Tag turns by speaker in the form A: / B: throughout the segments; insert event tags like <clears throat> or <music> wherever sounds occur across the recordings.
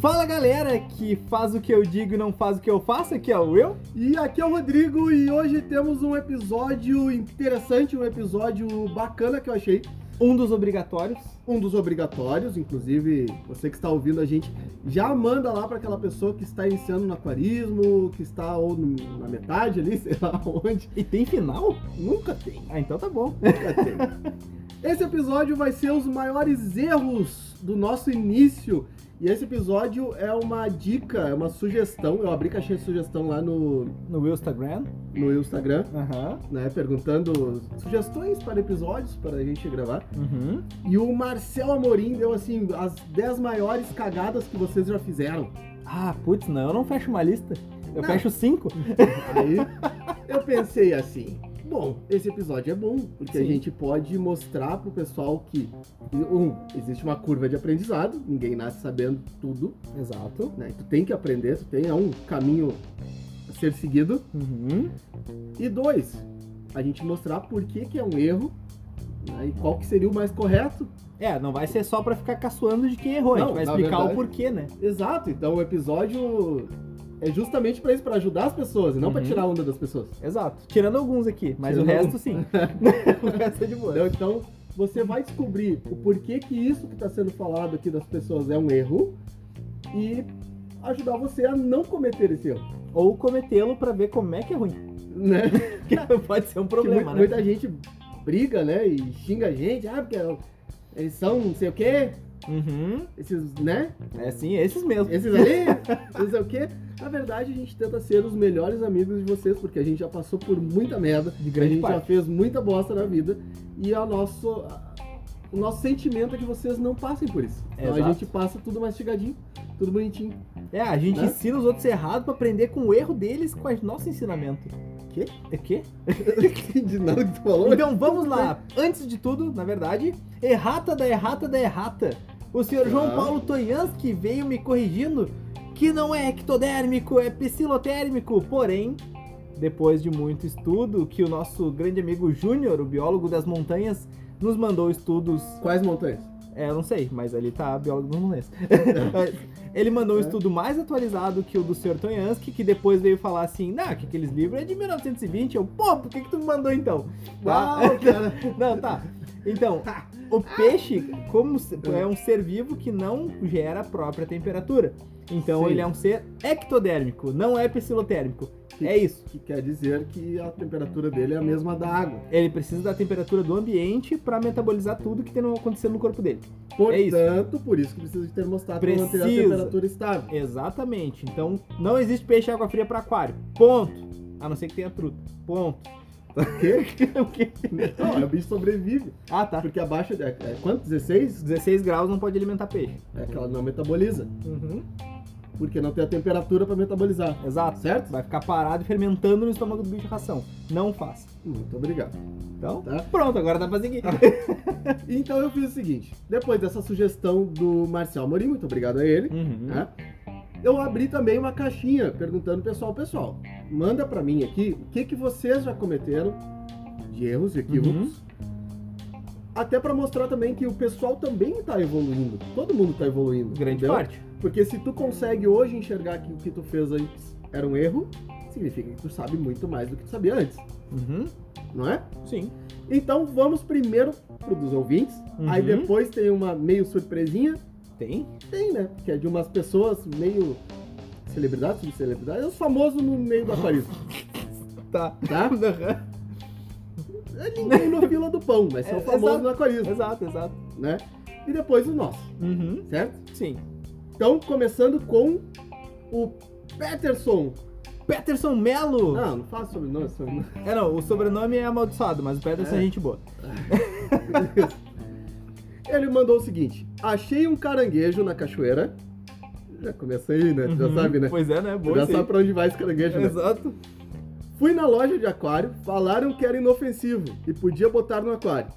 A: Fala galera que faz o que eu digo e não faz o que eu faço, aqui é o Will.
B: E aqui é o Rodrigo e hoje temos um episódio interessante, um episódio bacana que eu achei,
A: Um dos obrigatórios.
B: um dos obrigatórios, inclusive você que está ouvindo a gente já manda lá para aquela pessoa que está iniciando no aquarismo, que está ou no- na metade ali, <laughs> sei lá onde.
A: E tem final?
B: Nunca tem,
A: Ah, então tá bom.
B: nunca tem. Esse episódio vai ser os maiores erros do nosso início. E esse episódio é uma dica, é uma sugestão. Eu abri caixinha de sugestão lá no,
A: No Instagram.
B: no Instagram.
A: Aham.
B: né, perguntando sugestões para episódios para a gente gravar.
A: Uhum.
B: E o Marcel Amorim deu assim as 10 maiores cagadas que vocês já fizeram.
A: Ah, putz, não, eu não fecho uma lista. Eu
B: Não.
A: fecho
B: <laughs>
A: cinco.
B: Aí eu pensei assim, bom, esse episódio é bom, porque a
A: Sim.
B: gente pode mostrar pro pessoal que um, existe uma curva de aprendizado, ninguém nasce sabendo tudo,
A: Exato.
B: né? Tu tem que aprender, tu tem é um caminho a ser seguido.
A: Uhum.
B: E dois, a gente mostrar por que que é um erro. né, E qual que seria o mais correto?
A: É, não vai ser só pra ficar caçoando de quem errou. a
B: Não,
A: gente vai
B: na
A: explicar
B: verdade-
A: o porquê, né?
B: Exato, então o episódio é justamente pra isso, pra ajudar as pessoas e não pra
A: Uhum.
B: tirar a onda das pessoas.
A: Exato. Tirando alguns aqui, mas
B: Tirando
A: o resto
B: <laughs>
A: sim. <laughs> o resto é de boa.
B: Entendeu? Então você vai descobrir o porquê que isso que tá sendo falado aqui das pessoas é um erro e ajudar você a não cometer esse erro,
A: Ou cometê-lo pra ver como é que é ruim. <laughs>
B: né?
A: Porque pode ser um
B: Porque mu-
A: problema, né?
B: muita gente briga, né, e xinga a gente, ah, porque eles são não sei o quê,
A: Uhum.
B: esses, né,
A: É sim, esses mesmo.
B: esses
A: <laughs>
B: ali, não sei o quê. Na verdade, a gente tenta ser os melhores amigos de vocês, porque a gente já passou por muita merda.
A: De
B: A
A: grande
B: gente já
A: parte.
B: fez muita bosta na vida e a nosso, a- o nosso sentimento é que vocês não passem por isso. Então a
A: Exato.
B: gente passa tudo mastigadinho, tudo bonitinho.
A: É, a gente
B: Né?
A: ensina os outros errado pra aprender com o erro deles com o nosso ensinamento.
B: Quê?
A: É quê?
B: <laughs> Eu não entendi nada que tu falou. mas-
A: Então vamos lá. Antes de tudo, na verdade, errata da errata da errata. O senhor João
B: Ah.
A: Paulo Toyansky veio me corrigindo que não é ectodérmico, é psilotérmico. Porém, depois de muito estudo, que o nosso grande amigo Júnior, o biólogo das montanhas, nos mandou estudos
B: Então, Quais montanhas? Tá?
A: É, eu não sei, mas ali tá biólogo do Mulense. <laughs> Ele mandou um
B: É.
A: estudo mais atualizado que o do Sr. Tonhansky, que depois veio falar assim, não, que aqueles livros é de 1920. Eu, pô, por que que tu me mandou então? Tá?
B: <laughs> Uau, cara.
A: Não, tá. Então, o peixe, como se- é um ser vivo que não gera a própria temperatura. Então
B: Sim.
A: ele é um ser ectodérmico, não é psilotérmico.
B: Que-
A: É isso.
B: Que quer dizer que a temperatura dele é a mesma da água.
A: Ele precisa da temperatura do ambiente pra metabolizar tudo que tem acontecendo no corpo dele. É isso.
B: Portanto, por isso que precisa de termostato para manter a
A: Precisa.
B: temperatura <laughs> estável.
A: Exatamente. Então, não existe peixe água fria para aquário. Ponto. A não ser que tenha truta.
B: <laughs>
A: Ponto.
B: Quê?
A: O quê?
B: Não, é o bicho sobrevive.
A: Ah, tá.
B: Porque abaixo de. É, é quanto? 16?
A: 16 graus não pode alimentar peixe.
B: É que ela não metaboliza.
A: Uhum.
B: Porque não tem a temperatura para metabolizar.
A: Exato.
B: Certo?
A: Vai ficar parado e fermentando no estômago do bicho a ração. Não faça.
B: Muito obrigado.
A: Então,
B: Tá?
A: pronto, agora dá pra <laughs> seguir.
B: Então eu fiz o seguinte: depois dessa sugestão do Marcial Morim, muito obrigado a ele,
A: Uhum.
B: né? eu abri também uma caixinha perguntando pessoal, pessoal, manda pra mim aqui o que, que vocês já cometeram de erros e equívocos.
A: Uhum.
B: Até pra mostrar também que o pessoal também tá evoluindo. Todo mundo tá evoluindo.
A: Grande
B: entendeu?
A: parte.
B: Porque se tu consegue hoje enxergar que o que tu fez antes era um erro, significa que tu sabe muito mais do que tu sabia antes,
A: Uhum.
B: não é?
A: Sim.
B: Então vamos primeiro pro dos ouvintes,
A: Uhum.
B: aí depois tem uma meio surpresinha,
A: Tem?
B: tem né, que é de umas pessoas meio celebridades, subcelebridades, é os famosos no meio do aquarismo,
A: Tá. <laughs>
B: tá? É ninguém no fila do pão, mas são
A: É,
B: famosos
A: exato.
B: no aquarismo,
A: exato, exato.
B: né? E depois o nosso,
A: Uhum.
B: certo?
A: Sim.
B: Então começando com o Peterson.
A: Peterson Melo.
B: Não, não fala sobrenome, sobrenome.
A: É, não, o sobrenome é amaldiçoado, mas o Peterson
B: É.
A: é gente boa.
B: Ele mandou o seguinte: achei um caranguejo na cachoeira. Já começa aí, né? Tu
A: Uhum.
B: já sabe, né?
A: Pois é, né?
B: Tu
A: Boa
B: já
A: isso aí.
B: sabe pra onde vai esse caranguejo, né?
A: Exato.
B: Fui na loja de aquário, falaram que era inofensivo e podia botar no aquário.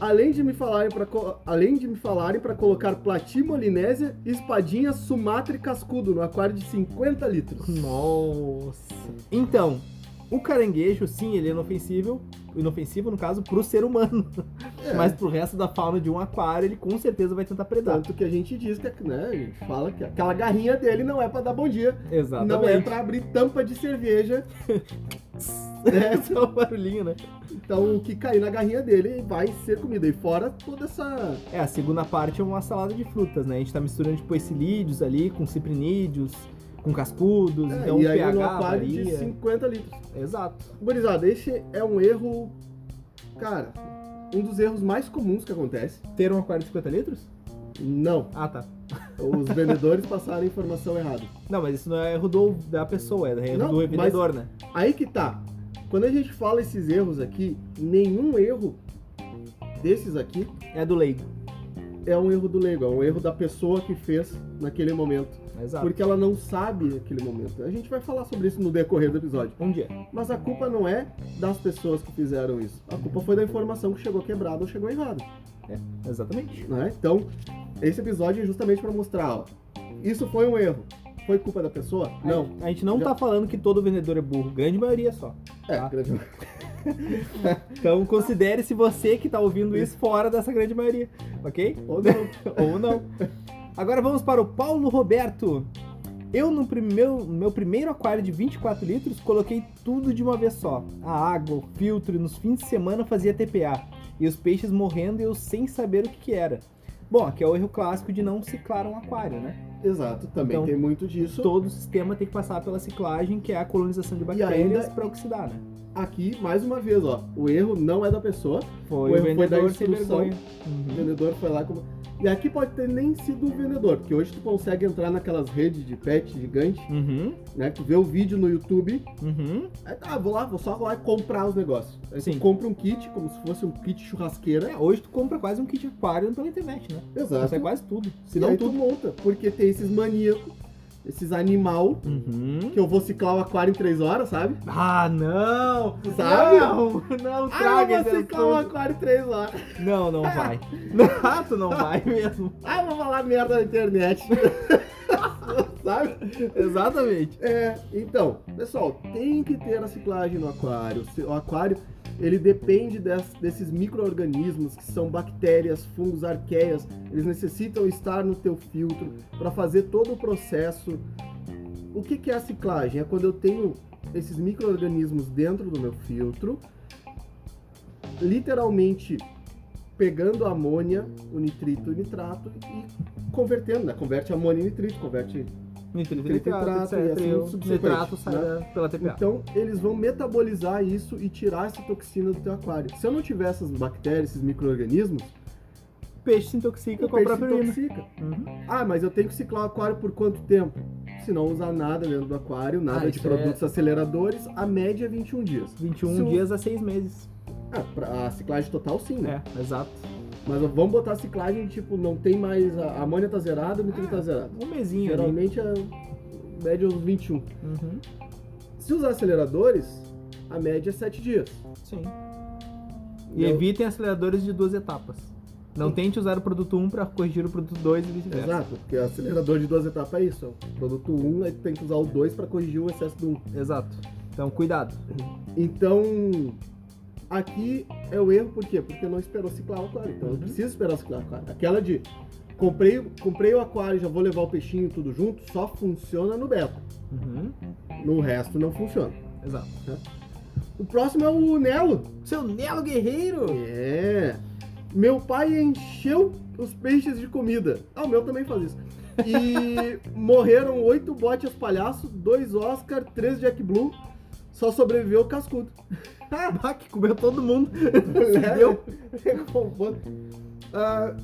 B: Além de me falarem para além de me falarem para colocar platim molinésia, espadinha, sumatra e cascudo no aquário de 50 litros.
A: Nossa. Então, o caranguejo, sim, ele é tá. inofensível, inofensivo no caso, pro ser humano.
B: É,
A: mas pro resto da fauna de um aquário ele com certeza vai tentar predar.
B: Tanto que a gente diz que, né, a gente fala que aquela garrinha dele não é pra dar bom dia,
A: Exatamente.
B: não é <laughs> pra abrir tampa de cerveja.
A: É só um barulhinho, né?
B: Então, o que cair na garrinha dele vai ser comida. E fora toda essa.
A: É, a segunda parte é uma salada de frutas, né? A gente tá misturando tipo silídeos ali com ciprinídeos, com cascudos,
B: É,
A: então o
B: e aí,
A: pH
B: no aquário de
A: varia.
B: 50 litros.
A: Exato.
B: Gurizada, esse é um erro. Cara, um dos erros mais comuns que acontece.
A: Ter um aquário de 50 litros?
B: Não.
A: Ah, tá.
B: Os vendedores passaram a informação errada.
A: Não, mas isso não é erro do, da pessoa, é erro
B: Não,
A: do
B: mas-
A: revendedor, né?
B: Aí que tá. Quando a gente fala esses erros aqui, nenhum erro desses aqui
A: É do leigo.
B: é um erro do leigo, é um erro da pessoa que fez naquele momento.
A: Exato.
B: Porque ela não sabe aquele momento. A gente vai falar sobre isso no decorrer do episódio.
A: Um dia.
B: Mas a culpa não é das pessoas que fizeram isso. A culpa foi da informação que chegou quebrada ou chegou errada.
A: Exatamente.
B: né? Então, esse episódio é justamente pra mostrar, ó, isso foi um erro. Foi culpa da pessoa?
A: A
B: Não.
A: gente, a gente não
B: Já-
A: tá falando que todo vendedor é burro, grande maioria só.
B: É,
A: Tá.
B: grande-
A: Então considere se você que tá ouvindo isso fora dessa grande maioria, ok?
B: ou não. <laughs>
A: Ou não. Agora vamos para o Paulo Roberto. Eu, no primeiro, meu primeiro aquário de 24 litros, coloquei tudo de uma vez só. A água, o filtro, e nos fins de semana fazia TPA. E os peixes morrendo e eu sem saber o que, que era. Bom, aqui é o erro clássico de não ciclar um aquário, né?
B: Exato, também
A: Então,
B: tem muito disso.
A: Todo o sistema tem que passar pela ciclagem, que é a colonização de bactérias
B: ainda-
A: para oxidar, né?
B: Aqui, mais uma vez, ó, o erro não é da pessoa.
A: Foi
B: O
A: o,
B: erro foi da
A: vendedor sem
B: instrução.
A: vergonha.
B: O
A: Uhum.
B: vendedor foi lá como. E aqui pode ter nem sido o vendedor, porque hoje tu consegue entrar naquelas redes de pet gigante,
A: Uhum.
B: né? Tu vê o vídeo no YouTube,
A: Uhum.
B: aí tá, vou lá, vou só lá comprar os negócios. Aí
A: Sim.
B: tu compra um kit, como se fosse um kit churrasqueira.
A: É, hoje tu compra quase um kit aquário pela internet, né?
B: Exato.
A: Você quase tudo. Se
B: Se
A: não
B: não,
A: tudo.
B: tu monta. Porque tem esses maníacos, esses animal,
A: Uhum.
B: que eu vou ciclar o aquário em três horas, sabe?
A: Ah, não!
B: Sabe?
A: Não, não
B: Ah,
A: traga
B: eu
A: esse
B: vou ciclar o
A: assunto.
B: aquário em três horas.
A: Não, não <laughs> vai. Não, tu não vai mesmo.
B: Ah, eu vou falar merda na internet. <laughs> sabe?
A: Exatamente.
B: É, então, pessoal, tem que ter a ciclagem no aquário. Se- O aquário, ele depende des- desses micro-organismos, que são bactérias, fungos, arqueias. Eles necessitam estar no teu filtro para fazer todo o processo. O que, que é a ciclagem? É quando eu tenho esses micro-organismos dentro do meu filtro, literalmente pegando a amônia, o nitrito, o nitrato e convertendo, né? Converte amônia em nitrito, converte
A: Nitrito,
B: Nitrato,
A: nitrato,
B: e
A: etc.
B: assim,
A: e o
B: subsequente,
A: nitrato sai
B: né?
A: da- pela TPA.
B: Então, eles vão metabolizar isso e tirar essa toxina do teu aquário. Se eu não tiver essas bactérias, esses micro-organismos,
A: O Então, peixe se intoxica
B: o
A: com a
B: peixe se
A: própria urina.
B: intoxica.
A: Uhum.
B: Ah, mas eu tenho que ciclar o aquário por quanto tempo? Se não usar nada dentro do aquário, nada
A: Ah,
B: de
A: isso é-
B: produtos aceleradores, a média é 21 dias.
A: 21
B: Se o-
A: dias a 6 meses.
B: Ah, pra- a ciclagem total sim, né?
A: É, exato.
B: Mas vamos botar a ciclagem, tipo, não tem mais... A a amônia tá zerada, o nitrito
A: Ah,
B: tá zerado.
A: Um mesinho ali.
B: Geralmente, a média é uns 21.
A: Uhum.
B: Se usar aceleradores, a média é 7 dias.
A: Sim. E
B: Entendeu?
A: evitem aceleradores de duas etapas. Não
B: Sim.
A: tente usar o produto 1 para corrigir o produto 2 e vice-versa.
B: Exato, porque o acelerador de duas etapas é isso. é o Produto 1, um, aí tu tem que usar o 2 para corrigir o excesso do 1. Um.
A: Exato. Então, cuidado.
B: Então, aqui é o erro, por quê? Porque não esperou ciclar o aquário. Então, eu
A: Uhum.
B: preciso esperar ciclar o aquário. Aquela de comprei, comprei o aquário, já vou levar o peixinho tudo junto, só funciona no beta.
A: Uhum.
B: No resto não funciona.
A: Exato.
B: O próximo é o Nelo.
A: Seu Nelo Guerreiro!
B: É. Meu pai encheu os peixes de comida. Ah, o meu também faz isso. E
A: <laughs>
B: morreram oito botes palhaço, dois Oscar, três Jack Blue. Só sobreviveu o cascudo.
A: Ah, que comeu todo mundo.
B: Entendeu? <laughs> Ah,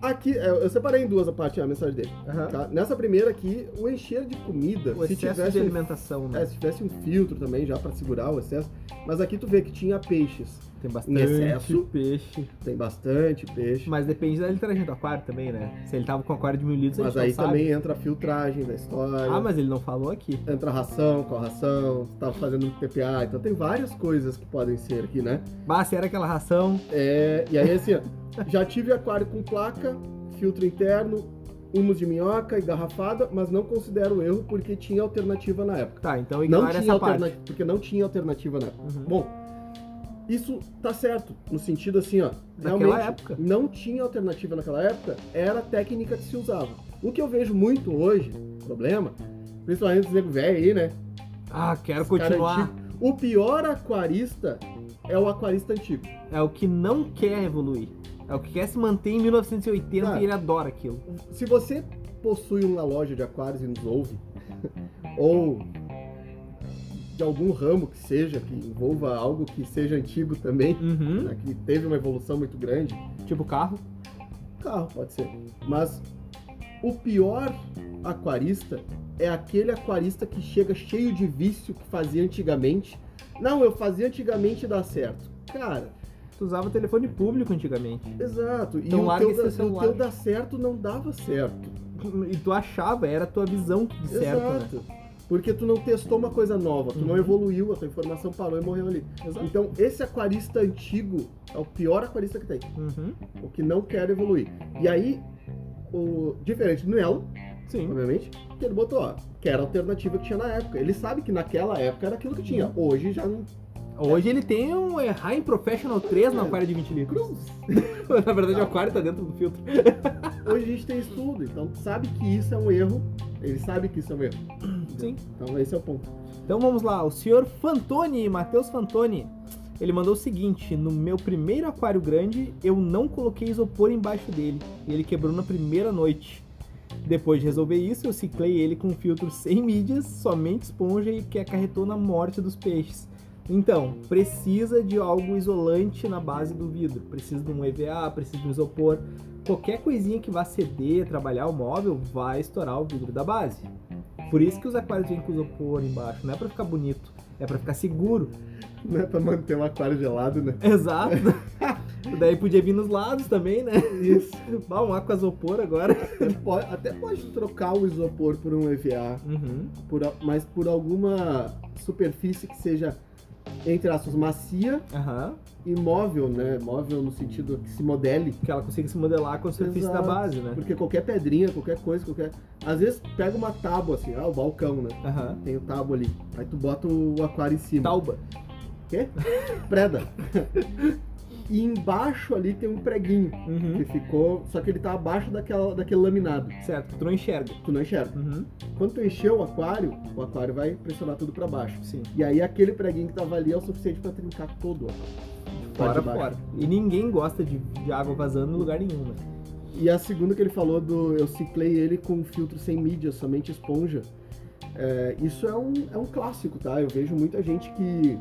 B: aqui, é, eu separei em duas a parte a mensagem dele. tá? Nessa primeira aqui, o encher de comida,
A: O
B: se
A: excesso
B: tivesse
A: de
B: um
A: alimentação, né?
B: é, se tivesse um filtro também já para segurar o excesso, mas aqui tu vê que tinha peixes,
A: Tem bastante
B: excesso.
A: peixe.
B: tem bastante peixe.
A: Mas depende da litragem do aquário também, né? Se ele tava com aquário de mil litros, a gente
B: Mas
A: não
B: aí
A: sabe.
B: também entra a filtragem da história,
A: Ah, mas ele não falou aqui.
B: entra a ração, qual ração, se tá fazendo TPA, então tem várias coisas que podem ser aqui, né?
A: Bah, se era aquela ração.
B: É, e aí
A: <laughs>
B: assim, ó, já tive aquário com placa, filtro interno, humus de minhoca e garrafada, mas não considero erro porque tinha alternativa na época.
A: Tá, então
B: Não
A: ignora
B: tinha
A: essa parte.
B: alternativa, porque não tinha alternativa na época.
A: Uhum.
B: Bom, Isso tá certo, no sentido assim, ó.
A: Daquela
B: realmente
A: época.
B: não tinha alternativa naquela época, era a técnica que se usava. O que eu vejo muito hoje, problema, principalmente os nego velho aí, né?
A: Ah, quero
B: Cara é
A: continuar.
B: antigo. O pior aquarista é o aquarista antigo.
A: É o que não quer evoluir. É o que quer se manter em 1980
B: Cara,
A: e ele adora aquilo.
B: Se você possui uma loja de aquários e nos ouve, <laughs> ou de algum ramo que seja, que envolva algo que seja antigo também,
A: Uhum.
B: né, que teve uma evolução muito grande,
A: Tipo carro.
B: carro pode ser. Mas o pior aquarista é aquele aquarista que chega cheio de vício que fazia antigamente. Não, eu fazia antigamente e dá certo. Cara,
A: Tu usava telefone público antigamente.
B: exato.
A: Então
B: e o
A: larga
B: teu,
A: esse
B: da- o
A: celular.
B: teu dá certo não dava certo.
A: E tu achava, era a tua visão que de certo, né?
B: Exato. Porque tu não testou uma coisa nova, tu
A: Uhum.
B: não evoluiu, a tua informação parou e morreu ali.
A: Exato.
B: Então, esse aquarista antigo é o pior aquarista que tem,
A: Uhum.
B: o que não quer evoluir. E aí, o diferente é um do Nelo,
A: Sim.
B: obviamente, que ele botou, ó, que era a alternativa que tinha na época. Ele sabe que naquela época era aquilo que tinha, hoje já não
A: Hoje ele tem um é, High Professional 3 no aquário de 20 litros.
B: cruz.
A: <laughs> Na verdade, o aquário tá dentro do filtro.
B: <laughs> Hoje a gente tem estudo, então tu sabe que isso é um erro, ele sabe que isso é um erro.
A: Sim.
B: Então, esse é o ponto.
A: Então vamos lá, o senhor Fantoni, Matheus Fantoni, ele mandou o seguinte: no meu primeiro aquário grande, eu não coloquei isopor embaixo dele e ele quebrou na primeira noite. Depois de resolver isso, eu ciclei ele com um filtro sem mídias, somente esponja e que acarretou na morte dos peixes. Então, precisa de algo isolante na base do vidro. Precisa de um EVA, precisa de um isopor. Qualquer coisinha que vá ceder, trabalhar o móvel, vai estourar o vidro da base. Por isso que os aquários vêm com isopor embaixo, não é pra ficar bonito, é pra ficar seguro. <laughs>
B: Não é pra manter um aquário gelado, né? <laughs>
A: Exato. <laughs> Daí podia vir nos lados também, né?
B: Isso.
A: <laughs> Bah, um aquasopor agora.
B: Até po- até pode trocar o isopor por um EVA,
A: Uhum.
B: por a- mas por alguma superfície que seja, entre aspas, macia
A: Aham.
B: e móvel, né? Móvel no sentido que se modele.
A: Que ela consiga se modelar com a superfície
B: Exato.
A: da base, né?
B: Porque qualquer pedrinha, qualquer coisa, qualquer. Às vezes pega uma tábua assim, ah, o balcão, né?
A: Aham.
B: Tem o tábua ali. Aí tu bota o aquário em cima.
A: Tauba.
B: Preda. <laughs> e embaixo ali tem um preguinho
A: Uhum.
B: que ficou. Só que ele tá abaixo daquela, daquele laminado.
A: Certo, tu não enxerga.
B: Tu não enxerga.
A: Uhum.
B: Quando tu encher o aquário, o aquário vai pressionar tudo pra baixo.
A: Sim.
B: E aí aquele preguinho que tava ali é o suficiente pra trincar todo. Tá ó. Parte
A: Fora,
B: de baixo.
A: fora. E ninguém gosta de, de água vazando em lugar nenhum, né?
B: E a segunda que ele falou do eu ciclei ele com um filtro sem mídia, somente esponja. É, isso é um, é um clássico, tá? Eu vejo muita gente que.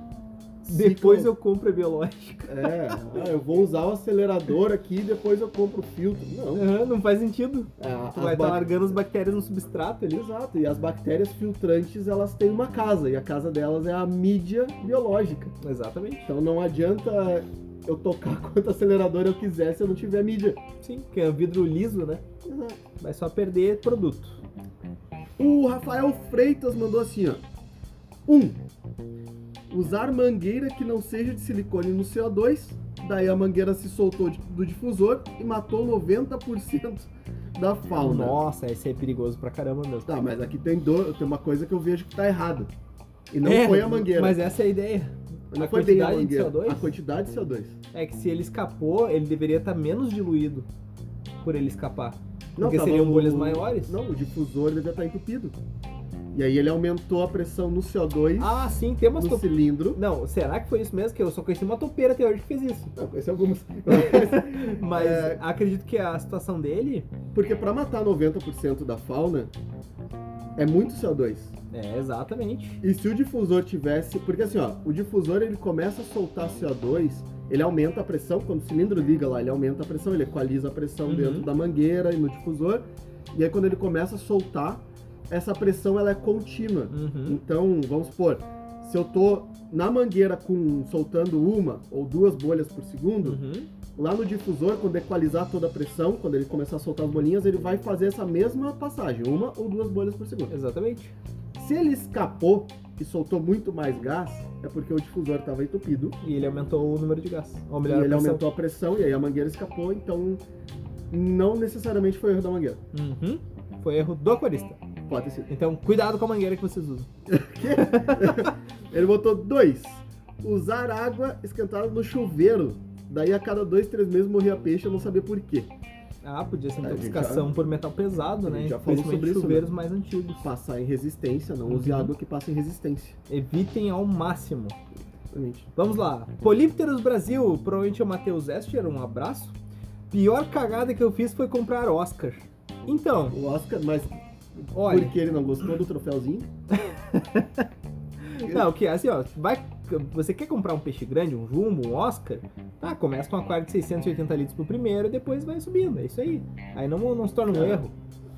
A: Depois
B: cicla-
A: eu compro a biológica.
B: É, ah, eu vou usar o acelerador aqui e depois eu compro o filtro. Não.
A: Aham, não faz sentido.
B: A-
A: Tu
B: as
A: vai estar
B: bac-
A: largando É, as bactérias no substrato ali.
B: Exato, e as bactérias filtrantes elas têm uma casa, e a casa delas é a mídia biológica.
A: Exatamente.
B: Então não adianta eu tocar <laughs> quanto acelerador eu quiser se eu não tiver mídia.
A: Sim, que é um vidro liso, né?
B: Exato.
A: Vai só perder produto.
B: O Rafael Freitas mandou assim, ó. 1. Um, usar mangueira que não seja de silicone no CO2. Daí a mangueira se soltou de- do difusor e matou 90% da fauna.
A: Nossa, esse é perigoso pra caramba mesmo.
B: Tá, mas aqui tem, do, tem uma coisa que eu vejo que tá errada. E não foi a mangueira.
A: É, Mas essa é a ideia.
B: não
A: a
B: foi bem a
A: quantidade de
B: mangueira.
A: CO2?
B: A quantidade de CO2.
A: É que se ele escapou, ele deveria estar menos diluído por ele escapar.
B: Não,
A: porque
B: tava
A: seriam
B: o-
A: bolhas maiores?
B: Não, o difusor devia estar entupido. E aí ele aumentou a pressão no CO2
A: Ah, sim, tem umas
B: no
A: topeiras.
B: cilindro.
A: Não, será que foi isso mesmo? Que eu só conheci uma topeira até hoje que fez isso.
B: Não, conheci algumas.
A: Mas
B: É.
A: acredito que a situação dele.
B: <laughs> Porque pra matar 90% da fauna é muito CO2.
A: É, exatamente.
B: E se o difusor tivesse, porque assim, ó, o difusor ele começa a soltar CO2, ele aumenta a pressão quando o cilindro liga lá, ele aumenta a pressão, ele equaliza a pressão
A: Uhum.
B: dentro da mangueira e no difusor. E aí quando ele começa a soltar, essa pressão ela é contínua.
A: Uhum.
B: Então, vamos supor, se eu tô na mangueira com soltando uma ou duas bolhas por segundo,
A: Uhum.
B: Lá no difusor, quando equalizar toda a pressão, quando ele começar a soltar as bolinhas, ele vai fazer essa mesma passagem, uma ou duas bolhas por segundo.
A: Exatamente.
B: Se ele escapou e soltou muito mais gás, é porque o difusor estava entupido
A: E ele aumentou o número de gás. Ou
B: e
A: melhor, a
B: ele
A: pressão.
B: aumentou a pressão e aí a mangueira escapou, então não necessariamente foi erro da mangueira.
A: Uhum. Foi erro do aquarista.
B: Pode ter sido.
A: Então, cuidado com a mangueira que vocês usam.
B: Ele botou dois. usar água esquentada no chuveiro. Daí a cada dois, três meses morria peixe, eu não sabia por quê.
A: Ah, podia ser
B: É, a gente
A: intoxicação
B: já-
A: por metal pesado,
B: a
A: né?
B: gente já falou
A: Principalmente
B: sobre isso,
A: chuveiros
B: né?
A: mais antigos.
B: Passar em resistência, não use
A: Uhum.
B: água que passa em resistência.
A: Evitem ao máximo.
B: Exatamente.
A: Vamos lá. Polípteros Brasil, provavelmente é o Matheus Escher, um abraço. Pior cagada que eu fiz foi comprar Oscar. Então,
B: O Oscar, mas
A: olha.
B: porque ele não gostou do troféuzinho?
A: Não, que assim, ó, vai, você quer comprar um peixe grande, um jumbo, um Oscar? Tá, começa com um aquário de 680 litros pro primeiro e depois vai subindo, é isso aí. Aí não, não se torna um
B: É.
A: erro.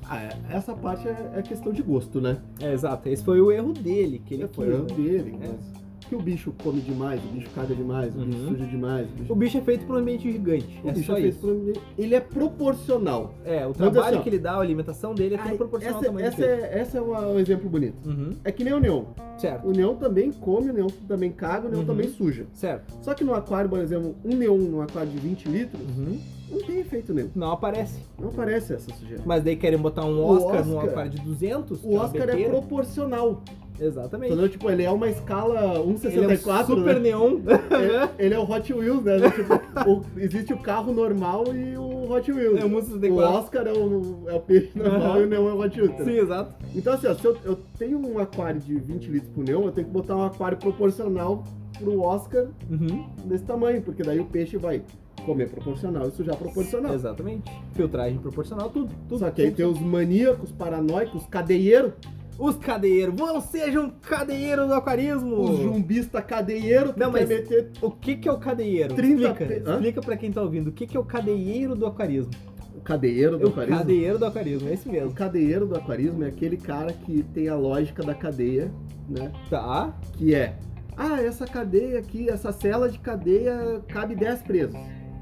B: Ah, é- essa parte é, é questão de gosto, né?
A: É, exato, esse foi o erro dele, que ele
B: É
A: foi.
B: foi o dele,
A: É.
B: mas que o bicho come demais, o bicho caga demais, o bicho
A: Uhum.
B: suja demais, o
A: O
B: bicho,
A: bicho é feito para um ambiente gigante,
B: o
A: é
B: bicho
A: só
B: é feito
A: isso.
B: pra- ele é proporcional.
A: É, o
B: dizer
A: trabalho
B: assim, ó.
A: que ele dá, a alimentação dele é tudo
B: Ai,
A: proporcional
B: essa,
A: ao tamanho do
B: essa,
A: peixe.
B: é, essa é uma- um exemplo bonito.
A: Uhum,
B: É que nem o neon.
A: certo,
B: O neon também come, o neon também caga, o neon
A: Uhum.
B: também suja.
A: certo.
B: Só que no aquário, por exemplo, um neon num aquário de 20 litros,
A: Uhum,
B: não tem efeito nenhum.
A: Não aparece.
B: Não aparece essa sujeira.
A: Mas daí querem botar um
B: O
A: Oscar, num
B: Oscar-
A: aquário de 200. que
B: O
A: é uma
B: Oscar é
A: bebeira.
B: proporcional.
A: Exatamente.
B: Entendeu? Tipo, ele é uma escala
A: Ele é
B: 1,64.
A: um super
B: né?
A: neon.
B: Ele, ele <laughs> é o Hot Wheels, né? <laughs> Tipo, o- existe o carro normal e o Hot Wheels.
A: É um
B: o
A: 1,64.
B: Oscar é o, é o peixe normal
A: Aham.
B: e o neon é o Hot Wheels.
A: Sim,
B: entendeu?
A: exato.
B: Então, assim, ó, se eu, eu tenho um aquário de 20 litros pro neon, eu tenho que botar um aquário proporcional pro Oscar
A: Uhum.
B: desse tamanho, porque daí o peixe vai comer proporcional e sujar proporcional.
A: Exatamente. Filtragem proporcional, tudo. tudo
B: Só que aí
A: tudo.
B: tem os maníacos, paranoicos, cadeieiros,
A: Os cadeieiros. Vão sejam cadeieiros do aquarismo.
B: os jumbistas cadeieiros, que
A: Não,
B: quer
A: mas-
B: meter
A: O que, que é o cadeieiro?
B: 30
A: Explica,
B: pe- Hã?
A: explica pra quem tá ouvindo. O que, que é o cadeieiro do aquarismo?
B: O cadeieiro do
A: o
B: aquarismo?
A: cadeieiro do aquarismo, é esse
B: O
A: mesmo.
B: cadeieiro do aquarismo é aquele cara que tem a lógica da cadeia, né?
A: Tá.
B: Que é, ah, essa cadeia aqui, essa cela de cadeia cabe 10 presos.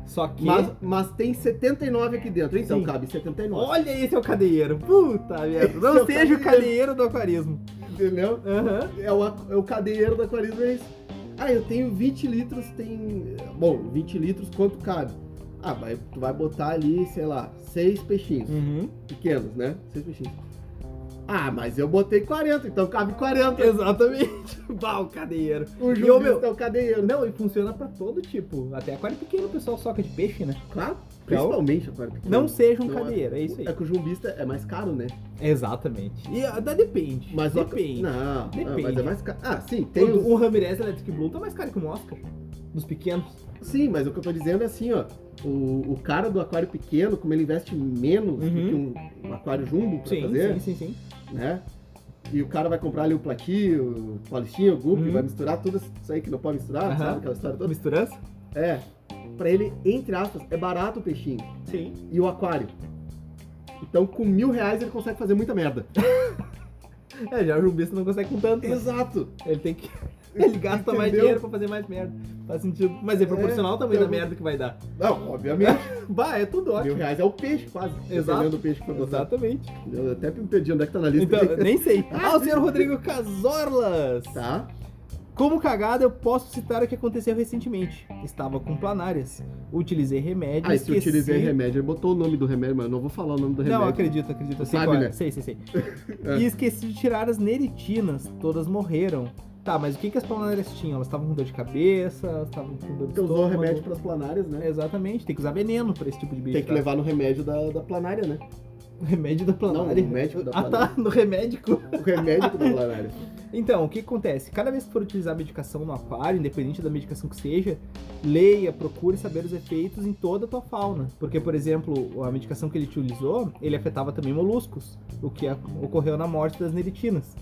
A: Só que.
B: Mas, mas tem 79 aqui dentro, então
A: Sim.
B: cabe 79.
A: Olha esse é o cadeieiro. Puta merda. Não
B: é
A: seja
B: o
A: o
B: cadeieiro.
A: cadeieiro do aquarismo.
B: Entendeu?
A: Aham.
B: É o, aqu- é o cadeieiro do aquarismo, é isso. Ah, eu tenho 20 litros, tem... Bom, 20 litros, quanto cabe? Ah, vai, tu vai botar ali, sei lá, seis peixinhos.
A: Uhum.
B: pequenos, né? Seis peixinhos. Ah, mas eu botei 40, então cabe 40.
A: Exatamente. <laughs> Bah, o cadeieiro.
B: O
A: E o
B: Júlio
A: meu-
B: é o cadeieiro.
A: Não, e funciona pra todo tipo. Até aquário pequeno o pessoal soca de peixe, né?
B: Claro, principalmente agora. porque-
A: Não seja um
B: Não é-
A: cadeieiro, é isso aí.
B: É que o jumbista é mais caro, né?
A: Exatamente. E ah, dá- depende.
B: Mas o-
A: depende.
B: Não, não, mas
A: Depende.
B: é mais caro. Ah, sim, tem
A: o,
B: os...
A: o Ramirez Electric Blue tá mais caro que um Oscar. Dos pequenos.
B: Sim, mas o que eu tô dizendo é assim, ó. O, o cara do aquário pequeno, como ele investe menos do
A: Uhum.
B: que um, um aquário jumbo pra
A: Sim, sim,
B: fazer,
A: sim, sim.
B: né? E o cara vai comprar ali o platinho, o paulistinho, o guppy,
A: Uhum.
B: vai misturar tudo isso aí que não pode misturar,
A: Aham.
B: Ah,
A: Uhum.
B: sabe? Aquela história toda.
A: Misturança?
B: É. Pra ele, entre aspas, é barato o peixinho
A: Sim.
B: e o aquário. Então, com mil reais, ele consegue fazer
A: <laughs>
B: muita merda.
A: É, já o Jumbista não consegue com tanto. né?
B: Exato.
A: Ele tem <laughs> que. Ele gasta mais
B: Entendeu?
A: dinheiro pra fazer mais merda. Faz sentido. Mas é proporcional ao tamanho
B: eu-
A: da merda que vai dar.
B: Não, obviamente.
A: Bah, é tudo
B: mil
A: ótimo.
B: reais é o peixe, quase.
A: Exato.
B: Dependendo do peixe que for botar.
A: Exatamente.
B: Eu até me perdi onde é que tá na lista.
A: Então, nem sei. <laughs> Ah, o senhor Rodrigo Casorlas!
B: <laughs> Tá.
A: Como cagada, eu posso citar o que aconteceu recentemente. Estava com planárias. Utilizei remédio.
B: Ah, Aí, se eu
A: esqueci-
B: utilizei remédio, ele botou o nome do remédio, mas eu não vou falar o nome do
A: Não,
B: remédio.
A: acredito, acredito. Eu sei
B: Sabe,
A: qual é.
B: né?
A: Sei, <laughs> sei, sei.
B: É.
A: E esqueci de tirar as neritinas. Todas morreram. Tá, mas o que, que as planárias tinham? Elas estavam com dor de cabeça, elas estavam com dor de
B: Porque usou o
A: estômago.
B: remédio pras planárias, né?
A: Exatamente, tem que usar veneno pra esse tipo de bicho.
B: Tem que
A: tá?
B: levar no remédio da, da planária, né?
A: Remédio da planária.
B: Não, o médico da
A: ah, tá, no remédico.
B: O remédio da planária.
A: Então, o que acontece? Cada vez que for utilizar medicação no aquário, independente da medicação que seja, leia, procure saber os efeitos em toda a tua fauna. Porque, por exemplo, a medicação que ele utilizou, ele afetava também moluscos, o que a- ocorreu na morte das neritinas.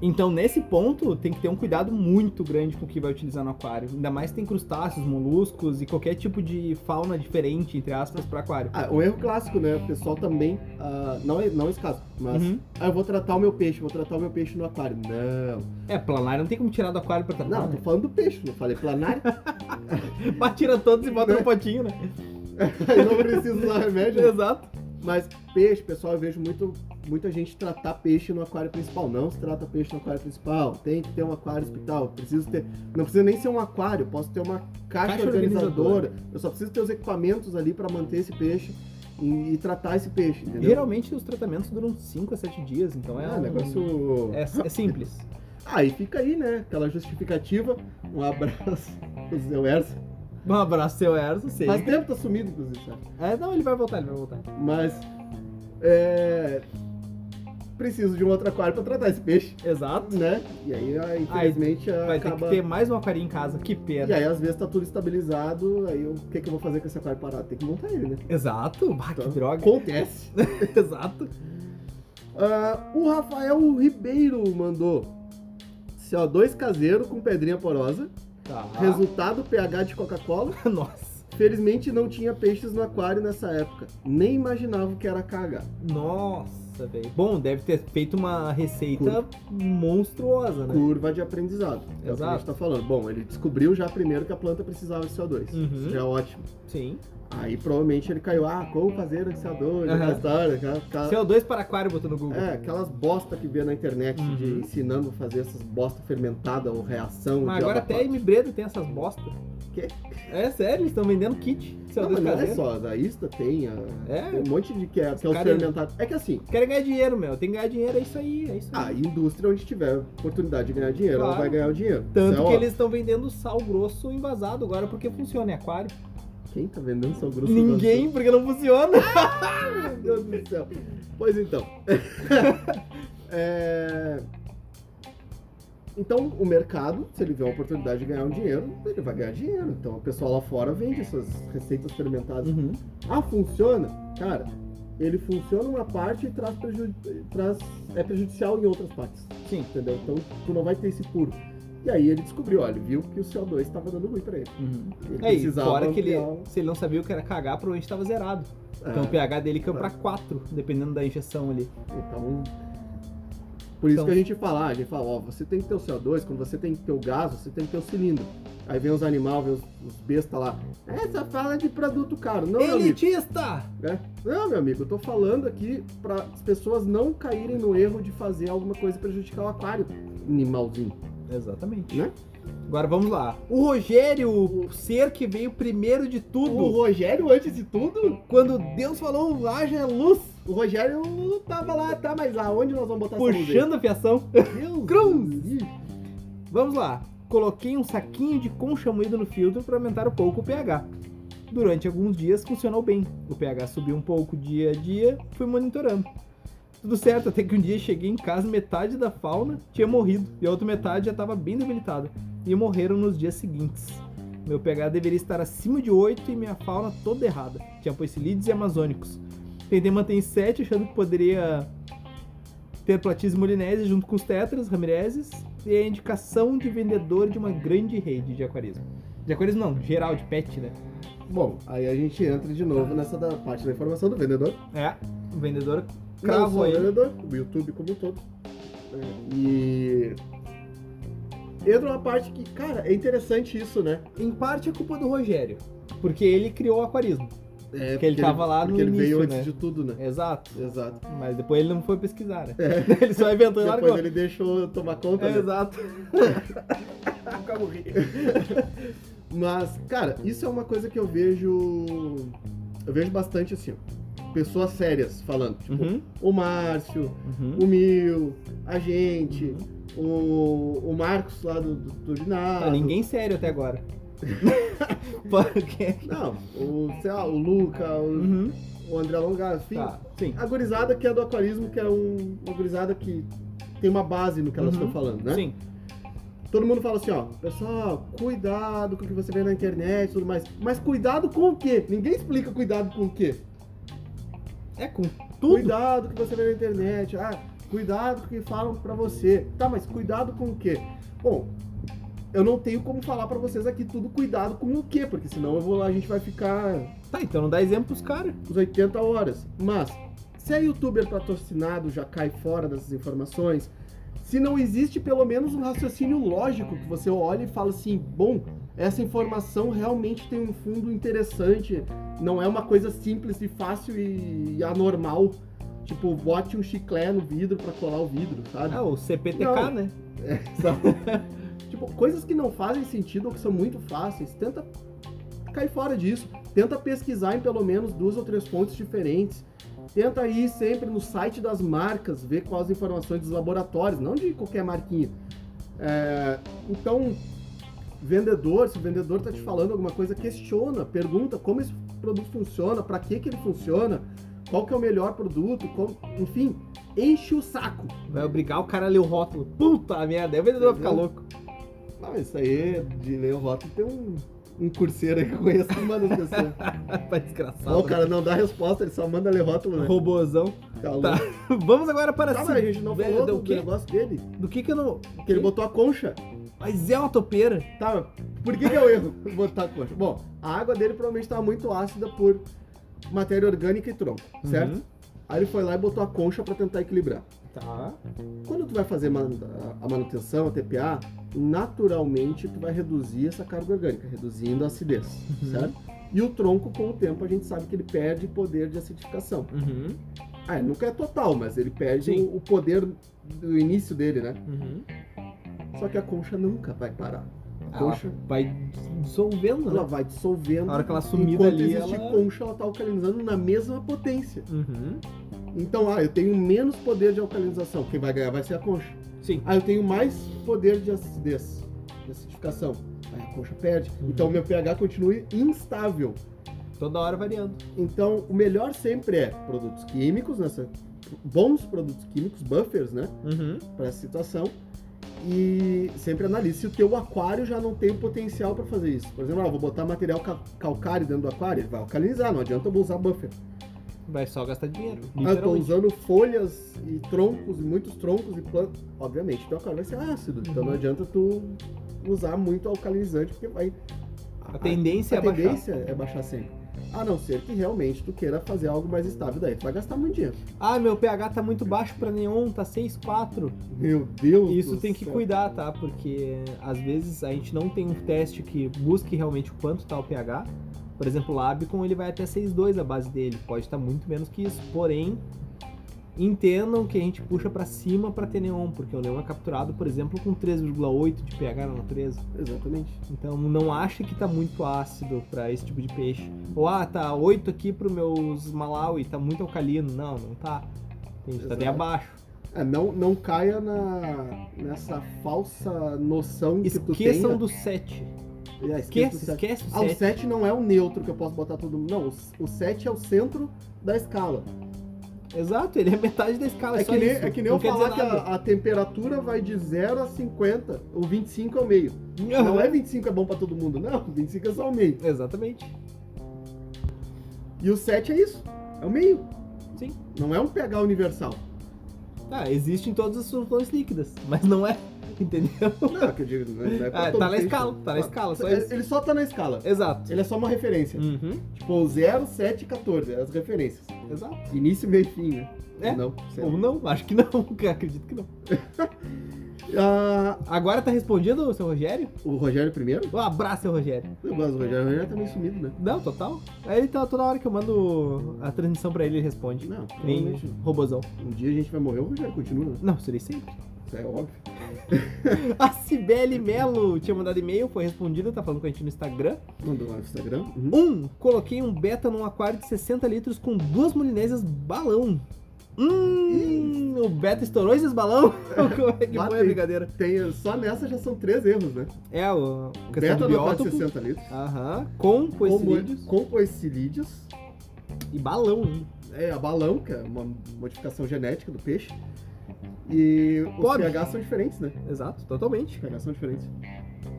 A: Então, nesse ponto, tem que ter um cuidado muito grande com o que vai utilizar no aquário. Ainda mais se tem crustáceos, moluscos e qualquer tipo de fauna diferente, entre aspas, para aquário.
B: Ah, um erro clássico, né? O pessoal também. ah, não, é, não é esse caso, mas.
A: Uhum.
B: Ah, eu vou tratar o meu peixe, vou tratar o meu peixe no aquário. Não.
A: É, planário não tem como tirar do aquário pra tratar.
B: Não, tô
A: né? <laughs>
B: falando do peixe, não falei planário.
A: Mas tira todos e bota no potinho, né?
B: <laughs> Eu não preciso usar remédio.
A: Exato.
B: Mas peixe, pessoal, eu vejo muito, muita gente tratar peixe no aquário principal. Não se trata peixe no aquário principal. Tem que ter um aquário hospital. Preciso ter. Não precisa nem ser um aquário, posso ter uma caixa,
A: Caixa
B: organizadora. Eu só preciso ter os equipamentos ali pra manter esse peixe e, e tratar esse peixe, entendeu?
A: Geralmente os tratamentos duram 5 a 7 dias, então é,
B: É um
A: um-
B: negócio. <laughs>
A: é, é simples.
B: Aí fica aí, né? Aquela justificativa. Um abraço pro seu Erso.
A: Um abraço, seu Erso, sei.
B: Faz tempo tá sumido, inclusive, sabe?
A: É, não, ele vai voltar, ele vai voltar.
B: Mas. É. Preciso de um outro aquário pra tratar esse peixe,
A: Exato.
B: né? E aí, ah, infelizmente,
A: Vai ter
B: acaba.
A: que ter mais um aquário em casa, que
B: E
A: pena.
B: aí, às vezes, tá tudo estabilizado. Aí, eu- o que, que eu vou fazer com esse aquário parado? Tem que montar ele, né?
A: Exato, bah, que
B: Então,
A: droga.
B: Acontece.
A: <laughs> Exato.
B: <laughs> Ah, o Rafael Ribeiro mandou Assim, CO2 caseiro com pedrinha porosa.
A: Tá.
B: Resultado pH de Coca-Cola.
A: <laughs> Nossa.
B: Felizmente não tinha peixes no aquário nessa época. Nem imaginava o que era KH.
A: Nossa, velho. Bom, deve ter feito uma receita monstruosa, né?
B: Curva de aprendizado. É o que a
A: Exato.
B: gente tá falando. Bom, ele descobriu já primeiro que a planta precisava de CO2.
A: Uhum.
B: Isso já é ótimo.
A: Sim.
B: Aí provavelmente ele caiu, ah, como fazer o CO2,
A: Aham.
B: aquela história, aquela, aquela-
A: CO2 é para aquário, botou no Google.
B: Ah. é, aquelas bosta que vê na internet de
A: Uhum.
B: ensinando a fazer essas bosta fermentada ou reação.
A: Mas
B: de
A: agora
B: abacate.
A: até a Bredo tem essas bostas.
B: Quê?
A: É sério, eles estão vendendo kit.
B: Não,
A: CO2
B: mas não é
A: caseiro.
B: só, a Ista tem, a...
A: É.
B: tem um monte de que é, que é os
A: Cara,
B: fermentados. É que assim,
A: Querem ganhar dinheiro, meu. Tem que ganhar dinheiro, é isso aí, é isso
B: a
A: aí.
B: indústria onde tiver oportunidade de ganhar dinheiro,
A: Claro.
B: ela vai ganhar o dinheiro.
A: Tanto
B: Isso é
A: que
B: óbvio.
A: eles estão vendendo sal grosso envasado agora porque funciona, é aquário.
B: Quem tá vendendo sal grosso?
A: Ninguém, porque não funciona.
B: <laughs> Meu Deus do céu. Pois então. <laughs> É, Então, o mercado, se ele vê uma oportunidade de ganhar um dinheiro, ele vai ganhar dinheiro. Então, o pessoal lá fora vende essas receitas fermentadas.
A: Uhum.
B: Ah, funciona? Cara, ele funciona uma parte e traz preju... traz... é prejudicial em outras partes.
A: Sim.
B: Entendeu? Então, tu não vai ter esse puro. E aí ele descobriu, olha, ele viu que o CO2 estava dando ruim pra ele.
A: Uhum.
B: ele
A: É isso, fora que ele,
B: ampliar o-
A: se ele não sabia o que era cagar, provavelmente estava zerado.
B: É,
A: Então o pH dele caiu
B: É.
A: pra 4, dependendo da injeção ali.
B: então, por isso
A: Então-
B: que a gente fala, a gente fala, ó, você tem que ter o CO2, quando você tem que ter o gás, você tem que ter o cilindro. Aí vem os animais, vem os, os bestas lá. Essa fala é de produto caro. Não, meu amigo.
A: Elitista!
B: né? Não, meu amigo, eu tô falando aqui para as pessoas não caírem no erro de fazer alguma coisa e prejudicar o aquário. Animalzinho.
A: Exatamente.
B: Né?
A: Agora vamos lá. O Rogério, o ser que veio primeiro de
B: O
A: tudo,
B: Rogério, antes de tudo,
A: quando Deus falou, haja luz,
B: o Rogério tava lá, tá, mas aonde nós vamos botar
A: puxando a fiação.
B: essa mãozinha? Deus
A: Cruz!
B: do livre.
A: Vamos lá. Coloquei um saquinho de concha moída no filtro para aumentar um pouco o pH. Durante alguns dias funcionou bem. O pH subiu um pouco dia a dia, fui monitorando. Tudo certo, até que um dia cheguei em casa, metade da fauna tinha morrido e a outra metade já estava bem debilitada e morreram nos dias seguintes. Meu pH deveria estar acima de 8 e minha fauna toda errada. Tinha poicilides e amazônicos. Tentei manter em 7, achando que poderia ter platis molinese junto com os tetras, ramireses, e a indicação de vendedor de uma grande rede de aquarismo. De aquarismo não, geral, de pet, né?
B: Bom, aí a gente entra de novo nessa da parte da informação do vendedor.
A: É, o vendedor
B: Não
A: cravo
B: só o
A: aí.
B: vendedor, o YouTube como um todo. É, E. Entra uma parte que, cara, é interessante isso, né?
A: Em parte é culpa do Rogério, porque ele criou o aquarismo.
B: É,
A: Porque ele tava lá no
B: porque ele veio
A: início,
B: antes
A: né?
B: de tudo, né?
A: Exato.
B: Exato.
A: Mas depois ele não foi pesquisar, né? <laughs> Ele só inventou e largou.
B: É. Depois ele deixou eu tomar conta. né?
A: Exato.
B: Mas, cara, isso é uma coisa que eu vejo. Eu vejo bastante assim. ó, Pessoas sérias falando. Tipo,
A: Uhum,
B: o Márcio,
A: uhum.
B: o Mil, a gente, o, o Marcos lá do, do, do ginásio.
A: Ah, Uhum. ninguém sério até
B: <laughs>
A: agora. porque...
B: Não, o, sei lá, o Luca, o,
A: Uhum.
B: o André Longar, enfim.
A: Tá, sim.
B: A gurizada que é do aquarismo, que é um, uma gurizada que tem uma base no que elas
A: Uhum.
B: estão falando, né?
A: Sim.
B: Todo mundo fala assim, ó, pessoal, cuidado com o que você vê na internet e tudo mais. Mas cuidado com o quê? Ninguém explica cuidado com o quê.
A: É com tudo.
B: Cuidado com o que você vê na internet. Ah, cuidado com o que falam pra você. Tá, mas cuidado com o quê? Bom, eu não tenho como falar pra vocês aqui tudo cuidado com o quê, porque senão eu vou lá, a gente vai ficar
A: Tá, então não dá exemplo pros caras.
B: os 80 horas. Mas, se é youtuber patrocinado já cai fora dessas informações, se não existe pelo menos um raciocínio lógico que você olha e fala assim, bom, essa informação realmente tem um fundo interessante, não é uma coisa simples e fácil e anormal. Tipo, bote um chiclé no vidro pra colar o vidro, sabe?
A: Ah, o CPTK,
B: Não.
A: né?
B: Sabe? <laughs> tipo, coisas que não fazem sentido ou que são muito fáceis, tenta cair fora disso. Tenta pesquisar em pelo menos duas ou três fontes diferentes. Tenta ir sempre no site das marcas, ver quais as informações dos laboratórios, não de qualquer marquinha. É, então, vendedor, se o vendedor está te falando alguma coisa, questiona, pergunta como esse produto funciona, para que que ele funciona, qual que é o melhor produto, qual- enfim, enche o saco.
A: Vai obrigar o cara a ler o rótulo. Puta merda, aí o vendedor vai ficar
B: Entendeu?
A: louco. <laughs>
B: Não, isso aí de ler o rótulo tem um, um curseiro aí que eu conheço que manda as
A: <laughs>
B: pessoas.
A: Vai Tá desgraçado. né?
B: Não, o cara não dá resposta, ele só manda ler rótulo, né?
A: Robozão.
B: Tá louco.
A: Tá. <laughs> Vamos agora para
B: Tá,
A: a
B: mas a gente não
A: segunda-
B: falou do,
A: do
B: do
A: quê?
B: negócio dele,
A: Do que que eu não... Hum?
B: que ele botou a concha.
A: Mas é uma topeira.
B: Tá, por que, que é o erro <laughs> botar a concha? Bom, a água dele provavelmente estava muito ácida por matéria orgânica e tronco, certo?
A: Uhum.
B: Aí ele foi lá e botou a concha para tentar equilibrar.
A: Tá.
B: Quando tu vai fazer man- a a manutenção, a TPA, naturalmente tu vai reduzir essa carga orgânica, reduzindo a acidez,
A: Uhum.
B: certo? E o tronco, com o tempo, a gente sabe que ele perde poder de acidificação.
A: Uhum.
B: Ah, nunca é total, mas ele perde
A: Sim.
B: o, o poder do início dele, né?
A: Uhum.
B: Só que a concha nunca vai parar. A
A: Ela
B: concha,
A: vai dissolvendo,
B: ela
A: né?
B: vai dissolvendo.
A: A hora que ela sumir
B: enquanto
A: dali,
B: existe
A: ela-
B: concha, ela tá alcalinizando na mesma potência.
A: Uhum.
B: Então, ah, eu tenho menos poder de alcalinização. Quem vai ganhar vai ser a concha.
A: Sim.
B: Ah, eu tenho mais poder de acidez, de acidificação. Aí a concha perde.
A: Uhum.
B: Então meu pH continue instável.
A: Toda hora variando.
B: Então o melhor sempre é produtos químicos, nessa, bons produtos químicos, buffers, né?
A: Uhum.
B: Para essa situação. E sempre analise se o teu aquário já não tem o potencial para fazer isso. Por exemplo, ah, eu vou botar material ca- calcário dentro do aquário, ele vai alcalinizar, não adianta eu usar buffer.
A: Vai só gastar dinheiro.
B: Ah, eu tô
A: Literalmente.
B: usando folhas e troncos, e muitos troncos e plantas. Obviamente, teu aquário vai ser ácido, então
A: Uhum.
B: não adianta tu usar muito alcalinizante, porque vai.
A: A tendência
B: a
A: é baixar.
B: tendência é baixar sempre. A não ser que realmente tu queira fazer algo mais estável, daí tu vai gastar muito dinheiro.
A: Ah, meu pH tá muito baixo pra neon, tá 6,4.
B: Meu Deus!
A: Isso
B: do
A: tem que
B: céu.
A: cuidar, tá? Porque às vezes a gente não tem um teste que busque realmente o quanto tá o pH. Por exemplo, o Labicon ele vai até 6,2 a base dele, pode estar muito menos que isso. Porém, entendam que a gente puxa pra cima pra ter neon, porque o neon é capturado, por exemplo, com 3,8 de pH na natureza.
B: Exatamente.
A: Então não acha que tá muito ácido pra esse tipo de peixe. Ou ah, tá 8 aqui pro meus Malawi, tá muito alcalino. Não, não tá. Entende? Tá bem
B: Exato.
A: abaixo.
B: É, não, não caia na, nessa falsa noção que tu tem. né?
A: Esqueçam do 7.
B: É, esqueça o
A: Esquece,
B: set.
A: esquece o
B: Ah, o
A: 7.
B: 7 não é o neutro que eu posso botar todo mundo. Não, o- o 7 é o centro da escala.
A: Exato, ele é metade da escala.
B: É
A: só
B: que, nem,
A: isso.
B: é que nem
A: não
B: eu
A: quer
B: falar
A: dizer
B: que
A: nada.
B: a, a temperatura vai de 0 a 50. O 25 é o meio. Não é 25 é bom pra todo mundo, não. <laughs> 25 é só o meio.
A: Exatamente.
B: E o 7 é isso. É o meio.
A: Sim.
B: Não é um pH universal.
A: Ah, existe em todas as soluções líquidas, mas não é. <laughs> Entendeu?
B: Não, que eu digo, não
A: <laughs>
B: é, não é pra
A: Ah,
B: todo
A: tá na
B: peixe.
A: escala, tá na escala, só isso.
B: Ele só tá na escala.
A: Exato.
B: Ele é só uma referência.
A: Uhum,
B: Tipo, o 0, 7 e 14, as referências.
A: Exato.
B: Início, meio e fim, né?
A: É.
B: Não,
A: Ou
B: sério.
A: não, acho que não, <laughs> cara, acredito que não.
B: Ah,
A: Agora tá respondido, seu Rogério?
B: o Rogério primeiro?
A: Um abraço, seu Rogério.
B: Eu gosto do Rogério. O Rogério tá meio sumido, né?
A: Não, total. Aí ele tá toda hora que eu mando a transmissão pra ele, ele responde.
B: Não,
A: Nem
B: provavelmente
A: robozão.
B: um dia a gente vai morrer, o Rogério continua, né?
A: Não, seria sempre. <laughs>
B: Isso é óbvio.
A: A Cibele Melo tinha mandado e-mail, foi respondida, tá falando com a gente no Instagram.
B: Mandou lá no Instagram. Uhum.
A: Um, coloquei um beta num aquário de 60 litros com duas mulinesas balão. Hum, o beta estourou esses balão? Como é que foi
B: Batei.
A: a brincadeira?
B: Tem, só nessa já são três erros, né?
A: É, o a questão
B: Beta é
A: do
B: da de
A: biótopo.
B: 60 litros.
A: Aham, com coicilídeos
B: Com coicilídeos.
A: e balão. hein?
B: É a balão, que é uma modificação genética do peixe. E os
A: Pode.
B: pH são diferentes, né?
A: Exato, totalmente.
B: Os pH são diferentes.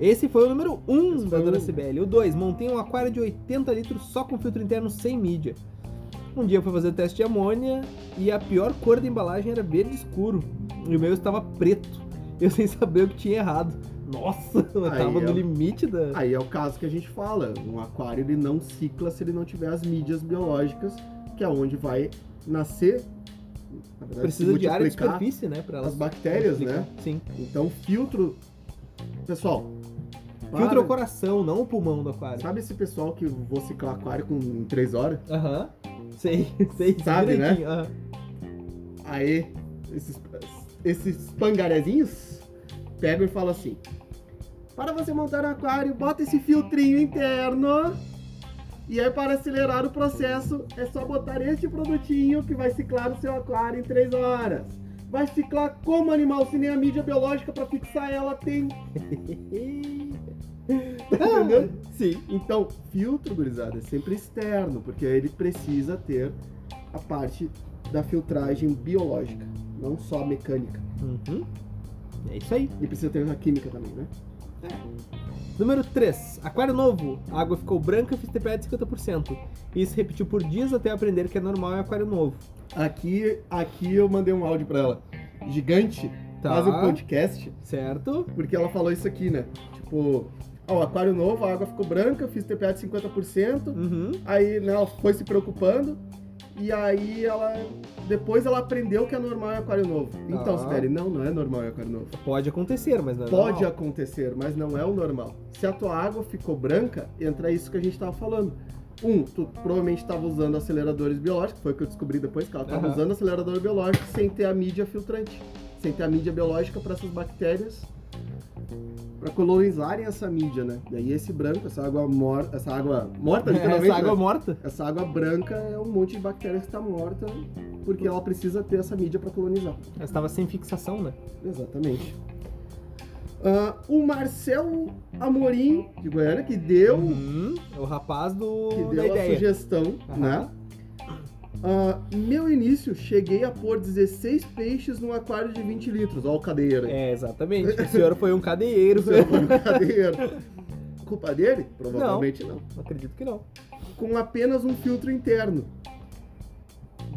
A: Esse foi o número 1 um
B: Esse
A: da
B: foi
A: Dona
B: o-
A: Cibele. O 2, montei um aquário de 80 litros só com filtro interno sem mídia. Um dia eu fui fazer teste de amônia e a pior cor da embalagem era verde escuro. E o meu estava preto. Eu <laughs> sem saber o que tinha errado. Nossa, <laughs> eu
B: Aí,
A: tava no
B: ó.
A: limite da.
B: Aí é o caso que a gente fala. Um aquário ele não cicla se ele não tiver as mídias biológicas, que é onde vai nascer. Na verdade,
A: Precisa
B: se
A: de área de
B: multiplicar
A: superfície, né? Pra elas
B: as bactérias, né?
A: multiplicar. Sim.
B: Então filtro. Pessoal.
A: Filtra
B: para-
A: o coração, não o pulmão do aquário.
B: Sabe esse pessoal que vou ciclar aquário com 3 horas?
A: Aham. Sei, <laughs> sei.
B: Sabe, né?
A: direitinho, aham.
B: Aí, esses, esses pangarezinhos pegam e falam assim: Para você montar um aquário, bota esse filtrinho interno. E aí, para acelerar o processo, é só botar este produtinho que vai ciclar o seu aquário em 3 horas. vai ciclar como animal se nem a mídia biológica para fixar ela tem. Tá entendendo?
A: <laughs> Sim.
B: Então, filtro, gurizada, é sempre externo, porque ele precisa ter a parte da filtragem biológica, não só mecânica.
A: Uhum. É isso aí.
B: E precisa ter a química também, né?
A: Número 3. Aquário novo. A água ficou branca e fiz temperada de 50%. Isso repetiu por dias até eu aprender que é normal em aquário novo.
B: Aqui, aqui eu mandei um áudio pra ela. Gigante,
A: Tá.
B: faz um podcast,
A: Certo?
B: porque ela falou isso aqui, né? Tipo, ó, o aquário novo, a água ficou branca, eu fiz TPA de 50%.
A: Uhum.
B: Aí né, ela foi se preocupando. E aí ela. Depois ela aprendeu que é normal em aquário novo. Então,
A: Tá.
B: Sibeli, não, não é normal em aquário novo.
A: Pode acontecer, mas não é
B: Pode
A: normal.
B: acontecer, mas não é o normal. Se a tua água ficou branca, entra isso que a gente tava falando. Um, tu provavelmente estava usando aceleradores biológicos, foi o que eu descobri depois que ela estava
A: Aham.
B: usando acelerador biológico sem ter a mídia filtrante, sem ter a mídia biológica para essas bactérias, para colonizarem essa mídia, né? E aí esse branco, essa água morta, essa água morta, literalmente,
A: <laughs> Essa água
B: né?
A: morta?
B: essa água branca é um monte de bactérias que está morta porque ela precisa ter essa mídia para colonizar.
A: Ela estava sem fixação, né?
B: Exatamente. Ah, o Marcel Amorim, de Goiânia, que deu,
A: Uhum. O rapaz do...
B: que
A: da
B: deu a
A: ideia.
B: sugestão,
A: Aham.
B: né? Ah, meu início, cheguei a pôr 16 peixes num aquário de 20 litros. Ó, o cadeiro. aí.
A: É, exatamente. O senhor foi um cadeieiro.
B: Isso é um cadeiro. Culpa dele? Provavelmente não.
A: Não acredito que não.
B: Com apenas um filtro interno.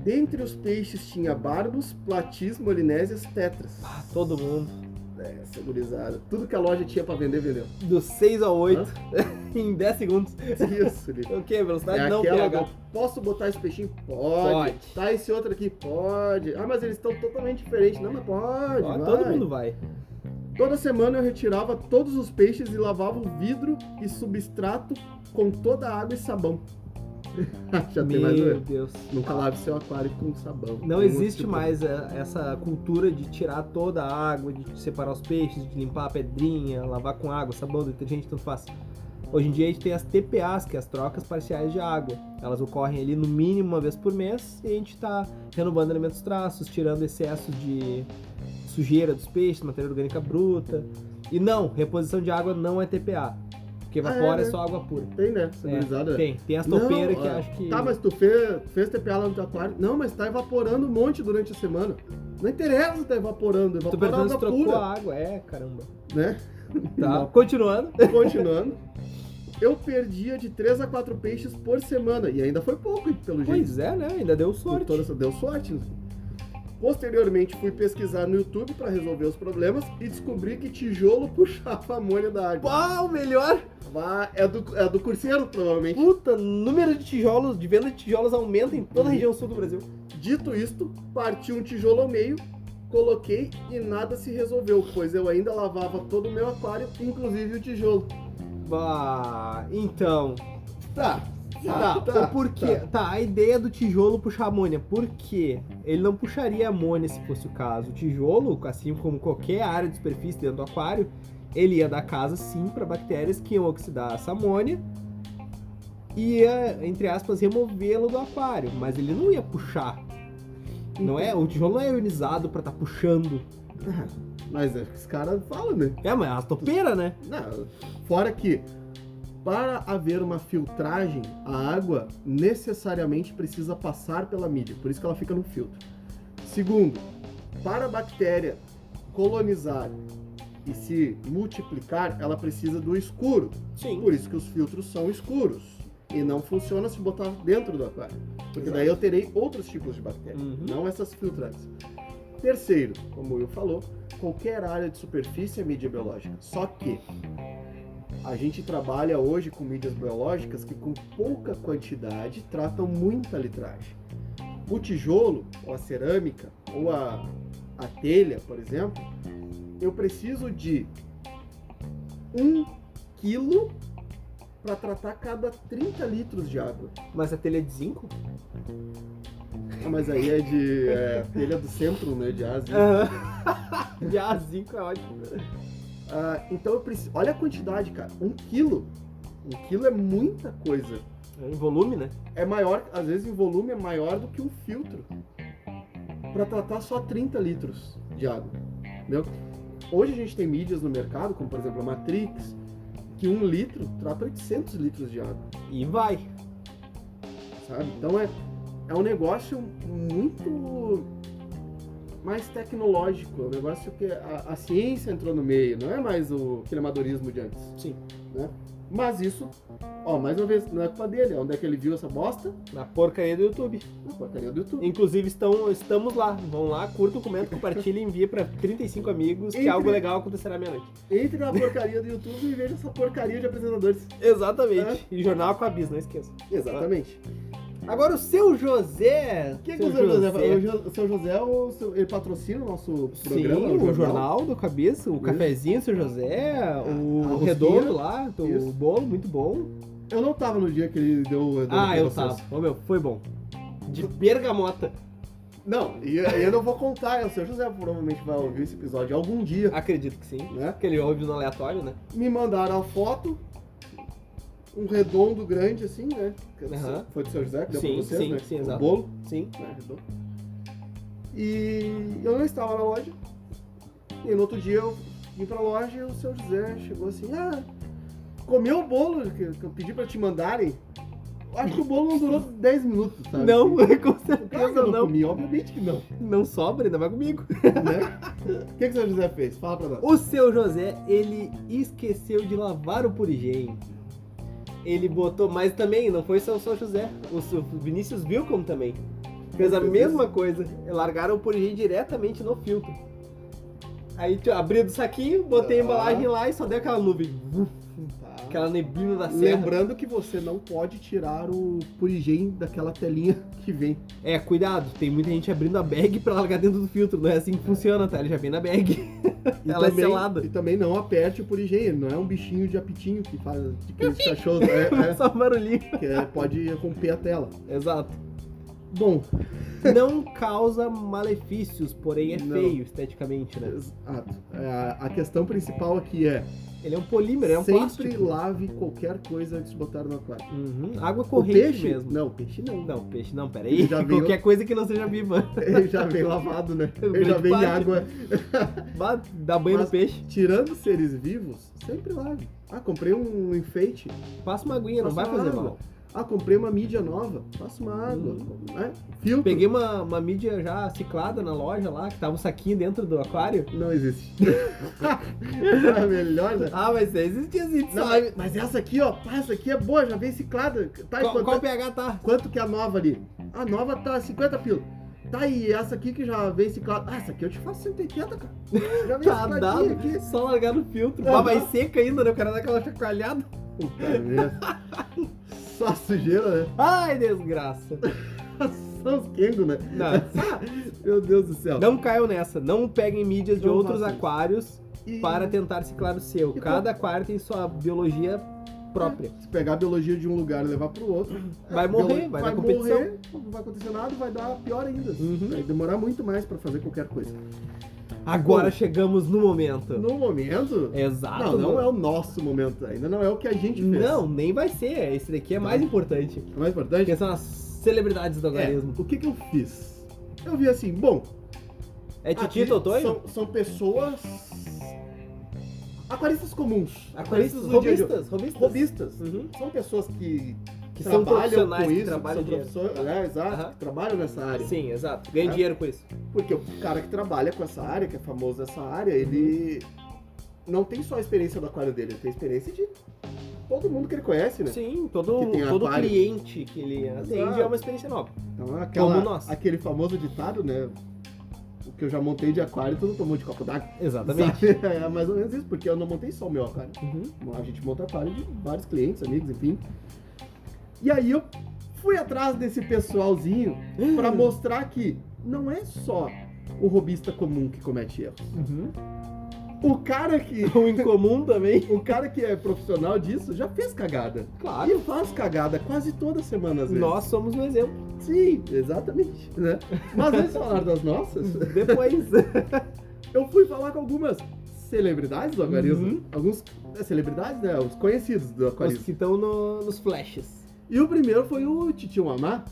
B: Dentre os peixes tinha barbos, platis, molinésias, tetras.
A: Ah, todo mundo.
B: É, segurizada. Tudo que a loja tinha pra vender, vendeu.
A: Do 6 ao 8. em 10 segundos.
B: Isso, Lili.
A: O que? Velocidade
B: É
A: não,
B: aquela
A: PH.
B: do, posso botar esse peixinho? Pode.
A: Pode.
B: Tá esse outro aqui? Pode. Ah, mas eles estão totalmente diferentes. Não, mas pode.
A: Ó,
B: vai.
A: todo mundo vai.
B: Toda semana eu retirava todos os peixes e lavava o vidro e substrato com toda a água e sabão. <laughs> Já tem
A: Meu
B: mais um.
A: Deus.
B: Nunca lave seu aquário com sabão.
A: Não
B: Tem tipo
A: existe
B: outro-
A: mais é, essa cultura de tirar toda a água, de separar os peixes, de limpar a pedrinha, lavar com água, sabão, detergente, tanto faz. Hoje em dia a gente tem as TPAs, que é as trocas parciais de água. Elas ocorrem ali no mínimo uma vez por mês e a gente está renovando elementos traços, tirando excesso de sujeira dos peixes, matéria orgânica bruta. E não, reposição de água não é TPA. Porque
B: Ah, é,
A: vapor é,
B: né?
A: só água pura.
B: Tem, né?
A: É,
B: Saborizada.
A: tem, tem as
B: Não,
A: topeiras que
B: ah,
A: acho que.
B: Tá, mas tu fez, fez TPA lá no teu aquário? Não, mas tá evaporando um monte durante a semana. Não interessa se tá evaporando,
A: Tô
B: evapora
A: perguntando se
B: água
A: trocou
B: pura,
A: a água. É, caramba.
B: né?
A: Tá, continuando.
B: Continuando. Eu perdia de 3 a 4 peixes por semana. E ainda foi pouco, hein, pelo jeito.
A: Pois é, né? Ainda deu
B: Com
A: sorte.
B: toda essa- deu sorte. né? Posteriormente fui pesquisar no YouTube para resolver os problemas e descobri que tijolo <laughs> puxava a molha da água.
A: Pau, melhor!
B: Vá, é do, é do curseiro, provavelmente.
A: Puta, número de tijolos, de venda de tijolos aumenta em toda a
B: Uhum.
A: região sul do Brasil.
B: Dito isto, parti um tijolo ao meio, coloquei e nada se resolveu, pois eu ainda lavava todo o meu aquário, inclusive o tijolo.
A: Bah, então.
B: Tá,
A: Tá, o porquê? Tá. a ideia do tijolo puxar amônia. Por quê? Ele não puxaria amônia se fosse o caso. O tijolo, assim como qualquer área de superfície dentro do aquário, ele ia dar casa sim para bactérias que iam oxidar essa amônia e ia, entre aspas, removê-lo do aquário. Mas ele não ia puxar. Não é? O tijolo não é ionizado para estar puxando.
B: Mas é o que os caras falam, né?
A: É, mas é uma topeira, né?
B: Não, fora que, para haver uma filtragem, a água necessariamente precisa passar pela mídia, por isso que ela fica no filtro. Segundo, para a bactéria colonizar e se multiplicar, ela precisa do escuro.
A: Sim.
B: Por isso que os filtros são escuros. E não funciona se botar dentro do aquário. Porque
A: Exato.
B: daí eu terei outros tipos de bactérias,
A: Uhum.
B: não essas filtrantes. Terceiro, como o Will falou, qualquer área de superfície é mídia biológica. Só que a gente trabalha hoje com mídias biológicas que com pouca quantidade tratam muita litragem. O tijolo, ou a cerâmica, ou a, a telha, por exemplo, eu preciso de um quilo para tratar cada 30 litros de água.
A: Mas a telha é de zinco?
B: Ah, mas aí é de é, telha do centro, né? De Ásia.
A: <laughs> Já zinco é ótimo.
B: Ah, então eu preciso. Olha a quantidade, cara. Um quilo. Um quilo é muita coisa.
A: É em volume, né?
B: É maior, às vezes em volume é maior do que um filtro. para tratar só 30 litros de água. Entendeu? Hoje a gente tem mídias no mercado, como por exemplo a Matrix, que um litro trata 800 litros de água,
A: E vai.
B: sabe? Então é, é um negócio muito mais tecnológico, é um negócio que a, a ciência entrou no meio, não é mais o aquele amadorismo de antes.
A: Sim.
B: Né? Mas isso, ó, mais uma vez, não é culpa dele, é onde é que ele viu essa bosta?
A: Na porcaria do YouTube.
B: Na porcaria do YouTube.
A: Inclusive, estão, estamos lá. Vão lá, curtam, comentem, compartilhem, envia pra 35 amigos que
B: Entre-
A: algo legal acontecerá meia-noite.
B: Entre na porcaria do YouTube e veja essa porcaria de apresentadores.
A: Exatamente. É. E jornal com a bis, não esqueça.
B: Exatamente.
A: Agora o seu José. é
B: O que, que o seu José faz? O Jo- O seu José, é o seu- ele patrocina o nosso
A: Sim,
B: programa?
A: o jornal, Ah, do Cabeça, o
B: Isso.
A: cafezinho, seu José,
B: a
A: o
B: rosquinha.
A: redondo lá, do
B: Isso.
A: bolo, muito bom.
B: Eu não tava no dia que ele deu o Eduardo
A: Ah, eu
B: Pedroso.
A: tava. Ô meu, foi bom. De bergamota.
B: Não, e e eu não vou contar. é O seu José provavelmente vai ouvir esse episódio algum dia,
A: Acredito que sim.
B: né?
A: Aquele óbvio no aleatório, né?
B: Me mandaram a foto, um redondo grande assim, né? Que
A: Aham.
B: Foi do seu José que deu
A: Sim,
B: pra vocês,
A: sim,
B: né?
A: sim,
B: o
A: exato.
B: bolo,
A: Sim.
B: né? Redondo. E eu não estava na loja. E no outro dia eu vim pra loja e o seu José chegou assim, ah, comeu o bolo que que eu pedi pra te mandarem. Acho que o bolo não durou 10 minutos, sabe?
A: Não, <laughs> com
B: Claro que
A: certeza
B: eu não
A: não.
B: comi, obviamente que não.
A: Não sobra, ainda vai comigo.
B: né? O que, que o seu José fez? Fala pra nós.
A: O seu José, ele esqueceu de lavar o purigem. Ele botou, mas também não foi só o seu José, o seu Vinícius Vilcom também. Fez a
B: Fez
A: mesma coisa, largaram o purigem diretamente no filtro. Aí tio, abri do saquinho, botei a
B: Ah.
A: embalagem lá e só deu aquela nuvem,
B: Tá.
A: aquela neblina da serra.
B: Lembrando que você não pode tirar o purigem daquela telinha que vem.
A: É, cuidado, tem muita gente abrindo a bag pra largar dentro do filtro, não é assim que funciona, tá? Ele já vem na bag. <laughs> Ela é selada.
B: E também não aperte o purigem, ele não é um bichinho de apitinho que faz de que esse cachorro
A: <laughs>
B: é,
A: Só barulhinho.
B: é, que é- pode romper a tela.
A: Exato.
B: Bom,
A: não causa malefícios, porém é
B: Não.
A: feio esteticamente, né?
B: exato. É, a- a questão principal aqui é
A: Ele é um polímero, é um
B: sempre
A: plástico.
B: lave qualquer coisa antes de botar no aquário.
A: Uhum, água
B: O
A: corrente
B: peixe?
A: mesmo.
B: Não, peixe não.
A: Não, peixe não, peraí.
B: Ele já veio-
A: Qualquer coisa que não seja viva.
B: Ele já
A: <laughs>
B: vem lavado, né? Ele já
A: Grande
B: vem em
A: parte.
B: água.
A: Vá, Dá banho
B: Mas-
A: no peixe,
B: Tirando seres vivos, sempre lave. Ah, comprei um enfeite.
A: passa uma aguinha, não
B: Passa
A: vai
B: uma
A: fazer
B: água.
A: mal.
B: Ah, comprei uma mídia nova. Faça uma água.
A: Hum.
B: Né? Filtro.
A: Peguei uma, uma mídia já ciclada na loja lá, que tava um saquinho dentro do aquário.
B: Não existe.
A: <laughs>
B: é a melhor, né?
A: Ah, mas é, existia assim, tu
B: Não,
A: sabe?
B: mas, mas essa aqui, ó, pá, essa aqui é boa, já vem ciclada. Tá, e
A: Qual,
B: quanto,
A: qual pH tá?
B: quanto que é a nova ali? A nova tá 50 pila. Tá, e essa aqui que já vem ciclada. Ah, essa aqui eu te faço 180, cara. Já
A: <laughs>
B: vem
A: Tá
B: cicladinha
A: dado,
B: aqui.
A: só largar no filtro.
B: Aham.
A: Bah, vai seca ainda, né? O cara dá aquela chacoalhada.
B: Puta merda. Só sujeira, né? <laughs>
A: Ai, desgraça.
B: Só os quengos, né?
A: Não,
B: Meu Deus do céu.
A: Não caiam nessa, não peguem mídias de
B: Não
A: outros
B: façam isso.
A: aquários
B: E-
A: para tentar ciclar o seu.
B: E
A: Cada aquário tem sua biologia própria.
B: Se pegar a biologia de um lugar e levar pro outro,
A: Vai morrer, vai, dar competição.
B: É. morrer, não vai acontecer nada, vai dar pior ainda.
A: Uhum.
B: Vai demorar muito mais pra fazer qualquer coisa.
A: Agora
B: Bom.
A: chegamos no momento.
B: No momento.
A: Exato.
B: não, não
A: mano.
B: é o nosso momento ainda, não é o que a gente fez.
A: né? Não, É nem vai ser. Esse daqui é
B: Tá.
A: mais importante.
B: O mais importante
A: Porque são as celebridades do
B: é
A: algarismo.
B: o que, que eu fiz. Eu vi assim, bom.
A: É, Titi
B: aqui
A: Totói?
B: Ah, São, são pessoas. Aquaristas comuns.
A: Aquaristas
B: do dia a dia.
A: robistas, robistas.
B: Robistas.
A: Uhum.
B: São pessoas que,
A: Que são
B: trabalham
A: profissionais
B: com
A: que
B: isso,
A: trabalham
B: que
A: dinheiro.
B: são profissionais, é, exato,
A: Aham.
B: que trabalham nessa área.
A: Sim, exato. Ganha
B: É.
A: dinheiro com isso.
B: Porque o cara que trabalha com essa área, que é famoso nessa área, ele não tem só a experiência do aquário dele, ele tem a experiência de todo mundo que ele conhece, né?
A: Sim, todo,
B: Que tem
A: todo
B: aquário.
A: cliente que ele atende
B: Exato.
A: é uma experiência nova.
B: Então é aquela-
A: Como nós.
B: aquele famoso ditado, né? O que eu já montei de aquário, tu não tomou de copo d'água.
A: Exatamente.
B: <laughs> sabe? É mais ou menos isso, porque eu não montei só o meu aquário.
A: Uhum.
B: A gente monta aquário de vários clientes, amigos, enfim. E aí eu fui atrás desse pessoalzinho pra mostrar que não é só o robista comum que comete erros.
A: Uhum.
B: O cara que
A: O incomum também.
B: O cara que é profissional disso já fez cagada.
A: Claro.
B: E faz cagada quase toda semana, às vezes.
A: Nós somos um exemplo.
B: Sim, exatamente. Né? Mas antes de falar das nossas, <laughs>
A: Depois.
B: eu fui falar com algumas celebridades do aquarismo.
A: Uhum.
B: Alguns né, celebridades, né? Os conhecidos do
A: os
B: aquarismo.
A: que estão no- nos flashes.
B: E o primeiro foi o Titio Mamá.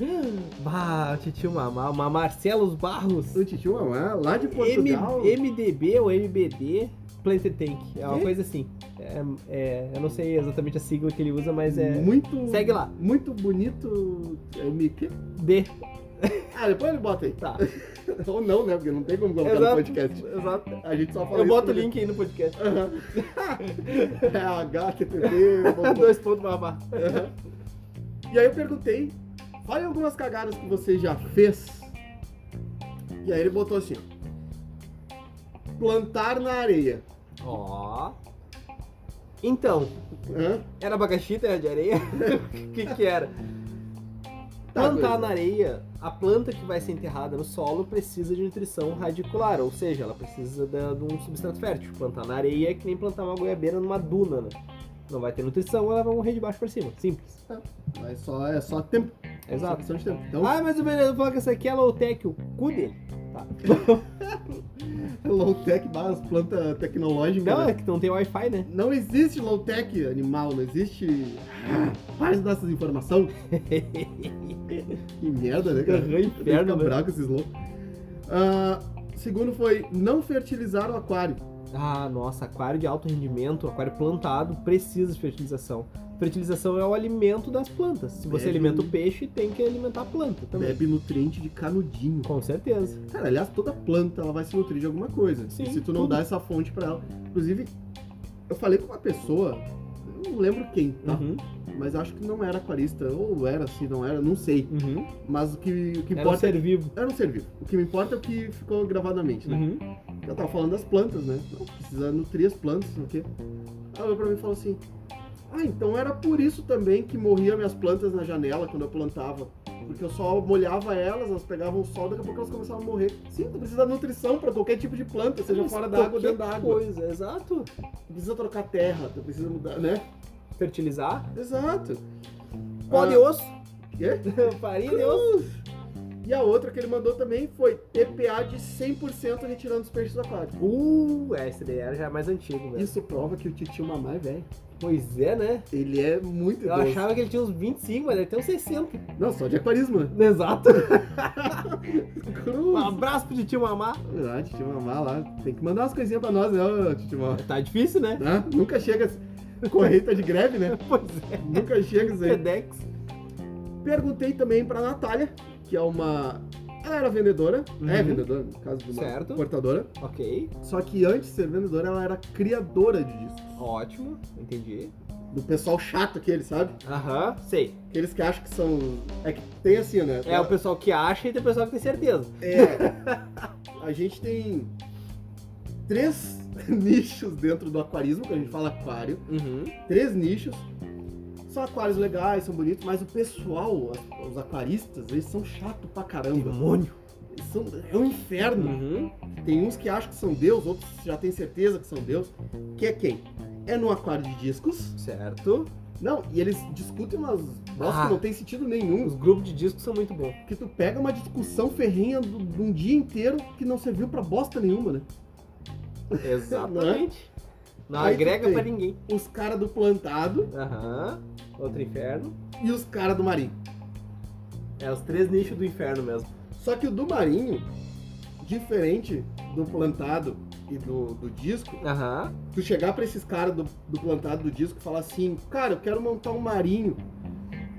A: Bah, titio Mamá, uma Marcelos Barros.
B: O Titio Mamá, lá de
A: M-
B: Portugal.
A: MDB ou MBD Planter Tank. É uma
B: Quê?
A: coisa assim. É, é, eu não sei exatamente a sigla que ele usa, mas é.
B: Muito.
A: Segue lá.
B: Muito bonito. É o Mickey.
A: D.
B: Ah, depois ele bota aí. <laughs>
A: Tá.
B: Ou não, né? Porque não tem como colocar no
A: Exato.
B: podcast.
A: Exato.
B: A gente só fala
A: Eu
B: isso
A: boto o
B: porque-
A: link aí no
B: <laughs>
A: podcast.
B: Aham. <laughs> é
A: <laughs>
B: HTTP. blá, blá.
A: Dois pontos babá.
B: E aí eu perguntei, fale algumas cagadas que você já fez. E aí ele botou assim, ó. Plantar na areia.
A: Ó. Então,
B: Hã?
A: era abacaxi, terra de areia? <laughs> O que que era?
B: Tá,
A: Plantar
B: coisa.
A: na areia, a planta que vai ser enterrada no solo precisa de nutrição radicular, ou seja, ela precisa da- de um substrato fértil. Plantar na areia é que nem plantar uma goiabeira numa duna, né? Não vai ter nutrição, ela vai morrer de baixo pra cima. Simples.
B: Mas só, é só tempo. Só
A: Exato.
B: questão de tempo. Então,
A: Ah, mas o vereador falou que essa aqui é low-tech, o cu dele.
B: <laughs>
A: Tá.
B: low-tech, base, planta tecnológica.
A: Não,
B: né?
A: é que não tem Wi-Fi, né? <laughs>
B: Não existe low-tech animal, não existe. <gasps> Várias dessas informações. que merda, né, cara?
A: Aham, inferno,
B: Fica
A: né?
B: bravo com esses loucos. Ah, segundo foi não fertilizar o aquário.
A: Ah, nossa, aquário de alto rendimento, aquário plantado, precisa de fertilização. Fertilização é o alimento das plantas. Se você
B: Deve-
A: alimenta o peixe, tem que alimentar a planta também.
B: Bebe nutriente de canudinho.
A: Com certeza.
B: Cara, aliás, toda planta ela vai se nutrir de alguma coisa.
A: Sim,
B: E se tu não
A: tudo.
B: dá essa fonte pra ela. Inclusive, eu falei com uma pessoa, eu não lembro quem, tá?
A: Uhum,
B: Mas acho que não era aquarista, ou era, se não era, não sei.
A: uhum.
B: Mas o que, o que
A: Era um
B: importa.
A: ser vivo.
B: Era um ser vivo. O que me importa é o que ficou gravado na mente, né?
A: Uhum.
B: Eu tava falando das plantas, né? Não, precisa nutrir as plantas, não sei o quê. Ela olhou pra mim e falou assim: Ah, então era por isso também que morriam minhas plantas na janela quando eu plantava. Porque eu só molhava elas, elas pegavam o sol, daqui a pouco elas começavam a morrer. Sim, tu precisa de nutrição pra qualquer tipo de planta, seja
A: Mas
B: fora da água ou
A: qualquer
B: dentro da água.
A: coisa, exato.
B: Tu precisa trocar terra, tu precisa mudar, né?
A: Fertilizar. <laughs>
B: Exato.
A: Pó
B: Ah,
A: de osso.
B: quê?
A: Farinha né? de osso.
B: E a outra que ele mandou também foi TPA de 100% retirando os peixes aquáticos.
A: Uh, é, esse daí era já mais antigo, velho.
B: Isso prova que o titio mamai, velho,
A: Pois é, né?
B: ele é muito
A: Eu
B: idoso.
A: achava que ele tinha uns 25, mas deve ter uns 60.
B: Não, só de aquarismo, né?
A: <laughs> Exato. Um
B: Cruz!
A: abraço pro Titio Mamá.
B: Ah, Titi Mamá lá. Tem que mandar umas coisinhas pra nós, né, ô, Titi Mamá?
A: Tá difícil, né? <laughs>
B: Né? Nunca chega. <laughs> Correita de greve, né?
A: Pois
B: Nunca chega isso
A: é.
B: aí.
A: FedEx.
B: Perguntei também pra Natália, que é uma. Ela era vendedora. É
A: Uhum.
B: vendedora, no caso de uma
A: Certo.
B: portadora.
A: Ok.
B: Só que antes de ser vendedora, ela era criadora de discos.
A: Ótimo, entendi.
B: Do pessoal chato aquele, sabe?
A: Aham, sei.
B: Aqueles que acham que são. É que tem assim, né?
A: É o pessoal que acha e tem o pessoal que tem certeza.
B: É. A gente tem três <laughs> nichos dentro do aquarismo, que a gente fala aquário.
A: Uhum.
B: três nichos. São aquários legais, são bonitos, mas o pessoal, as- os aquaristas, eles são chato pra caramba.
A: Demônio.
B: Eles são, é um inferno.
A: Uhum.
B: Tem uns que acham que são Deus, outros já têm certeza que são Deus. Que é quem? É no aquário de discos.
A: Certo.
B: Não, e eles discutem umas bosta
A: Ah.
B: que não tem sentido nenhum.
A: Os grupos de discos são muito bons.
B: Que tu pega uma discussão ferrenha do- de um dia inteiro que não serviu pra bosta nenhuma, né?
A: Exatamente. Não
B: Aí tu
A: agrega
B: tem.
A: pra ninguém.
B: Os caras do plantado
A: Aham. Outro inferno.
B: e os caras do marinho.
A: É os três nichos do inferno mesmo.
B: Só que o do marinho, diferente do plantado e do, do disco,
A: Aham.
B: tu chegar pra esses caras do, do plantado do disco e falar assim, cara, eu quero montar um marinho,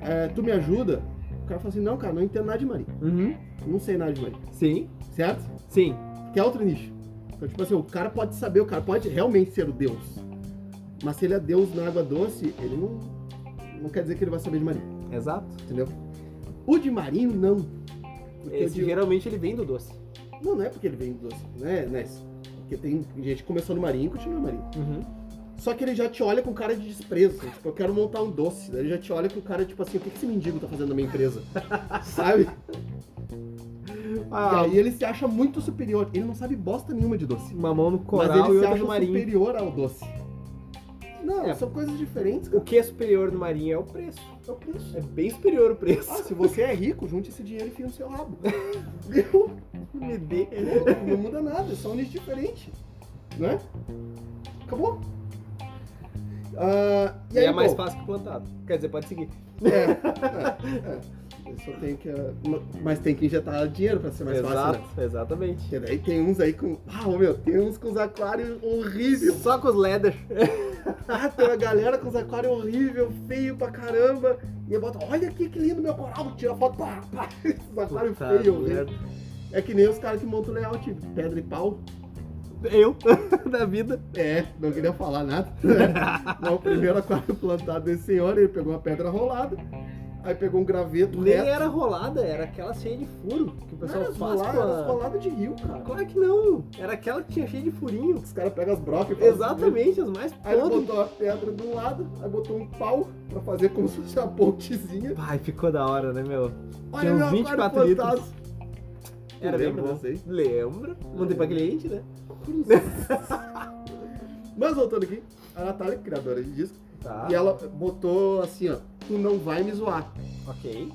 B: é, tu me ajuda? O cara fala assim, não, cara, não entendo nada de marinho,
A: Uhum.
B: não sei nada de marinho,
A: Sim.
B: certo?
A: Sim.
B: Que é outro nicho. Então, tipo assim, o cara pode saber, o cara pode realmente ser o deus, mas se ele é deus na água doce, ele não, não quer dizer que ele vai saber de marinho,
A: Exato.
B: entendeu? O de marinho, não. Porque o
A: Esse
B: de-
A: geralmente ele vem do doce.
B: Não, não é porque ele vem do doce, né? né? Porque tem gente que começou no marinho e continua no marinho.
A: Uhum.
B: Só que ele já te olha com cara de desprezo. assim, Tipo, eu quero montar um doce. Daí ele já te olha com cara, tipo assim, o que que esse mendigo tá fazendo na
A: <laughs>
B: minha empresa? sabe?
A: Ah,
B: E aí ele se acha muito superior. Ele não sabe bosta nenhuma de doce.
A: mamão no
B: mas ele
A: coral e
B: se
A: outro
B: acha
A: no marinho.
B: superior ao doce. Não,
A: É.
B: são coisas diferentes,
A: O
B: cara.
A: que é superior no marinho é o preço.
B: É o preço.
A: É bem superior o preço.
B: Ah, se você é rico, junte esse dinheiro e fia no seu rabo. <laughs> Deu?
A: Me <laughs> dê.
B: <laughs> Não, não muda nada, é só um nicho diferente. Né? Acabou. Ah, e
A: E
B: aí,
A: é mais
B: bom,
A: É fácil que plantado. Quer dizer, pode seguir.
B: É, é, é. Eu só tenho que. eh, ma- Mas tem que injetar dinheiro pra ser mais
A: Exato,
B: fácil. Né?
A: exatamente.
B: Porque daí tem uns aí com. Ah, ô, meu, tem uns com os aquários horríveis.
A: Só com os leather.
B: Ah, tem uma galera com os aquários horrível, feio pra caramba. E eu boto, olha aqui que lindo meu coral, tira foto, pá, pá. <laughs> Os
A: <laughs>
B: aquários
A: Puta
B: feios, horrível.
A: merda.
B: É que nem os caras que montam layout, pedra e pau.
A: Eu, <laughs> da vida.
B: É, não queria falar nada. <laughs> Não, o primeiro aquário plantado desse senhor, ele pegou uma pedra rolada, aí pegou um graveto
A: Nem é
B: reto.
A: era rolada, era aquela cheia de furo que o
B: Não
A: pessoal
B: era as
A: faz
B: roladas,
A: com
B: era as
A: a...
B: roladas de rio, cara.
A: Claro que não. Era aquela que tinha cheia de furinho.
B: Os caras pegam as brocas e fazem
A: Exatamente, as mais
B: Aí ele
A: podres.
B: botou a pedra de um lado, aí botou um pau pra fazer como se fosse uma pontezinha.
A: Pai, ficou da hora, né, meu?
B: Olha
A: uns
B: meu
A: 24
B: aquário plantado. Tu
A: Era bem
B: lembra
A: bom.
B: dessa aí?
A: Lembra? Mandei pra cliente, né?
B: Mas voltando aqui, a Natália, é criadora de disco,
A: Tá.
B: e ela botou assim, ó, tu não vai me zoar.
A: Ok.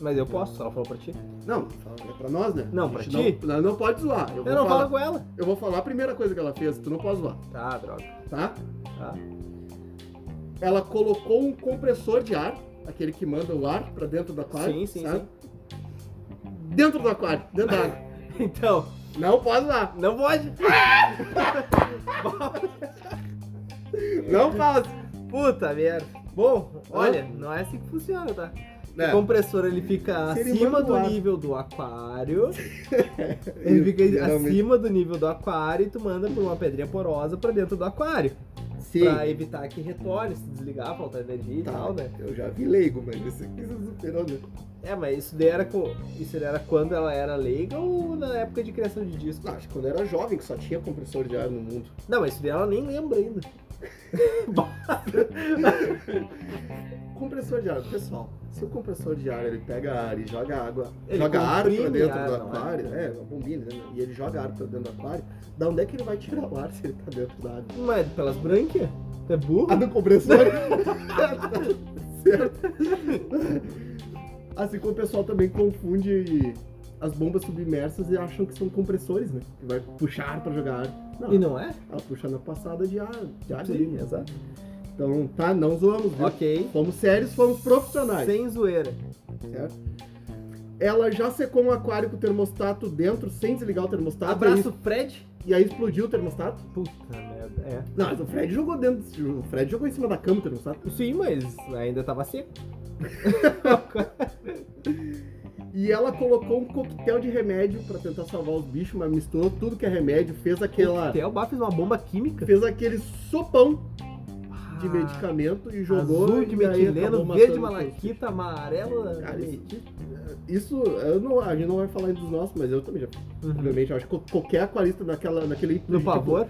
A: Mas eu posso, ela falou pra ti.
B: Não, é pra nós, né?
A: Não,
B: A gente
A: pra ti?
B: Não, não pode zoar. Eu,
A: Eu,
B: vou
A: não
B: falar,
A: falo com ela.
B: eu vou falar a primeira coisa que ela fez, tu não pode zoar,
A: Tá, droga.
B: tá?
A: Tá.
B: Ela colocou um compressor de ar, aquele que manda o ar pra dentro do aquário,
A: Sim, sim,
B: sabe? Dentro do aquário, dentro da
A: <laughs>
B: água.
A: Então,
B: Não pode zoar,
A: não pode.
B: <laughs> não assim. faz.
A: Puta merda. Bom, olha, não é assim que funciona, tá?
B: Né?
A: O compressor ele fica
B: Se ele
A: acima
B: manda
A: do
B: o ar.
A: nível do
B: <laughs>
A: aquário. Ele fica
B: Geralmente.
A: acima do nível do aquário e tu manda por uma pedrinha porosa pra dentro do aquário.
B: Sim,
A: assim, Pra evitar que retorne, se desligar, faltar energia e
B: Tá.
A: tal, né?
B: eu já vi leigo, mas isso aqui você superou, né?
A: É, mas isso daí era, co- isso daí era quando ela era leiga ou na época de criação de disco?
B: Não, Ah, acho que quando eu era jovem que só tinha compressor de ar no mundo.
A: Não, mas isso daí ela nem lembra ainda.
B: Compressor de ar, pessoal. Se o compressor de ar ele pega ar e joga água,
A: Ele
B: joga ar pra
A: comprime
B: dentro
A: ar,
B: do
A: não é?
B: aquário, é, uma bombinha, né? E ele joga ar pra dentro do aquário, da onde é que ele vai tirar o ar se ele tá dentro da água?
A: Mas pelas branquias? Tu É
B: Ah,
A: burro?
B: do compressor? certo. Assim como o pessoal também confunde as bombas submersas e acham que são compressores, né? Que vai puxar ar pra jogar ar. Não,
A: E não é?
B: ela puxa na passada de ar, de ar
A: Sim,
B: livre.
A: exato.
B: Então, tá, não zoamos, viu?
A: Ok.
B: Fomos sérios, fomos profissionais.
A: Sem zoeira.
B: certo? Ela já secou um aquário com o termostato dentro, sem desligar o termostato.
A: Abraço, Fred.
B: E aí, e aí explodiu o termostato.
A: Tá Puta merda. É.
B: Não, mas o Fred jogou dentro. O Fred jogou em cima da cama o termostato.
A: Sim, mas ainda tava
B: <laughs>
A: seco.
B: E ela colocou um coquetel de remédio pra tentar salvar os bichos, mas misturou tudo que é remédio, fez aquela.
A: Até o Bá fez uma bomba química.
B: Fez aquele sopão de
A: Ah,
B: medicamento e jogou.
A: Azul de
B: e aí
A: metileno,
B: acabou
A: verde
B: matando os bichos.
A: malaquita, amarelo. né?
B: Cara, isso- Isso, eu não, a gente não vai falar dos nossos, mas eu também já.
A: Uhum.
B: Obviamente, eu acho que qualquer aquarista naquela, naquele.
A: No pavor?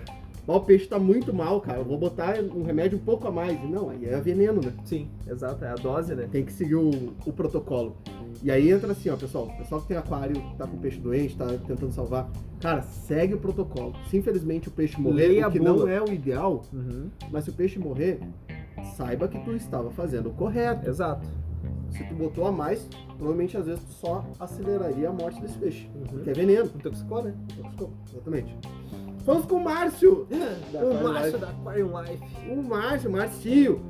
B: Ó, o peixe tá muito mal, cara. Eu vou botar um remédio um pouco a mais. Não, aí é veneno, né?
A: Sim, exato. É a dose, né?
B: Tem que seguir o, o protocolo. E aí entra assim, ó, pessoal. O pessoal que tem aquário, tá com peixe doente, tá tentando salvar. Cara, segue o protocolo. Se infelizmente o peixe morrer,
A: Leia
B: o que
A: a bula.
B: não é o ideal,
A: Uhum.
B: mas se o peixe morrer, saiba que tu estava fazendo o correto.
A: Exato.
B: Se tu botou a mais, provavelmente às vezes tu só aceleraria a morte desse peixe.
A: Uhum.
B: Que é veneno.
A: Intoxicou, né?
B: Desculpa, Exatamente. Vamos com o Márcio!
A: O Um macho da Aquarium Life.
B: O Márcio, Marcinho.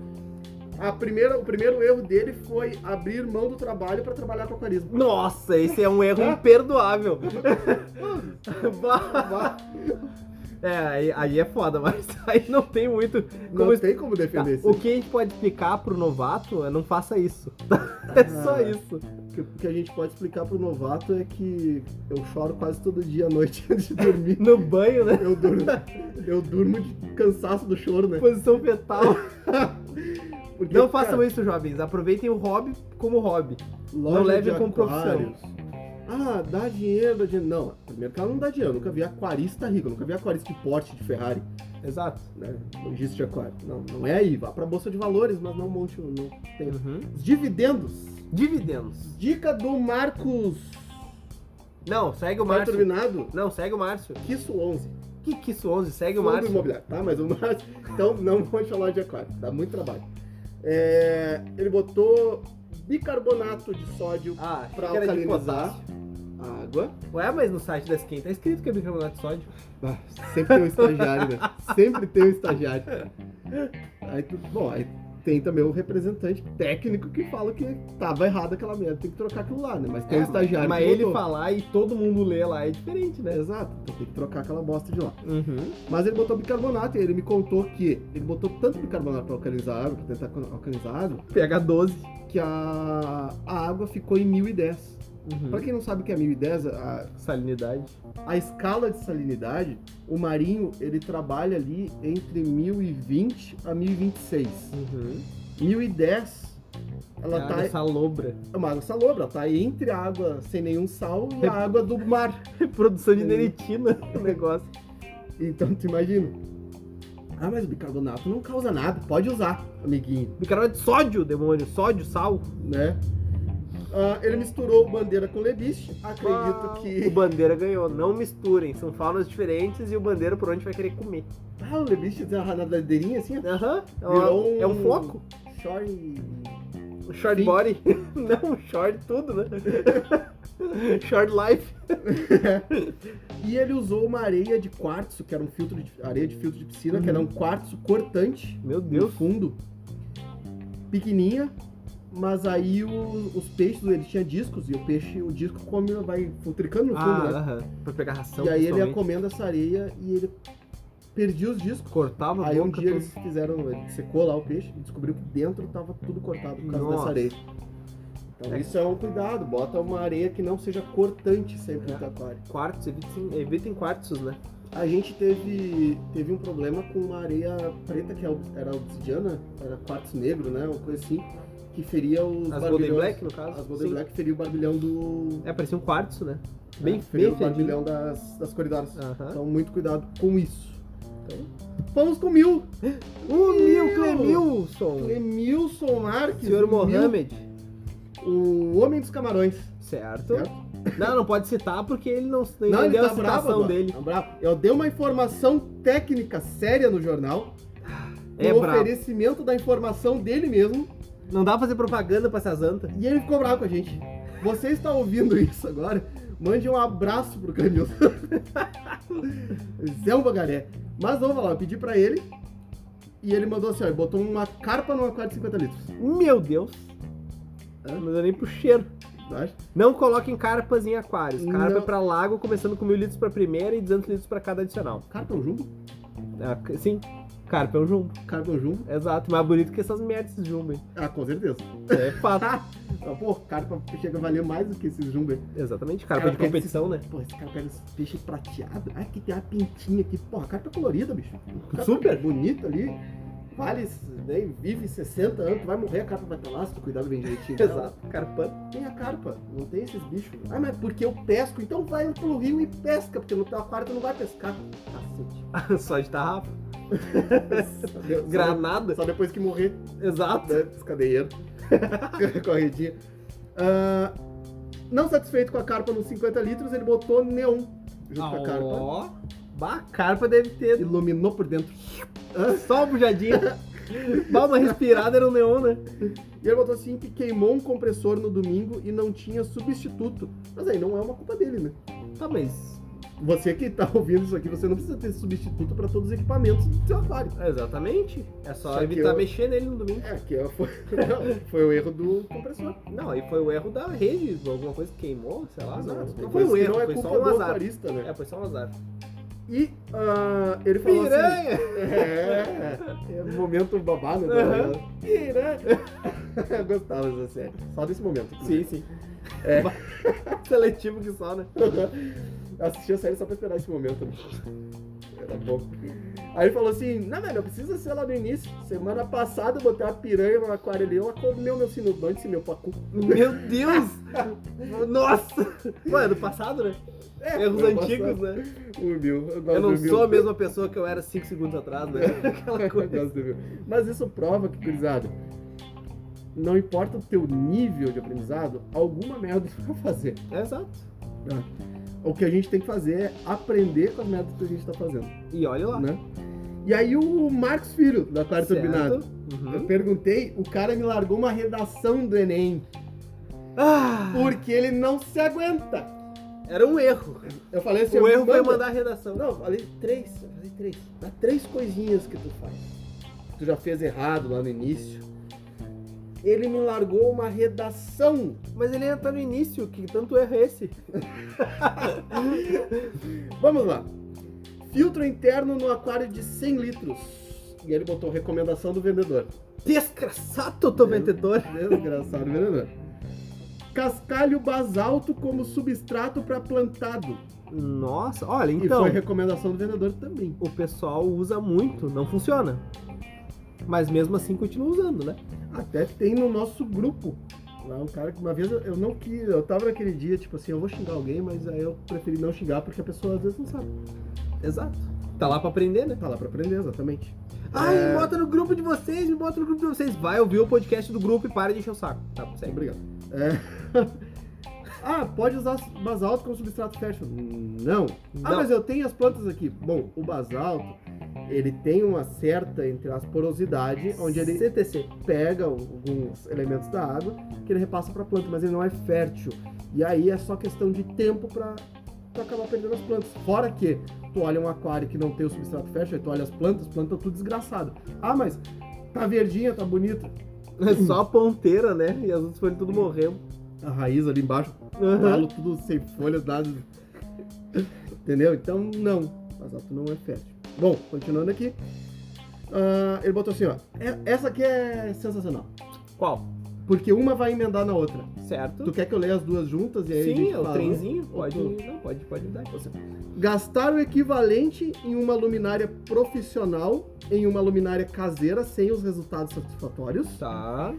B: A primeira, o primeiro erro dele foi abrir mão do trabalho para trabalhar
A: <laughs>
B: com aquarismo.
A: Nossa, esse é um <laughs> erro
B: <laughs>
A: imperdoável. é, aí, aí é foda, <laughs> mas aí não tem muito.
B: Não
A: Como-
B: tem como
A: Tá,
B: defender isso.
A: o que a gente pode explicar pro novato é não faça isso. <laughs> É só isso.
B: O que, o que a gente pode explicar pro novato é que eu choro quase todo dia à noite <laughs> antes de dormir.
A: No <laughs> banho, né?
B: Eu durmo, eu durmo de cansaço do choro, né?
A: Posição fetal.
B: Porque,
A: Não façam
B: cara,
A: isso, jovens. Aproveitem o hobby como hobby.
B: loja
A: não leve
B: de
A: como
B: aquários. Ah, dá dinheiro, dá dinheiro. Não, primeiro que ela não dá dinheiro. Eu nunca vi aquarista rico, eu nunca vi aquarista de porte de Ferrari.
A: Exato.
B: né? Logística de aquário. Não, não é aí. Vá pra bolsa de valores, mas não monte o. não tem.
A: Uhum.
B: Os dividendos.
A: Dividendos.
B: Dica do Marcos.
A: Não, segue o
B: Vai
A: Márcio.
B: terminado.
A: Não, segue o Márcio.
B: Kisso 11.
A: Que que isso, 11? Segue o
B: Fundo
A: Márcio.
B: imobiliário, tá? Mas o Márcio. Então não vou falar de aquário. Dá muito trabalho. É, ele botou bicarbonato de sódio,
A: Ah, achei
B: Pra
A: que era de
B: alcalinizar.
A: potássio.
B: água.
A: Ué, mas no site da Skin tá escrito que é bicarbonato de sódio.
B: Ah,
A: <laughs>
B: sempre tem um estagiário, né? Sempre tem um estagiário. Aí tu, bom, aí tem também o representante técnico que fala que tava errado aquela merda, tem que trocar aquilo lá, né? Mas tem
A: É,
B: um estagiário
A: Mas
B: que
A: ele
B: botou.
A: falar e todo mundo ler lá é diferente, né?
B: Exato, então tem que trocar aquela bosta de lá.
A: Uhum.
B: Mas ele botou bicarbonato e ele me contou que ele botou tanto bicarbonato pra alcalinizar a água, pra tentar alcalinizar a água,
A: Pega 12.
B: que a, a água ficou em 1010.
A: Uhum.
B: Pra quem não sabe o que é 1010, a,
A: Salinidade.
B: a escala de salinidade, o marinho ele trabalha ali entre 1020 a 1026.
A: Uhum.
B: 1010, ela
A: Ela <laughs>
B: tá
A: salobra.
B: É uma água salobra, ela tá entre a água sem nenhum sal e
A: É.
B: a água do mar.
A: Produção de
B: Uhum.
A: neritina <laughs> o negócio.
B: Então tu imagina. Ah, mas o bicarbonato não causa nada, pode usar, amiguinho,
A: Bicarbonato é de sódio, demônio. Sódio, sal.
B: né? Ah, ele misturou bandeira com lebiche, acredito
A: Ah. O
B: que.
A: Bandeira ganhou. Não misturem. São faunas diferentes e o Bandeira por onde vai querer comer.
B: Ah, o lebiche tem uma nadadeirinha assim, ó.
A: Aham. É uma-
B: Virou um-
A: É um foco.
B: Short.
A: Um short
B: Sim.
A: body. <laughs> Não, um short tudo, né? <laughs> short life.
B: E ele usou uma areia de quartzo, que era um filtro de areia de filtro de piscina, que era um quartzo cortante.
A: Hum. Meu
B: no fundo, pequenininha, mas aí o- os peixes, ele tinha discos, e o peixe, o disco come, vai futricando no fundo,
A: Ah,
B: né?
A: aham. Pra pegar ração.
B: E aí ele ia
A: principalmente.
B: comendo essa areia e ele perdia os discos.
A: cortava a
B: Aí um
A: boca.
B: dia
A: todo.
B: eles fizeram, ele secou lá o peixe e descobriu que dentro tava tudo cortado por causa
A: Nossa.
B: dessa areia. Então
A: É.
B: isso é um cuidado, bota uma areia que não seja cortante sempre
A: É.
B: no aquário.
A: Quartos, evitem, evitem quartos, né?
B: A gente teve, teve um problema com uma areia preta que é era obsidiana, era quartzo negro, né? Uma coisa assim, que feria os
A: As Golden
B: barbilhões.
A: Black, no caso.
B: As Golden
A: Sim.
B: Black feria o barbilhão do.
A: É, parecia um quartzo, né? Bem,
B: é, feria
A: bem
B: o
A: fedinho.
B: barbilhão das, das coridoras.
A: Aham.
B: Então, muito cuidado com isso. Então, vamos
A: <gasps>
B: com mil!
A: O Um Mil
B: Mil!
A: Clemilson.
B: Clemilson Marques,
A: Senhor
B: mil-
A: Mohamed.
B: o Homem dos Camarões.
A: Certo.
B: certo?
A: Não, não pode citar porque ele não, ele não deu a citação
B: agora,
A: dele.
B: tá bravo. Eu dei uma informação técnica séria no jornal,
A: É
B: no
A: brabo.
B: oferecimento da informação dele mesmo.
A: Não dá pra fazer propaganda pra essas antas.
B: E ele ficou bravo com a gente. Você está ouvindo <laughs> isso agora? Mande um abraço pro Canilson. <laughs> Zé um bagaré. Mas vamos lá, eu pedi pra ele. E ele mandou assim, ó, ele botou uma carpa numa aquário de 50 litros.
A: Meu Deus. Não deu nem pro cheiro.
B: Tá?
A: Não coloquem carpas em aquários. Carpa
B: Não.
A: é pra lago, começando com mil litros pra primeira e 200 litros pra cada adicional.
B: Carpa é um jumbo?
A: É, sim, carpa é um jumbo.
B: Carpa é um jumbo?
A: Exato, mais bonito que essas merdas esses jumbo. aí.
B: Ah, com certeza.
A: É <laughs> fato.
B: Ah, Pô, carpa chega a valer mais do que esses jumbo. aí.
A: Exatamente, carpa
B: Cara,
A: de
B: pega
A: competição, né?
B: Pô, esse cara pega esse peixe prateado. Ai, que tem uma pintinha aqui. Porra, a carpa é colorida, bicho. Carpa
A: Super.
B: Bonita ali. Vale, né, vive 60 anos, tu vai morrer, a carpa vai estar lá, se tu cuidar bem
A: <laughs>
B: direitinho.
A: <laughs>
B: dela.
A: Exato, <laughs> carpano.
B: Tem a carpa, não tem esses bichos. Ah, mas porque eu pesco, então vai pro rio e pesca, porque no teu aquário tu não vai pescar.
A: <laughs>
B: Cacete.
A: Só de tarrafa.
B: Só de- só-
A: Granada.
B: Só depois que morrer,
A: Exato.
B: né? Descadeiro. <laughs> Corridinha. Ah, não satisfeito com a carpa nos 50 litros, ele botou neon junto com a carpa.
A: Ah, Ó, bah, a carpa deve ter
B: <laughs> Iluminou por dentro.
A: Só uma bujadinha. Dá uma respirada era um neon, né?
B: E ele botou assim que queimou um compressor no domingo e não tinha substituto. Mas aí não é uma culpa dele, né?
A: Tá, mas.
B: Você que tá ouvindo isso aqui, você não precisa ter substituto pra todos os equipamentos do seu aquário.
A: Exatamente. É só,
B: Só que
A: evitar
B: eu-
A: mexer nele no domingo.
B: É, que foi, <laughs> foi o erro do compressor.
A: Não, aí foi o erro da rede, alguma coisa que queimou, sei lá. Não,
B: Exato.
A: não foi um
B: Coisa que
A: erro,
B: não é
A: foi
B: culpa
A: só um
B: do
A: azar.
B: aquarista, né?
A: É, foi só um azar.
B: E ah, ele falou assim... <laughs>
A: Piranha!
B: É, é momento babado. Né?
A: Aham.
B: Piranha! Eu gostava dessa série. Só desse momento.
A: Sim, sim.
B: É.
A: <laughs> Seletivo que só, né?
B: Eu assisti a série só pra esperar esse momento. Era pouco. Aí ele falou assim, não, velho, não precisa ser lá no início. Semana passada eu botei uma piranha no aquário ali, ela comeu meu sinodonte, esse meu pacu.
A: Meu Deus! Nossa! Ué, do passado, né?
B: É,
A: Erros
B: foi
A: antigos,
B: passado.
A: né?
B: O Bill, eu gosto
A: Eu não
B: do Bill.
A: sou a mesma pessoa que eu era 5 segundos atrás, né? <laughs> Aquela
B: Eu
A: coisa.
B: gosto do Bill. Mas isso prova que, gurizada, não importa o teu nível de aprendizado, alguma merda tu vai fazer.
A: É, Exato.
B: O que a gente tem que fazer é aprender com as merdas que a gente tá fazendo,
A: E olha lá.
B: né? E aí o Marcos Filho, da Quarta
A: Certo?
B: Turbinada, eu
A: Uhum.
B: perguntei, o cara me largou uma redação do Enem,
A: Ah!
B: porque ele não se aguenta.
A: Era um erro.
B: Eu falei assim,
A: O erro foi
B: "Manda."
A: mandar a redação.
B: Não, eu falei três, eu falei três. Dá três coisinhas que tu faz. Tu já fez errado lá no início. ele me largou uma redação.
A: Mas ele ainda tá no início, que tanto erro é esse?
B: Vamos lá. Filtro interno no aquário de 100 litros. E ele botou recomendação do vendedor.
A: Desgraçado,
B: Uhum.
A: teu vendedor!
B: Desgraçado, vendedor. Cascalho basalto como substrato para plantado.
A: Nossa, olha,
B: e
A: então,
B: foi recomendação do vendedor também.
A: o pessoal usa muito, não funciona. Mas mesmo assim continua usando, né?
B: Até tem no nosso grupo. Lá um cara que uma vez eu- eu não quis, eu tava naquele dia, tipo assim, eu vou xingar alguém, mas aí eu preferi não xingar porque a pessoa às vezes não sabe.
A: Exato. Tá lá pra aprender, né?
B: Tá lá pra aprender, exatamente.
A: Ai,
B: É.
A: me bota no grupo de vocês, me bota no grupo de vocês. Vai ouvir o podcast do grupo e para de encher o saco. Tá, segue.
B: Obrigado. É. <laughs> ah, pode usar basalto como substrato fértil? Não. Ah,
A: Não.
B: mas eu tenho as plantas aqui. Bom, o basalto, ele tem uma certa, entre as porosidade, onde
A: <laughs>
B: ele
A: CTC.
B: pega alguns elementos da água que ele repassa para a planta, mas ele não é fértil. E aí é só questão de tempo para acabar perdendo as plantas. Fora que tu olha um aquário que não tem o substrato fértil, aí tu olha as plantas, planta tudo desgraçado. Ah, mas tá verdinha, tá bonita.
A: É Só a ponteira, né? E as outras foram
B: Uhum.
A: tudo morrendo.
B: A raiz ali embaixo,
A: Aham.
B: talo tudo sem folhas, nada. Entendeu? Então não, basalto não é fértil. Bom, continuando aqui. Ah, ele botou assim, ó. "É- Essa aqui é sensacional.
A: Qual?
B: Porque uma vai emendar na outra.
A: Certo?
B: Tu quer que eu leia as duas juntas e aí a
A: Sim,
B: gente
A: é o
B: fala? né?
A: trenzinho.
B: Ou
A: Pode.
B: tu-
A: Não, pode, pode dar. Você.
B: Gastar o equivalente em uma luminária profissional em uma luminária caseira sem os resultados satisfatórios
A: Tá.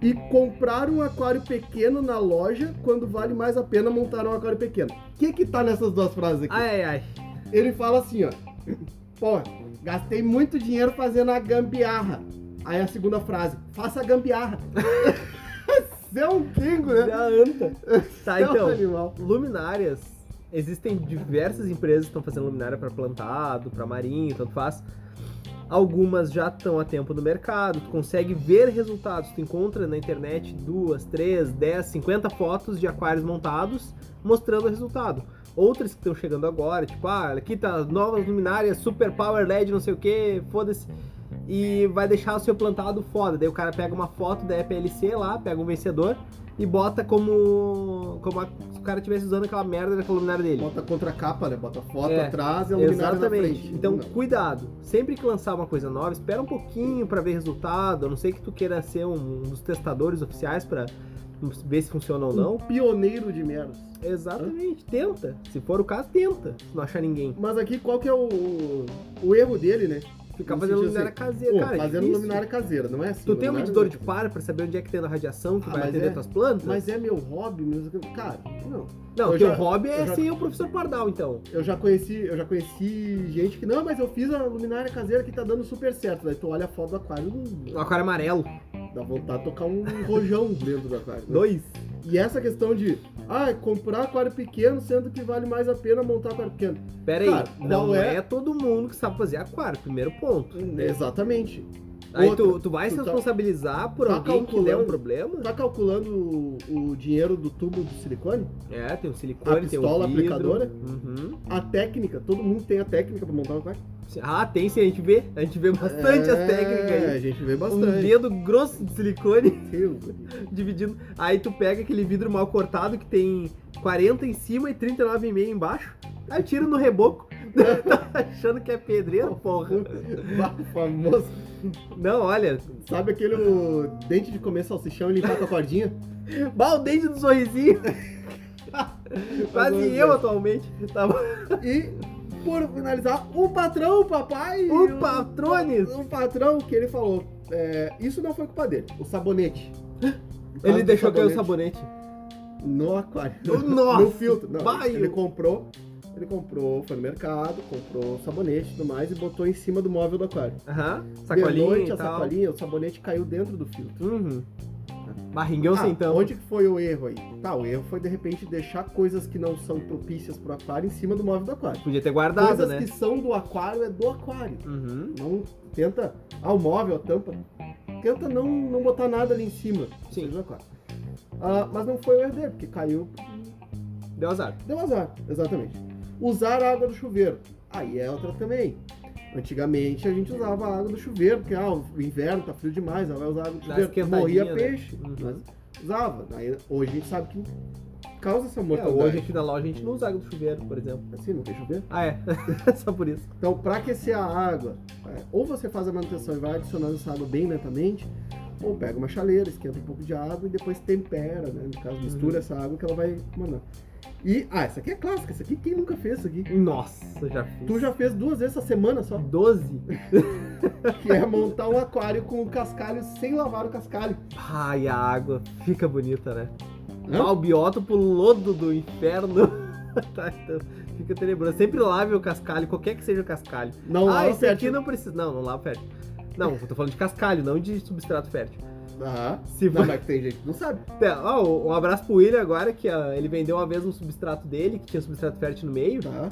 B: e comprar um aquário pequeno na loja quando vale mais a pena montar um aquário pequeno. O que que tá nessas duas frases aqui?
A: Ai, ai, ai.
B: Ele fala assim, ó. <clears throat> Pô, gastei muito dinheiro fazendo a gambiarra. Aí a segunda frase, faça
A: <laughs>
B: a gambiarra. Você é um kingo, né?
A: Já
B: <laughs>
A: anta. Tá,
B: Você é um
A: então.
B: animal.
A: Luminárias. Existem diversas empresas que estão fazendo luminária para plantado, para marinho, tanto faz. Algumas já estão a tempo no mercado, tu consegue ver resultados, tu encontra na internet duas, três, dez, 50 fotos de aquários montados mostrando o resultado. Outras que estão chegando agora, tipo, ah, aqui tá as novas luminárias, super power LED, não sei o que, foda-se. E vai deixar o seu plantado foda. Daí o cara pega uma foto da EPLC lá, pega um vencedor e bota como. como a- se o cara estivesse usando aquela merda daquela luminária dele.
B: Bota contra a capa, né? Bota foto
A: É,
B: atrás e a luminária na
A: Exatamente.
B: frente.
A: Então,
B: Não.
A: cuidado. Sempre que lançar uma coisa nova, espera um pouquinho pra ver resultado. A não sei que tu queira ser um, um dos testadores oficiais pra ver se funciona ou
B: Um
A: não.
B: pioneiro de meros.
A: Exatamente. Tenta. Se for o caso, tenta. Se não achar ninguém.
B: Mas aqui, qual que é o, o erro dele, né?
A: Ficar
B: No
A: fazendo
B: sentido
A: luminária caseira,
B: Pô,
A: cara. é
B: fazendo
A: difícil.
B: luminária caseira, não é assim?
A: Tu tem um
B: luminária-
A: medidor de par pra saber onde é que tem a radiação que
B: Ah,
A: vai
B: mas
A: atender
B: é.
A: tuas plantas?
B: Mas é meu hobby, meu... cara, não.
A: não,
B: eu
A: teu
B: já-
A: hobby
B: eu
A: é
B: já-
A: ser o professor Pardal, então.
B: Eu já conheci, eu já conheci gente que, não, mas eu fiz a luminária caseira que tá dando super certo. Daí tu olha a foto do aquário, hum,
A: O aquário amarelo.
B: dá vontade de
A: <laughs>
B: tocar um rojão dentro do aquário. né?
A: Dois.
B: E essa questão de, ah, comprar aquário pequeno, sendo que vale mais a pena montar aquário pequeno.
A: Pera aí.
B: Cara,
A: não,
B: não é-
A: é todo mundo que sabe fazer aquário. Primeiro ponto.
B: Exatamente.
A: Aí tu,
B: Outra,
A: tu vai se
B: tu tá-
A: responsabilizar por
B: tá
A: alguém que der
B: calculando.
A: um problema?
B: Tá calculando o, o dinheiro do tubo de silicone?
A: É, tem o silicone,
B: A
A: tem o
B: pistola
A: vidro.
B: aplicadora?
A: Uhum.
B: A técnica, todo mundo tem a técnica pra montar um aquário?
A: Ah, tem sim, a gente vê. A gente vê bastante as técnicas
B: É,
A: aí.
B: a gente vê
A: Um
B: bastante.
A: dedo grosso de silicone
B: Meu Deus. <laughs>
A: dividindo. Aí tu pega aquele vidro mal cortado que tem 40 em cima e 39,5 embaixo. Aí tira no reboco. <laughs> tá achando que é pedreiro, porra.
B: Bah, famoso.
A: Não, olha.
B: Sabe aquele o dente de comer salsichão e limpar com a cordinha?
A: Baldeide do um
B: <laughs>
A: sorrisinho. Quase eu atualmente. tá Tava
B: E, por finalizar, o patrão, o papai.
A: o patrones.
B: O patrão que ele falou. é, isso não foi culpa dele, o sabonete.
A: Ele deixou cair o
B: um sabonete
A: sabonete.
B: No aquário.
A: Nossa,
B: No filtro. Não,
A: vai.
B: ele comprou. Ele comprou, foi no mercado, comprou sabonete e tudo mais e botou em cima do móvel do aquário.
A: Aham.
B: de
A: Sacolinha
B: noite,
A: e
B: a
A: tal.
B: sacolinha, o sabonete caiu dentro do filtro.
A: Uhum. Barrigão
B: Ah,
A: sem tampa.
B: Onde que foi o erro aí? Tá, o erro foi de repente deixar coisas que não são propícias pro aquário em cima do móvel do aquário.
A: Podia ter guardado,
B: coisas
A: né?
B: que são do aquário é do aquário.
A: Uhum.
B: Não tenta. Ah, o móvel, a tampa. Tenta não, não botar nada ali em cima.
A: Sim.
B: Seja do aquário. Ah, mas não foi o erro dele, porque caiu.
A: Deu azar.
B: Deu azar, exatamente. Usar a água do chuveiro. Aí é outra também. Antigamente a gente usava a água do chuveiro, porque ah, o inverno tá frio demais, ela vai usar a água do
A: Dá
B: chuveiro.
A: esquentadinha,
B: Morria
A: né?
B: peixe,
A: Uhum.
B: mas usava. Aí, hoje a gente sabe que causa essa
A: É,
B: mortalidade.
A: hoje aqui na loja a gente não usa água do chuveiro, por exemplo.
B: Assim, não tem chuveiro.
A: Ah, é. <laughs> Só por isso.
B: Então, para aquecer a água, é, ou você faz a manutenção e vai adicionando essa água bem lentamente, ou pega uma chaleira, esquenta um pouco de água e depois tempera, né? No caso, mistura
A: Uhum.
B: essa água que ela vai mandar. E, ah, essa aqui é clássica, essa aqui, quem nunca fez isso aqui?
A: Nossa, já fiz.
B: Tu já fez duas vezes essa semana só, <laughs>
A: 12?
B: que é montar um aquário com o cascalho sem lavar o cascalho.
A: Ai, a água fica bonita, né?
B: Hã?
A: Ah, o biótopo lodo do inferno. <laughs> tá, então, fica tenebroso. Sempre lave o cascalho, qualquer que seja o cascalho.
B: Não
A: ah,
B: lava
A: esse aqui
B: fértil.
A: não precisa. Não, não lava fértil. Não, eu tô falando de cascalho, não de substrato fértil.
B: Ah,
A: Se
B: não,
A: vai.
B: mas tem gente que não sabe.
A: <laughs> Ah, um abraço pro William agora, que ah, ele vendeu uma vez um substrato dele, que tinha substrato fértil no meio,
B: Tá.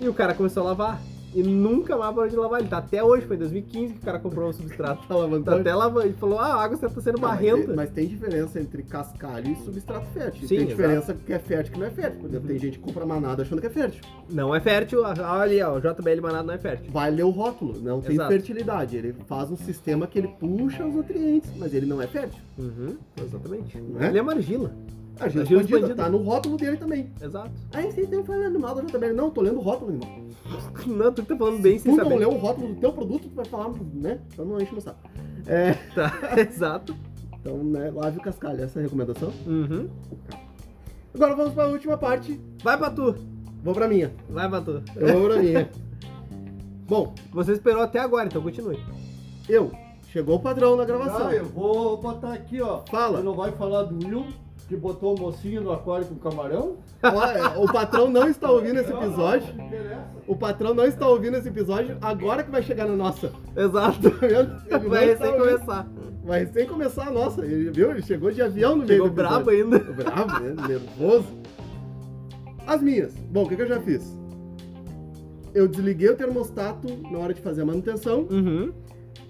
A: e o cara começou a lavar. E nunca mais parou de lavar. Ele tá até hoje, foi em 2015 que o cara comprou o substrato.
B: Tá lavando
A: Tá até lavando. Ele falou, ah, a água tá sendo
B: Não, mas
A: barrenta.
B: tem- Mas, tem diferença entre cascalho e substrato fértil.
A: Sim,
B: tem diferença que é fértil e que não é fértil. Por exemplo,
A: Uhum.
B: tem gente que compra manada achando que é fértil.
A: Não é fértil, ah, olha ali, ó, o JBL Manado não é fértil.
B: Vai ler o rótulo, não tem
A: Exato.
B: fertilidade. Ele faz um sistema que ele puxa os nutrientes, mas ele não é fértil.
A: Uhum, exatamente.
B: Não é?
A: Ele é uma argila,
B: A gente
A: Argila
B: expandida,
A: expandida.
B: tá no rótulo dele também.
A: exato. <laughs>
B: Aí vocês estão falando mal da JBL. Não, tô lendo o rótulo, irmão.
A: Não, tu que tá falando bem sem
B: Tu não
A: saber.
B: lê o rótulo do teu produto, tu vai falar, né? Então não enche no saco.
A: Tá, <laughs> exato.
B: Então, né, lave o cascalho. Essa é a recomendação.
A: Uhum.
B: Agora vamos pra última parte.
A: Vai, Batu.
B: Vou pra minha.
A: Vai, Batu.
B: Eu vou pra minha.
A: <laughs>
B: Bom,
A: Você esperou até agora, então continue.
B: eu. Chegou o padrão na gravação.
C: Ah, eu vou botar aqui, ó.
B: Fala.
C: Você não vai falar do Will, que botou o mocinho no aquário com camarão?
B: Olha, o patrão não está ouvindo esse episódio.
C: Não, não interessa.
B: O patrão não está ouvindo esse episódio agora que vai chegar na nossa. <laughs>
A: Exato.
B: Tá vendo? Ele
A: Vai
B: não está
A: recém
B: ouvindo.
A: começar.
B: Vai sem começar a nossa. Ele, viu? Ele chegou de avião no meio
A: Chegou
B: do
A: brabo
B: episódio.
A: ainda.
B: Brabo, né? Nervoso. As minhas. Bom, o que, que eu já fiz? Eu desliguei o termostato na hora de fazer a manutenção
A: Uhum.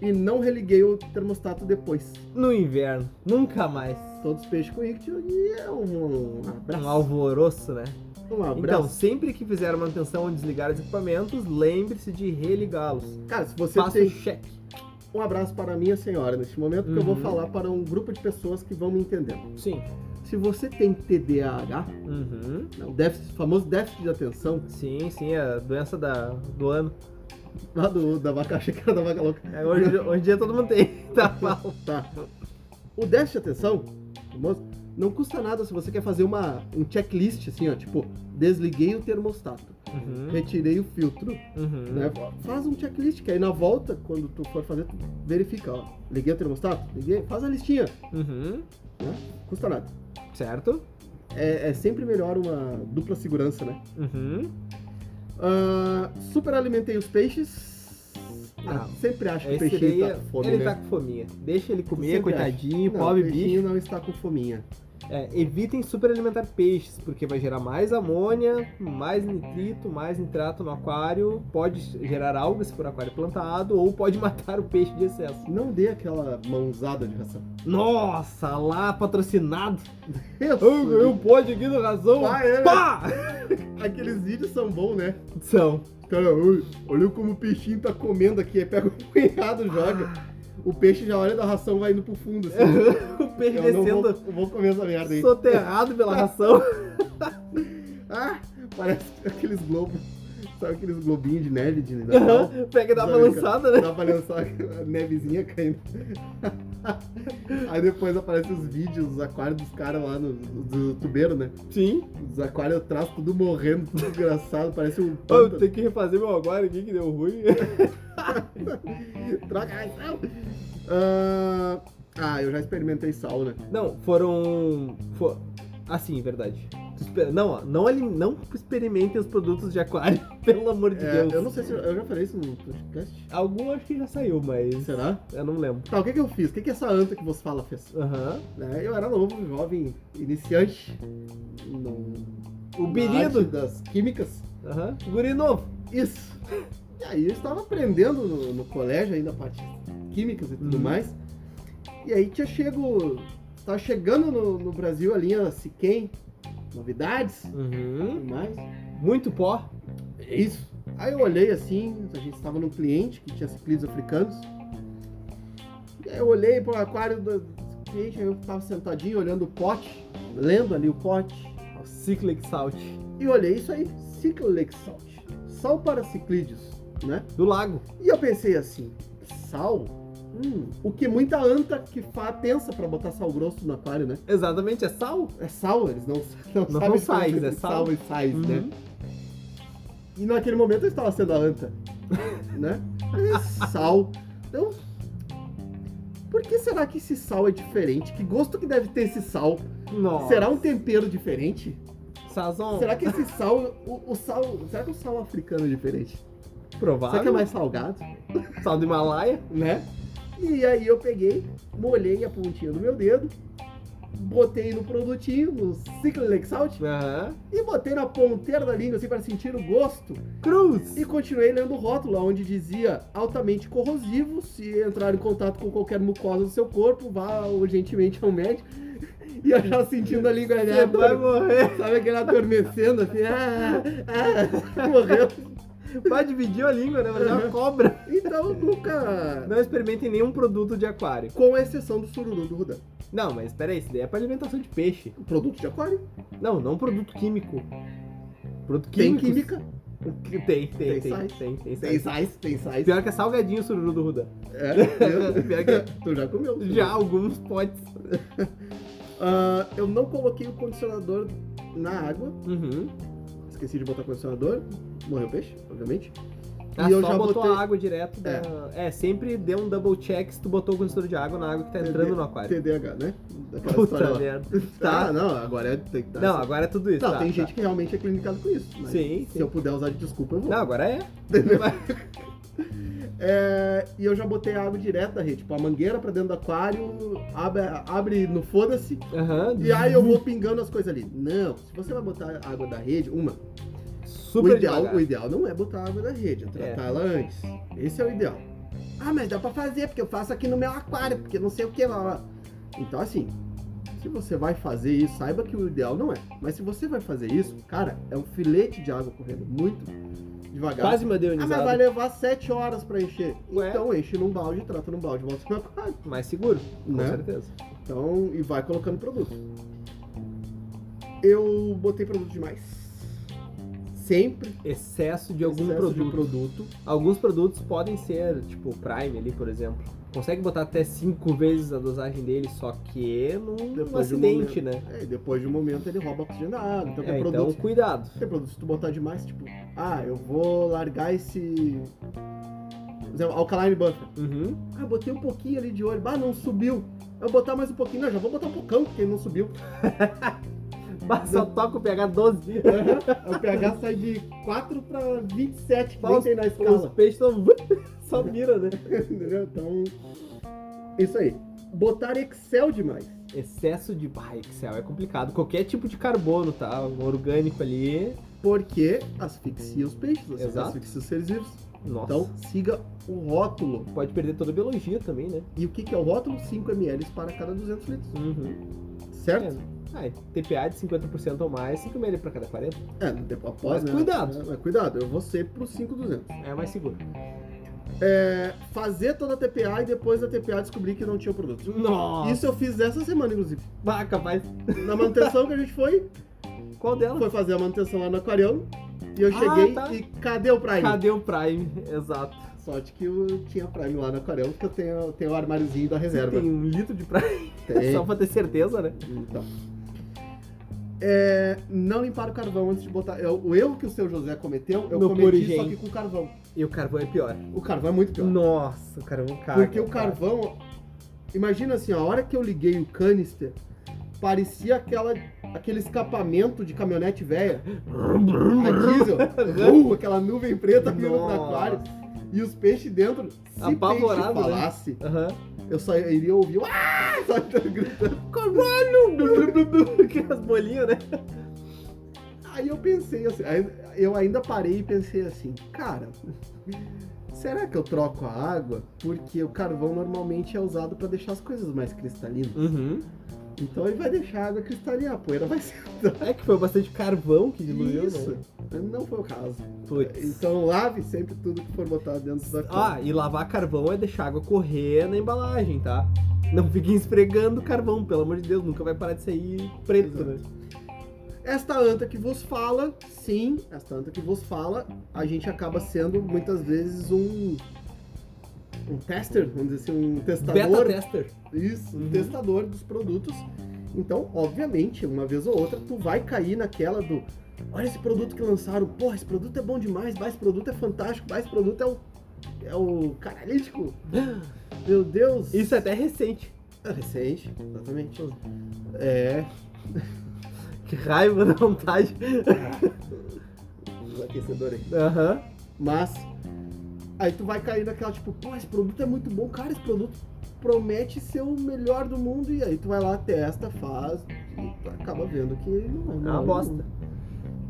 B: e não religuei o termostato depois.
A: No inverno, nunca mais.
B: Todos os peixes com ictio e é um, um abraço.
A: Um alvoroço, né?
B: Um
A: Então,
B: abraço.
A: sempre que fizer a manutenção ou desligar os equipamentos, lembre-se de religá-los.
B: Cara, se você
A: Faça
B: tem
A: o cheque.
B: Um abraço para a minha senhora neste momento, que eu vou
A: Uhum.
B: falar para um grupo de pessoas que vão me entender.
A: Sim.
B: Se você tem TDAH,
A: Uhum.
B: né, o déficit- famoso déficit de atenção,
A: Sim, sim, é a doença da, do ano.
B: lá do, da vaca, achei que era <laughs> da vaca louca,
A: É, hoje, hoje em dia todo mundo tem. Tá mal.
B: <laughs> tá? O déficit de atenção, famoso, não custa nada se você quer fazer uma, um checklist, assim, ó, tipo, desliguei o termostato,
A: Uhum.
B: retirei o filtro,
A: Uhum.
B: né? Faz um checklist, que aí na volta, quando tu for fazer, tu verifica, ó, liguei o termostato, liguei, faz a listinha,
A: Uhum.
B: custa nada.
A: Certo?
B: É, é sempre melhor uma dupla segurança, né?
A: Uhum.
B: Ah, superalimentei os peixes. Ah,
A: Não.
B: sempre acho que o
A: Esse
B: peixinho
A: daí,
B: tá com fome,
A: ele
B: né?
A: tá com fominha. Deixa ele comer,
B: Sempre
A: coitadinho,
B: Não,
A: pobre
B: o
A: bicho.
B: peixinho não está com fominha.
A: É, evitem superalimentar peixes, porque vai gerar mais amônia, mais nitrito, mais nitrato no aquário, pode gerar algas se for aquário plantado, ou pode <laughs> matar o peixe de excesso.
B: Não dê aquela mãozada de ração.
A: Nossa, lá patrocinado!
B: Eu
A: Eu
B: sou-
A: ganhei um pod aqui no Razão!
B: Ah, é, né?
A: Pá!
B: Aqueles vídeos são bons, né?
A: São.
B: Cara, olha, olha como o peixinho tá comendo aqui. Aí pega o <laughs> punhado, joga. O peixe já olha da ração vai indo pro fundo, assim.
A: <laughs> o peixe
B: Eu não vou,
A: descendo
B: eu vou comer essa merda aí.
A: soterrado pela
B: <laughs>
A: ração.
B: Ah, parece <laughs> aqueles globos. Sabe aqueles globinhos de
A: <laughs>
B: neve de Natal?
A: Pega e dá uma
B: Sabe,
A: balançada, né?
B: Dá pra lançar a nevezinha caindo. <laughs> Aí depois aparecem os vídeos, os aquários dos caras lá, no, do tubeiro, né?
A: Sim.
B: Os aquários atrás, tudo morrendo, tudo engraçado, parece
A: Ô,
B: um
A: Eu
B: pântano.
A: tenho que refazer meu agora aqui que deu ruim. <laughs>
B: <laughs> Troca a sal. Ah, ah, eu já experimentei sal, né?
A: Não, foram. fo- Assim, verdade. Tu espe- Não, ó, não, ali- não experimentem os produtos de aquário, <laughs> pelo amor de
B: É,
A: Deus.
B: eu não sei se eu, eu já falei isso no podcast.
A: Algum acho que já saiu, mas.
B: Será?
A: Eu não lembro.
B: Tá, o que que eu fiz? O que que essa anta que você fala fez?
A: Aham.
B: Né, Eu era novo, jovem, iniciante. No,
A: O
B: na
A: birido.
B: arte das químicas.
A: Aham. Guri novo.
B: Isso. E aí eu estava aprendendo no, no colégio ainda a parte químicas e tudo
A: Uhum.
B: mais. E aí tinha chego. Tava chegando no, no Brasil a linha Siquem, novidades e
A: Uhum.
B: tudo mais.
A: Muito pó.
B: Isso. Aí eu olhei assim, a gente estava num cliente que tinha ciclistas africanos. E aí eu olhei pro aquário do do cliente, aí eu estava sentadinho olhando o pote, lendo ali o pote.
A: O Cyclic Salt.
B: E olhei isso aí, Cyclic Salt. Sal para ciclídeos, né?
A: Do lago.
B: E eu pensei assim, sal? Hum, o que muita anta que fa, pensa para botar sal grosso no aquário, né?
A: Exatamente, é sal?
B: É sal, eles não, não,
A: Não
B: sabem
A: sais,
B: como
A: é sal.
B: e sais, né?
A: Uhum.
B: E naquele momento eu estava sendo a anta, <laughs> né? Mas é sal. Então, por que será que esse sal é diferente? Que gosto que deve ter esse sal?
A: Nossa. Oh.
B: Será um tempero diferente?
A: Sazon?
B: Será que esse sal, o, o sal, será que o sal africano é diferente?
A: provável?
B: Será que é mais salgado,
A: Sal do Himalaia?
B: né? E aí eu peguei, molhei a pontinha do meu dedo, botei no produtinho, no Cyclic Salt,
A: Aham.
B: e botei na ponteira da língua assim para sentir o gosto.
A: Cruz!
B: E continuei lendo o rótulo, onde dizia altamente corrosivo, se entrar em contato com qualquer mucosa do seu corpo, vá urgentemente ao médico. E eu já sentindo a língua né?
A: Você vai morrer. <laughs>
B: Sabe aquele adormecendo assim, ah, ah, morreu.
A: Vai dividir a língua, né? Vai dar uma
B: Uhum.
A: cobra.
B: Então nunca.
A: Não experimentem nenhum produto de aquário.
B: Com exceção do sururu do Rudan.
A: Não, mas peraí, isso daí é pra alimentação de peixe.
B: Produto de aquário.
A: Não, não produto químico. Produto
B: Tem
A: químico.
B: química.
A: <laughs> Tem, tem, tem.
B: Tem
A: Tem,
B: sais.
A: tem, tem.
B: Tem
A: sais.
B: sais, tem sais.
A: Pior que é salgadinho o sururu do Ruda.
B: É,
A: <laughs> Pior que é-
B: eu- tu já comeu.
A: Já alguns potes.
B: Ah, eu não coloquei o condicionador na água.
A: Uhum.
B: Esqueci de botar condicionador. Morreu o peixe, obviamente.
A: Ah,
B: E eu
A: só
B: já
A: botou
B: botei-
A: a água direto da... é. sempre dê um double check se tu botou o condicionador de água na água que tá entrando no aquário.
B: TDAH, né? Daquela história
A: Puta
B: lá.
A: merda.
B: Ah,
A: Tá.
B: não, agora é- tem que dar.
A: Não, agora é tudo isso.
B: Não,
A: tá,
B: tem
A: tá.
B: gente que realmente é clinicado com isso. mas
A: Sim,
B: Se
A: sim.
B: eu puder usar de desculpa, eu vou.
A: Não, agora é.
B: É, e eu já botei a água direto da rede, tipo, a mangueira pra dentro do aquário, abre, abre no foda-se,
A: Aham.
B: e aí eu vou pingando as coisas ali. Não, se você vai botar a água da rede, uma,
A: Super
B: o, ideal,
A: devagar.
B: o ideal não é botar a água da rede, é tratar ela antes. Esse é o ideal. Ah, mas dá pra fazer, porque eu faço aqui no meu aquário, porque não sei o que lá. lá. Então, assim, se você vai fazer isso, saiba que o ideal não é. Mas se você vai fazer isso, cara, é um filete de água correndo muito devagar.
A: Quase uma
B: Ah,
A: deionizada.
B: mas vai levar 7 horas pra encher.
A: Ué.
B: Então enche num balde, trata num balde, volta no aquário.
A: Mais seguro, com
B: Né?
A: certeza.
B: Então, e vai colocando produto. Eu botei produto demais. Sempre
A: Excesso de algum
B: excesso
A: produto.
B: de produto.
A: Alguns produtos podem ser, tipo, Prime ali, por exemplo. Consegue botar até cinco vezes a dosagem dele, só que num
B: Depois de um
A: acidente, né?
B: É, e depois de um momento ele rouba oxigênio da água. Então,
A: É,
B: tem
A: então,
B: produto.
A: cuidado.
B: Tem produto, se tu botar demais, tipo, ah, eu vou largar esse. Por exemplo, Alkaline Buffer.
A: Uhum. <laughs>
B: Ah, botei um pouquinho ali de olho. Ah, não subiu. Eu vou botar mais um pouquinho. Não, já vou botar um pocão, porque ele não subiu.
A: Mas só toca o pH 12.
B: Aham, <laughs> o pH sai de 4 para 27, que nem tem na
A: Os
B: escala. <laughs>
A: peixes tão... <laughs> só mira, né?
B: Entendeu? Então, isso aí. Botar Excel demais.
A: Excesso de... Ah, Excel é complicado. Qualquer tipo de carbono, tá? Um orgânico ali...
B: Porque asfixia os peixes, assim,
A: Exato.
B: asfixia os seres vivos.
A: Nossa,
B: Então, siga o rótulo.
A: pode perder toda a biologia também, né?
B: E o que, que é o rótulo? 5 ml para cada 200 litros,
A: Uhum.
B: certo?
A: Ah, e TPA de 50% ou mais, 5 ml pra cada 40.
B: É, não tem após,
A: Mas
B: né?
A: cuidado.
B: É, mas cuidado, eu vou ser pro 5,200.
A: É mais seguro.
B: É, fazer toda a TPA e depois da TPA descobrir que não tinha o produto.
A: Nossa!
B: Isso eu fiz essa semana, inclusive.
A: Ah, capaz.
B: Na manutenção que a gente foi,
A: Qual dela?
B: foi fazer a manutenção lá no aquariano e eu
A: Então. Ah,
B: cheguei
A: tá.
B: e cadê o Prime?
A: Cadê o Prime? <laughs> Exato.
B: Sorte que eu tinha Prime lá no aquariano, porque eu tenho, eu tenho o armáriozinho da reserva.
A: Tem um litro de Prime, <laughs>
B: Tem.
A: só pra ter certeza, né?
B: Então. É, não limpar o carvão antes de botar. é, o erro que o seu José cometeu, eu
A: No
B: cometi
A: purigem.
B: só que com o carvão.
A: E o carvão é pior.
B: O carvão é muito pior.
A: Nossa, o carvão caga.
B: porque o carvão. Imagina assim, a hora que eu liguei o canister, parecia aquela, aquele escapamento de caminhonete velha. <laughs> A diesel, uh, aquela nuvem preta vindo do
A: Uhum. Nossa.
B: aquário. E os peixes dentro, se
A: Apavorado,
B: peixe
A: né?
B: falasse,
A: Aham. <laughs>
B: eu só iria ouvir. o Ah! Só gritando.
A: Carvalho! Aquelas bolinhas, né?
B: Aí eu pensei assim, aí eu ainda parei e pensei assim, cara, será que eu troco a água? Porque o carvão normalmente é usado para deixar as coisas mais cristalinas.
A: Uhum.
B: Então ele vai deixar a água cristalina, a poeira vai ser.
A: É que foi bastante carvão que diluiu,
B: Isso.
A: né?
B: Não foi o caso.
A: Putz.
B: Então lave sempre tudo que for botado dentro da coisa.
A: Ah, e lavar carvão é deixar a água correr na embalagem, tá? Não fiquem esfregando carvão, pelo amor de Deus, nunca vai parar de sair preto, né?
B: Esta anta que vos fala, sim, esta anta que vos fala, a gente acaba sendo muitas vezes um. Um tester, vamos dizer assim, um
A: Beta
B: testador.
A: tester.
B: Isso, um
A: Uhum.
B: testador dos produtos. Então, obviamente, uma vez ou outra, tu vai cair naquela do. Olha esse produto que lançaram, porra, esse produto é bom demais, bah, esse produto é fantástico, bah, esse produto é o. É o
A: <gasps>
B: caralítico. Meu Deus.
A: Isso Uhum. é até recente. <laughs>
B: é recente, exatamente. É.
A: Que raiva da vontade.
B: Os aquecedores Um aí.
A: Aham. é
B: Mas. Aí tu vai cair naquela, tipo, pô, esse produto é muito bom, cara, esse produto promete ser o melhor do mundo. E aí tu vai lá, testa, faz, e tu acaba vendo que não,
A: É
B: não
A: uma
B: o
A: bosta.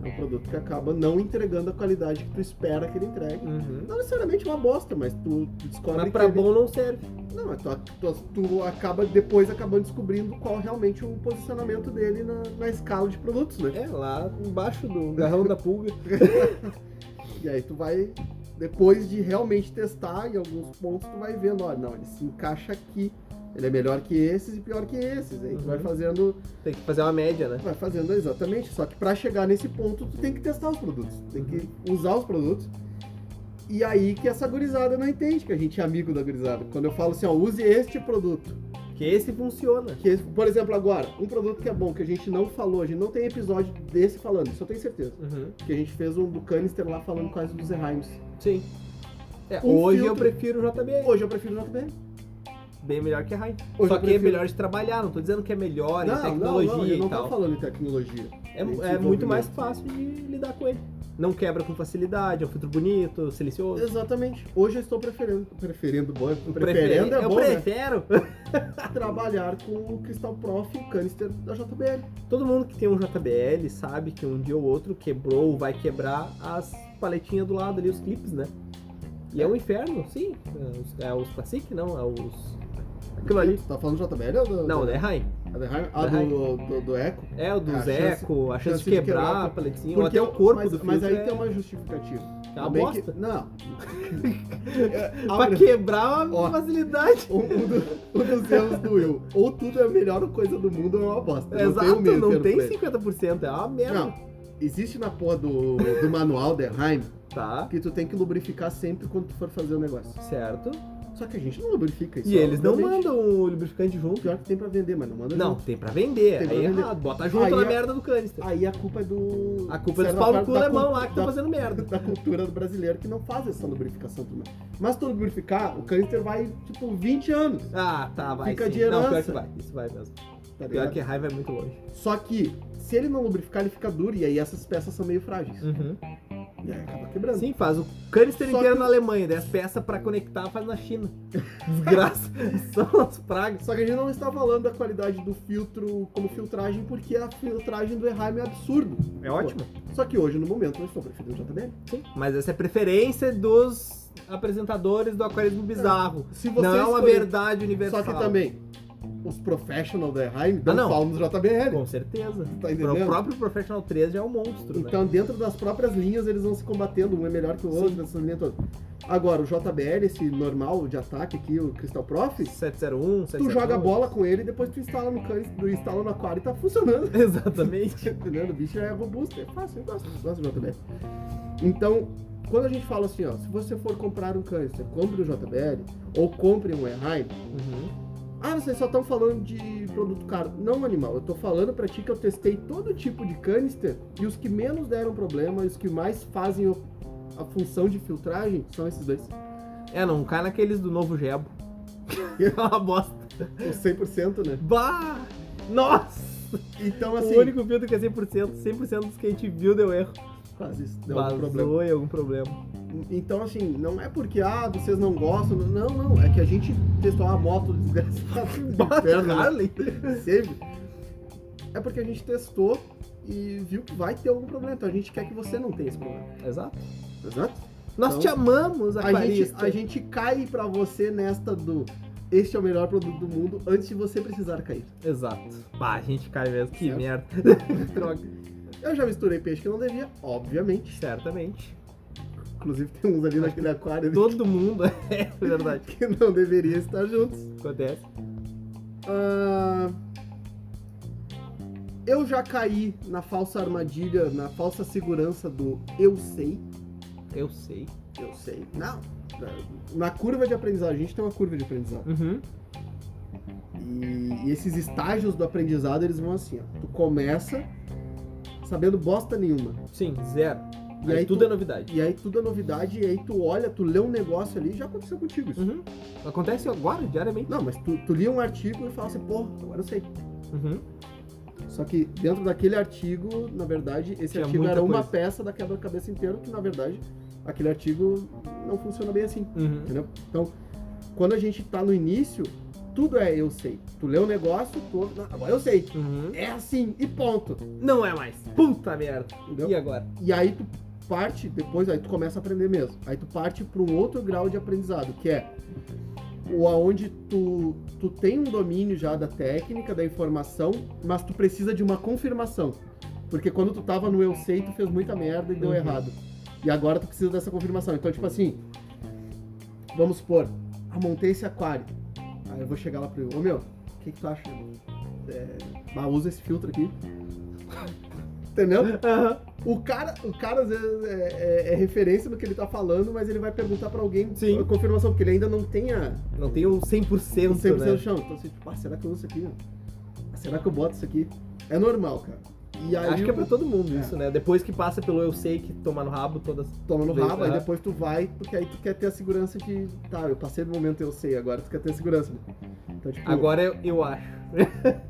B: É um produto que acaba não entregando a qualidade que tu espera que ele entregue.
A: Uhum.
B: Não necessariamente uma bosta, mas tu, tu descobre
A: Mas pra
B: que ele-
A: bom não serve.
B: Não, mas tu, tu- tu acaba depois acabando descobrindo qual realmente o posicionamento dele na, na escala de produtos, né?
A: É, lá embaixo do garrão da pulga.
B: E aí tu vai, depois de realmente testar em alguns pontos, tu vai vendo, ó, não, ele se encaixa aqui. Ele é melhor que esses e pior que esses. Aí tu
A: Uhum.
B: vai fazendo,
A: Tem que fazer uma média, né?
B: vai fazendo exatamente. Só que pra chegar nesse ponto, tu tem que testar os produtos. tu Tem que usar os produtos. E aí que essa gurizada não entende, que a gente é amigo da gurizada. Quando eu falo assim, ó, use este produto.
A: Que esse funciona.
B: Que, por exemplo, agora, um produto que é bom, que a gente não falou, a gente não tem episódio desse falando, isso eu tenho certeza.
A: Uhum.
B: Que a gente fez um do Canister lá falando quase dos Zerheims.
A: Sim. É,
B: Um
A: hoje eu
B: filtro.
A: prefiro o JBL.
B: Hoje eu prefiro o JBL.
A: Bem melhor que a Heinz.
B: Hoje
A: Só
B: eu
A: que é
B: prefiro-
A: melhor de trabalhar, não tô dizendo que é melhor em tecnologia
B: não, não, eu não
A: e tal.
B: tô falando em tecnologia.
A: É,
B: em
A: é muito
B: desenvolvimento.
A: mais fácil de lidar com ele. Não quebra com facilidade, é um filtro bonito, silencioso.
B: Exatamente. Hoje eu estou preferindo. Preferindo bom.
A: Prefere-
B: Preferendo é
A: eu
B: bom, né?
A: prefiro. <laughs>
B: Trabalhar com o Crystal Prof e o canister da JBL.
A: Todo mundo que tem um JBL sabe que um dia ou outro quebrou ou vai quebrar as paletinhas do lado ali, os clipes, né? E é um inferno, sim. É os, é os Classic, não, é os. Aquilo ali.
B: Tu tá falando do JBL ou do.
A: Não,
B: do,
A: né, Rain?
B: a Deheim- Ah, do, do, do Echo.
A: É o do
B: É, a
A: Zeco, a chance, de quebrar, a paletinha, ou
B: Porque é
A: até o corpo
B: mas,
A: do filtro.
B: Mas aí
A: é,
B: tem um uma justificativa.
A: é uma
B: Também
A: bosta.
B: <laughs>
A: <laughs>
B: que- Não.
A: Pra quebrar uma
B: Ó.
A: facilidade.
B: Um, um do- um dos erros do Will. Ou tudo é a melhor coisa do mundo ou é uma bosta. Não
A: Exato,
B: tem o meio
A: não
B: termo
A: tem
B: pra ele.
A: 50%, é uma merda.
B: Não. Existe na porra do, do manual da Heim
A: Tá,
B: que tu tem que lubrificar sempre quando tu for fazer o negócio.
A: certo.
B: Só que a gente não lubrifica isso. é
A: E eles não
B: obviamente.
A: mandam o lubrificante junto.
B: Pior que tem pra vender, mas não manda
A: Não,
B: junto.
A: tem pra vender.
B: Tem pra
A: aí é
B: vender.
A: errado. Bota junto
B: Aí
A: na
B: é-
A: merda do canister.
B: Aí a culpa é do.
A: A culpa é dos
B: certa
A: pau no
B: parte
A: cu
B: da
A: alemão
B: cul-
A: lá que estão
B: da-
A: fazendo merda.
B: Da cultura do brasileiro que não faz essa lubrificação também. Mas tu lubrificar, o canister vai, tipo, 20 anos.
A: Ah, tá, vai.
B: Fica
A: sim.
B: de
A: Não, pior
B: herança.
A: que vai. Isso vai mesmo.
B: Tá
A: Pior
B: ligado?
A: que a raiva é muito longe.
B: Só que, se ele não lubrificar, ele fica duro e aí essas peças são meio frágeis.
A: Uhum.
B: E aí acaba quebrando.
A: Sim, faz o canister
B: Só
A: inteiro
B: que-
A: na Alemanha, daí as peças pra conectar faz na
B: <laughs>
A: China. Desgraça. <laughs> São as pragas.
B: Só que a gente não está falando da qualidade do filtro como filtragem, porque a filtragem do Eheim é absurdo.
A: É ótimo.
B: Só que hoje, no momento, eu estou preferindo o JBL.
A: Sim. Mas essa é a preferência dos apresentadores do aquarismo bizarro.
B: Se você
A: Não é uma
B: escolher-
A: verdade universal.
B: Só que também, os professional da Eheim dão
A: Ah, não.
B: pau nos JBL.
A: Com certeza.
B: Tá
A: O
B: entendendo?
A: próprio Professional 3 já é um monstro, né?
B: Então, dentro das próprias linhas, eles vão se combatendo. Um é melhor que o
A: Sim.
B: outro, nessas linhas todas. Agora, o JBL, esse normal de ataque aqui, o Crystal
A: né?
B: Prof,
A: Tá 701, 702.
B: tu joga a bola com ele, depois tu instala no canister, tu instala no aquário e tá funcionando.
A: <laughs>
B: <laughs>
A: Exatamente.
B: Entendeu? O bicho é robusto, é fácil, eu gosto, eu gosto do JBL. Então, quando a gente fala assim, ó, se você for comprar um canister, compre um JBL ou compre um Eheim,
A: Uhum.
B: ah, vocês só estão falando de produto caro. Não, animal, eu tô falando pra ti que eu testei todo tipo de canister e os que menos deram problema e os que mais fazem o- a função de filtragem são esses dois.
A: É, não cai naqueles do novo Jebo. <laughs> é uma bosta.
B: Os 100%, né?
A: Bah! Nossa!
B: Então, assim,
A: o único filtro que é 100%, 100% dos que a gente viu deu erro.
B: quase isso, deu
A: Vazou
B: algum problema.
A: em algum
B: <laughs>
A: problema.
B: Então, assim, não é porque, ah, vocês não gostam. Não, não. É que a gente testou uma moto desgraçada. <laughs> do inferno, né?
A: Harley?
B: Sempre. É porque a gente testou e viu que vai ter algum problema. Então a gente quer que você não tenha esse problema.
A: Exato.
B: Exato.
A: Nós
B: Então,
A: te amamos,
B: A gente,
A: aquarista.
B: a gente cai pra você nesta do. Este é o melhor produto do mundo antes de você precisar cair.
A: Exato. Pá, a gente cai mesmo. Que
B: Certo.
A: merda.
B: <laughs> Droga. Eu já misturei peixe que eu não devia, obviamente.
A: Certamente.
B: Inclusive tem uns ali naquele aquário
A: Todo mundo. <laughs> é verdade.
B: <laughs> que não deveria estar juntos.
A: Acontece.
B: Ah, eu já caí na falsa armadilha, na falsa segurança do eu sei.
A: Eu sei.
B: Eu sei. Não. Na curva de aprendizado, a gente tem uma curva de aprendizado.
A: Uhum.
B: E, e esses estágios do aprendizado, eles vão assim, ó. Tu começa sabendo bosta nenhuma.
A: Sim, zero.
B: E
A: aí,
B: aí
A: tudo
B: tu-
A: é novidade.
B: E aí tudo é novidade, e aí tu olha, tu lê um negócio ali, já aconteceu contigo isso.
A: Uhum. Acontece agora, diariamente.
B: Não, mas tu, tu lia um artigo e fala assim, pô, agora eu sei.
A: Uhum.
B: Só que dentro daquele artigo, na verdade, esse
A: Tinha
B: artigo
A: muita
B: era uma
A: coisa.
B: peça da quebra-cabeça inteira, que na verdade aquele artigo não funciona bem assim,
A: Uhum.
B: entendeu? Então, quando a gente tá no início, tudo é eu sei. Tu lê o negócio, tu... "Não, agora eu sei.
A: Uhum.
B: É assim, e ponto.
A: Não é mais. Puta merda.
B: Entendeu?
A: E agora?
B: E aí tu parte, depois aí tu começa a aprender mesmo. Aí tu parte para um outro grau de aprendizado, que é o aonde tu, tu tem um domínio já da técnica, da informação, mas tu precisa de uma confirmação. Porque quando tu tava no eu sei, tu fez muita merda e deu
A: Uhum.
B: errado. E agora tu precisa dessa confirmação. Então, tipo assim, vamos supor, ah, montei esse aquário. Aí eu vou chegar lá pro Igor, ô meu, o que, que tu acha? É, ah, usa esse filtro aqui. <laughs> Entendeu? O cara, o cara às vezes é, é- é referência no que ele tá falando, mas ele vai perguntar pra alguém
A: Sim.
B: a confirmação, porque ele ainda não tem a
A: Não tem um 100%,
B: não sei
A: né?
B: no chão. Então você, tipo, ah, será que eu uso isso aqui? Ah, será que eu boto isso aqui? É normal, cara. E aí
A: Acho que é pra todo mundo
B: É.
A: isso, né? Depois que passa pelo eu sei que toma no rabo todas.
B: toma no
A: Vem,
B: rabo, aí
A: aham.
B: depois tu vai, porque aí tu quer ter a segurança de. Tá, eu passei do momento eu sei, agora tu quer ter a segurança. né? Então, tipo,
A: Agora eu, eu acho.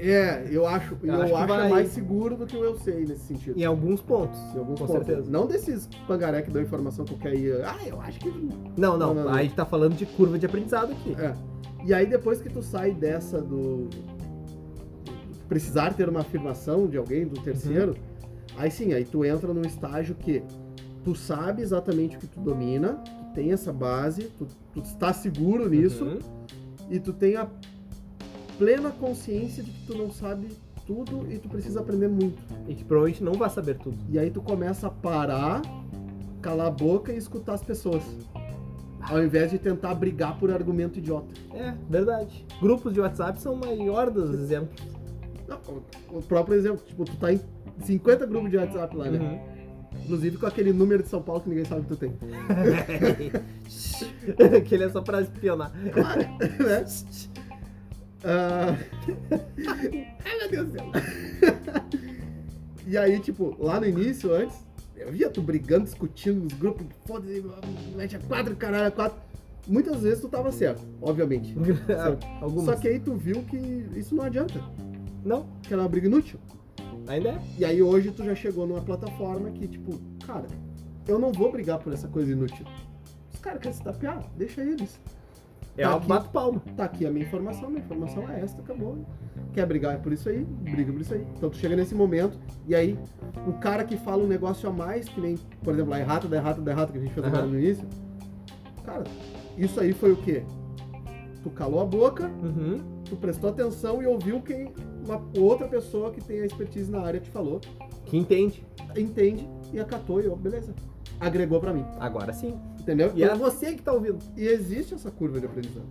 B: é, eu acho, eu,
A: Eu acho que
B: acho
A: vai-
B: mais seguro do que o eu sei nesse sentido.
A: Em alguns pontos.
B: Em alguns
A: com
B: pontos. né?
A: certeza.
B: Não desses pangaré que dão informação qualquer e. Ah, eu acho que
A: Não, não.
B: Não, não, não.
A: Aí a gente tá falando de curva de aprendizado aqui.
B: É. E aí depois que tu sai dessa do precisar ter uma afirmação de alguém, do terceiro, aí sim, aí tu entra num estágio que tu sabe exatamente o que tu domina, tu tem essa base, tu, tu está seguro nisso
A: Uhum.
B: e tu tem a plena consciência de que tu não sabe tudo e tu precisa aprender muito.
A: E que provavelmente não vai saber tudo.
B: E aí tu começa a parar, calar a boca e escutar as pessoas. Ao invés de tentar brigar por argumento idiota.
A: É, verdade. Grupos de WhatsApp são o maior dos exemplos.
B: Não, o- o próprio exemplo, tipo, tu tá em 50 grupos de WhatsApp lá, né?
A: Uhum. <laughs>
B: Inclusive com aquele número de São Paulo que ninguém sabe que tu tem.
A: <laughs> que ele é só pra espionar.
B: Claro, <laughs> né? Ah, Ai, meu Deus do céu. e aí, tipo, lá no início, antes, eu via tu brigando, discutindo nos grupos, foda-se, mete a quatro, caralho, a quatro. Muitas vezes tu tava certo, obviamente.
A: <laughs> Algumas.
B: Só que aí tu viu que isso não adianta,
A: Não,
B: que era uma briga inútil.
A: ainda é.
B: E aí hoje tu já chegou numa plataforma que, tipo, cara, eu não vou brigar por essa coisa inútil. Os caras querem se tapear, deixa eles.
A: É
B: Tá
A: o
B: aqui.
A: bato palma.
B: Tá aqui a minha informação, minha informação é esta, acabou. Quer brigar por isso aí? Briga por isso aí. Então tu chega nesse momento, e aí o cara que fala um negócio a mais, que nem, por exemplo, a errata da errata da errata que a gente fez agora
A: Aham.
B: no início. Cara, isso aí foi o quê? Tu calou a boca,
A: Uhum.
B: tu prestou atenção e ouviu quem uma outra pessoa que tem a expertise na área te falou
A: Que entende.
B: entende e acatou e eu, beleza. Agregou pra mim,
A: Agora sim.
B: entendeu?
A: E é você que tá ouvindo.
B: E existe essa curva de aprendizado.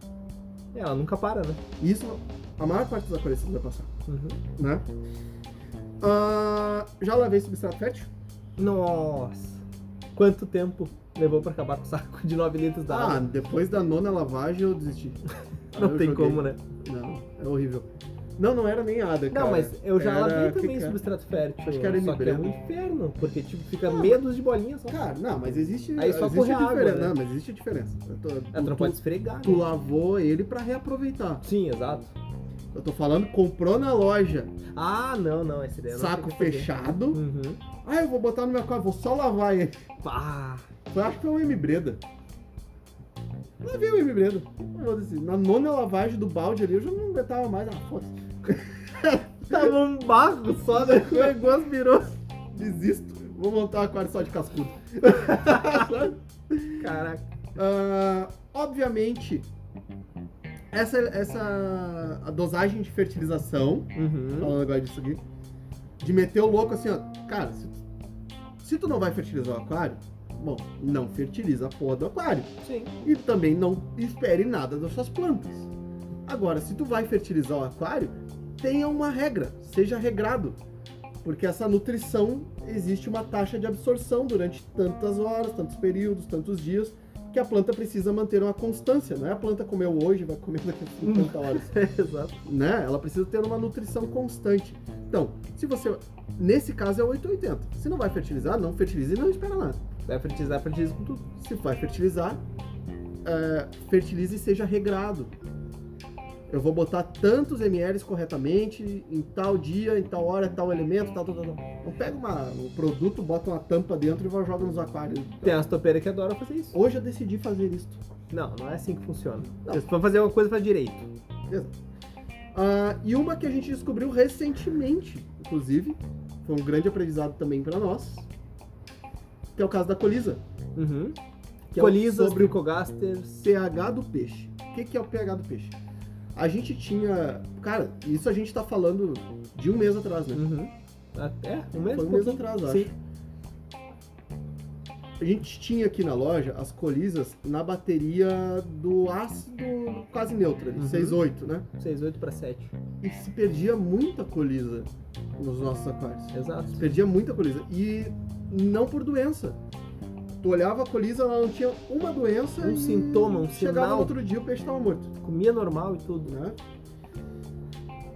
A: É, Ela nunca para, né?
B: E Isso a maior parte dos aquaristas vai passar,
A: Uhum.
B: né? Ah, já lavei substrato fértil?
A: Nossa. Quanto tempo levou pra acabar com o saco de 9 litros da
B: Ah,
A: água?
B: depois da nona lavagem eu
A: <laughs>
B: desisti. Aí
A: Não
B: Ah, eu
A: tem
B: joguei.
A: como, né?
B: Não, é horrível. Não, não era nem ADA, cara.
A: Não, mas eu já
B: era-
A: lavei
B: que
A: também
B: que é?
A: substrato fértil.
B: Acho que era
A: só que é um
B: Embrana.
A: inferno, porque tipo, fica
B: Ah,
A: medos de bolinha só.
B: Cara, não, mas existe.
A: Aí só
B: existe
A: corre a água,
B: diferença.
A: né?
B: Não, mas existe diferença. Eu tô-
A: Ela não
B: tu-
A: pode esfregar,
B: tu
A: né?
B: lavou ele pra reaproveitar.
A: Sim, exato.
B: Eu tô falando, comprou na loja,
A: Ah, não, não, essa ideia não
B: saco
A: tem que fazer.
B: fechado.
A: Uhum.
B: Ah, eu vou botar no meu aquário, vou só lavar ele.
A: Pá.
B: Eu acho que foi um M Breda. Lavei o M Breda. Eu vou dizer, Na nona lavagem do balde ali, eu já não aguentava mais. Ah, foda-se.
A: Tava um barro só, né? O negócio virou.
B: Desisto. Vou montar um aquário só de cascudo. <laughs>
A: Caraca.
B: Ah, obviamente, Essa, essa a dosagem de fertilização,
A: Uhum.
B: falando agora disso aqui, de meter o louco assim, ó. Cara, se tu, se tu não vai fertilizar o aquário, bom, não fertiliza a porra do aquário.
A: Sim. <laughs>
B: E também não espere nada das suas plantas. Agora, se tu vai fertilizar o aquário, tenha uma regra, seja regrado. Porque essa nutrição existe uma taxa de absorção durante tantas horas, tantos períodos, tantos dias, que a planta precisa manter uma constância. Não é a planta comeu hoje, vai comer daqui a 50 horas
A: Exato.
B: né? Ela precisa ter uma nutrição constante. Então, se você. Nesse caso é 880. Se não vai fertilizar, não fertilize e não espera nada.
A: Vai fertilizar, fertiliza com tudo.
B: Se vai fertilizar, é, fertilize e seja regrado. Eu vou botar tantos ml corretamente, em tal dia, em tal hora, em tal elemento, tal, tal, tal. tal. Não pega uma- um produto, bota uma tampa dentro e vai joga nos aquários.
A: Tem as topeiras que adoram fazer isso.
B: Hoje eu decidi fazer isto.
A: Não, não é assim que funciona.
B: Não.
A: Se for fazer uma coisa, faz direito.
B: Ah, e uma que a gente descobriu recentemente, inclusive, foi um grande aprendizado também para nós, que é o caso da colisa,
A: Uhum.
B: que é
A: Colisas,
B: o- sobre o
A: glicogasters.
B: pH do peixe. O que, que é o pH do peixe? A gente tinha, cara, isso a gente tá falando de um mês atrás, né?
A: Uhum. Até um mês
B: Foi um
A: e
B: mês
A: pouquinho.
B: atrás, acho.
A: Sim.
B: A gente tinha aqui na loja as colisas na bateria do ácido quase neutro, ali,
A: Uhum.
B: 6,8, né?
A: 6, 8 para 7.
B: E se perdia muita colisa nos nossos aquários.
A: Exato.
B: Perdia muita colisa. E não por doença. Tu olhava a colisa, ela não tinha uma doença.
A: Um
B: e
A: sintoma, um
B: Chegava
A: sinal.
B: no outro dia, o peixe estava morto.
A: Comia normal e tudo.
B: Né?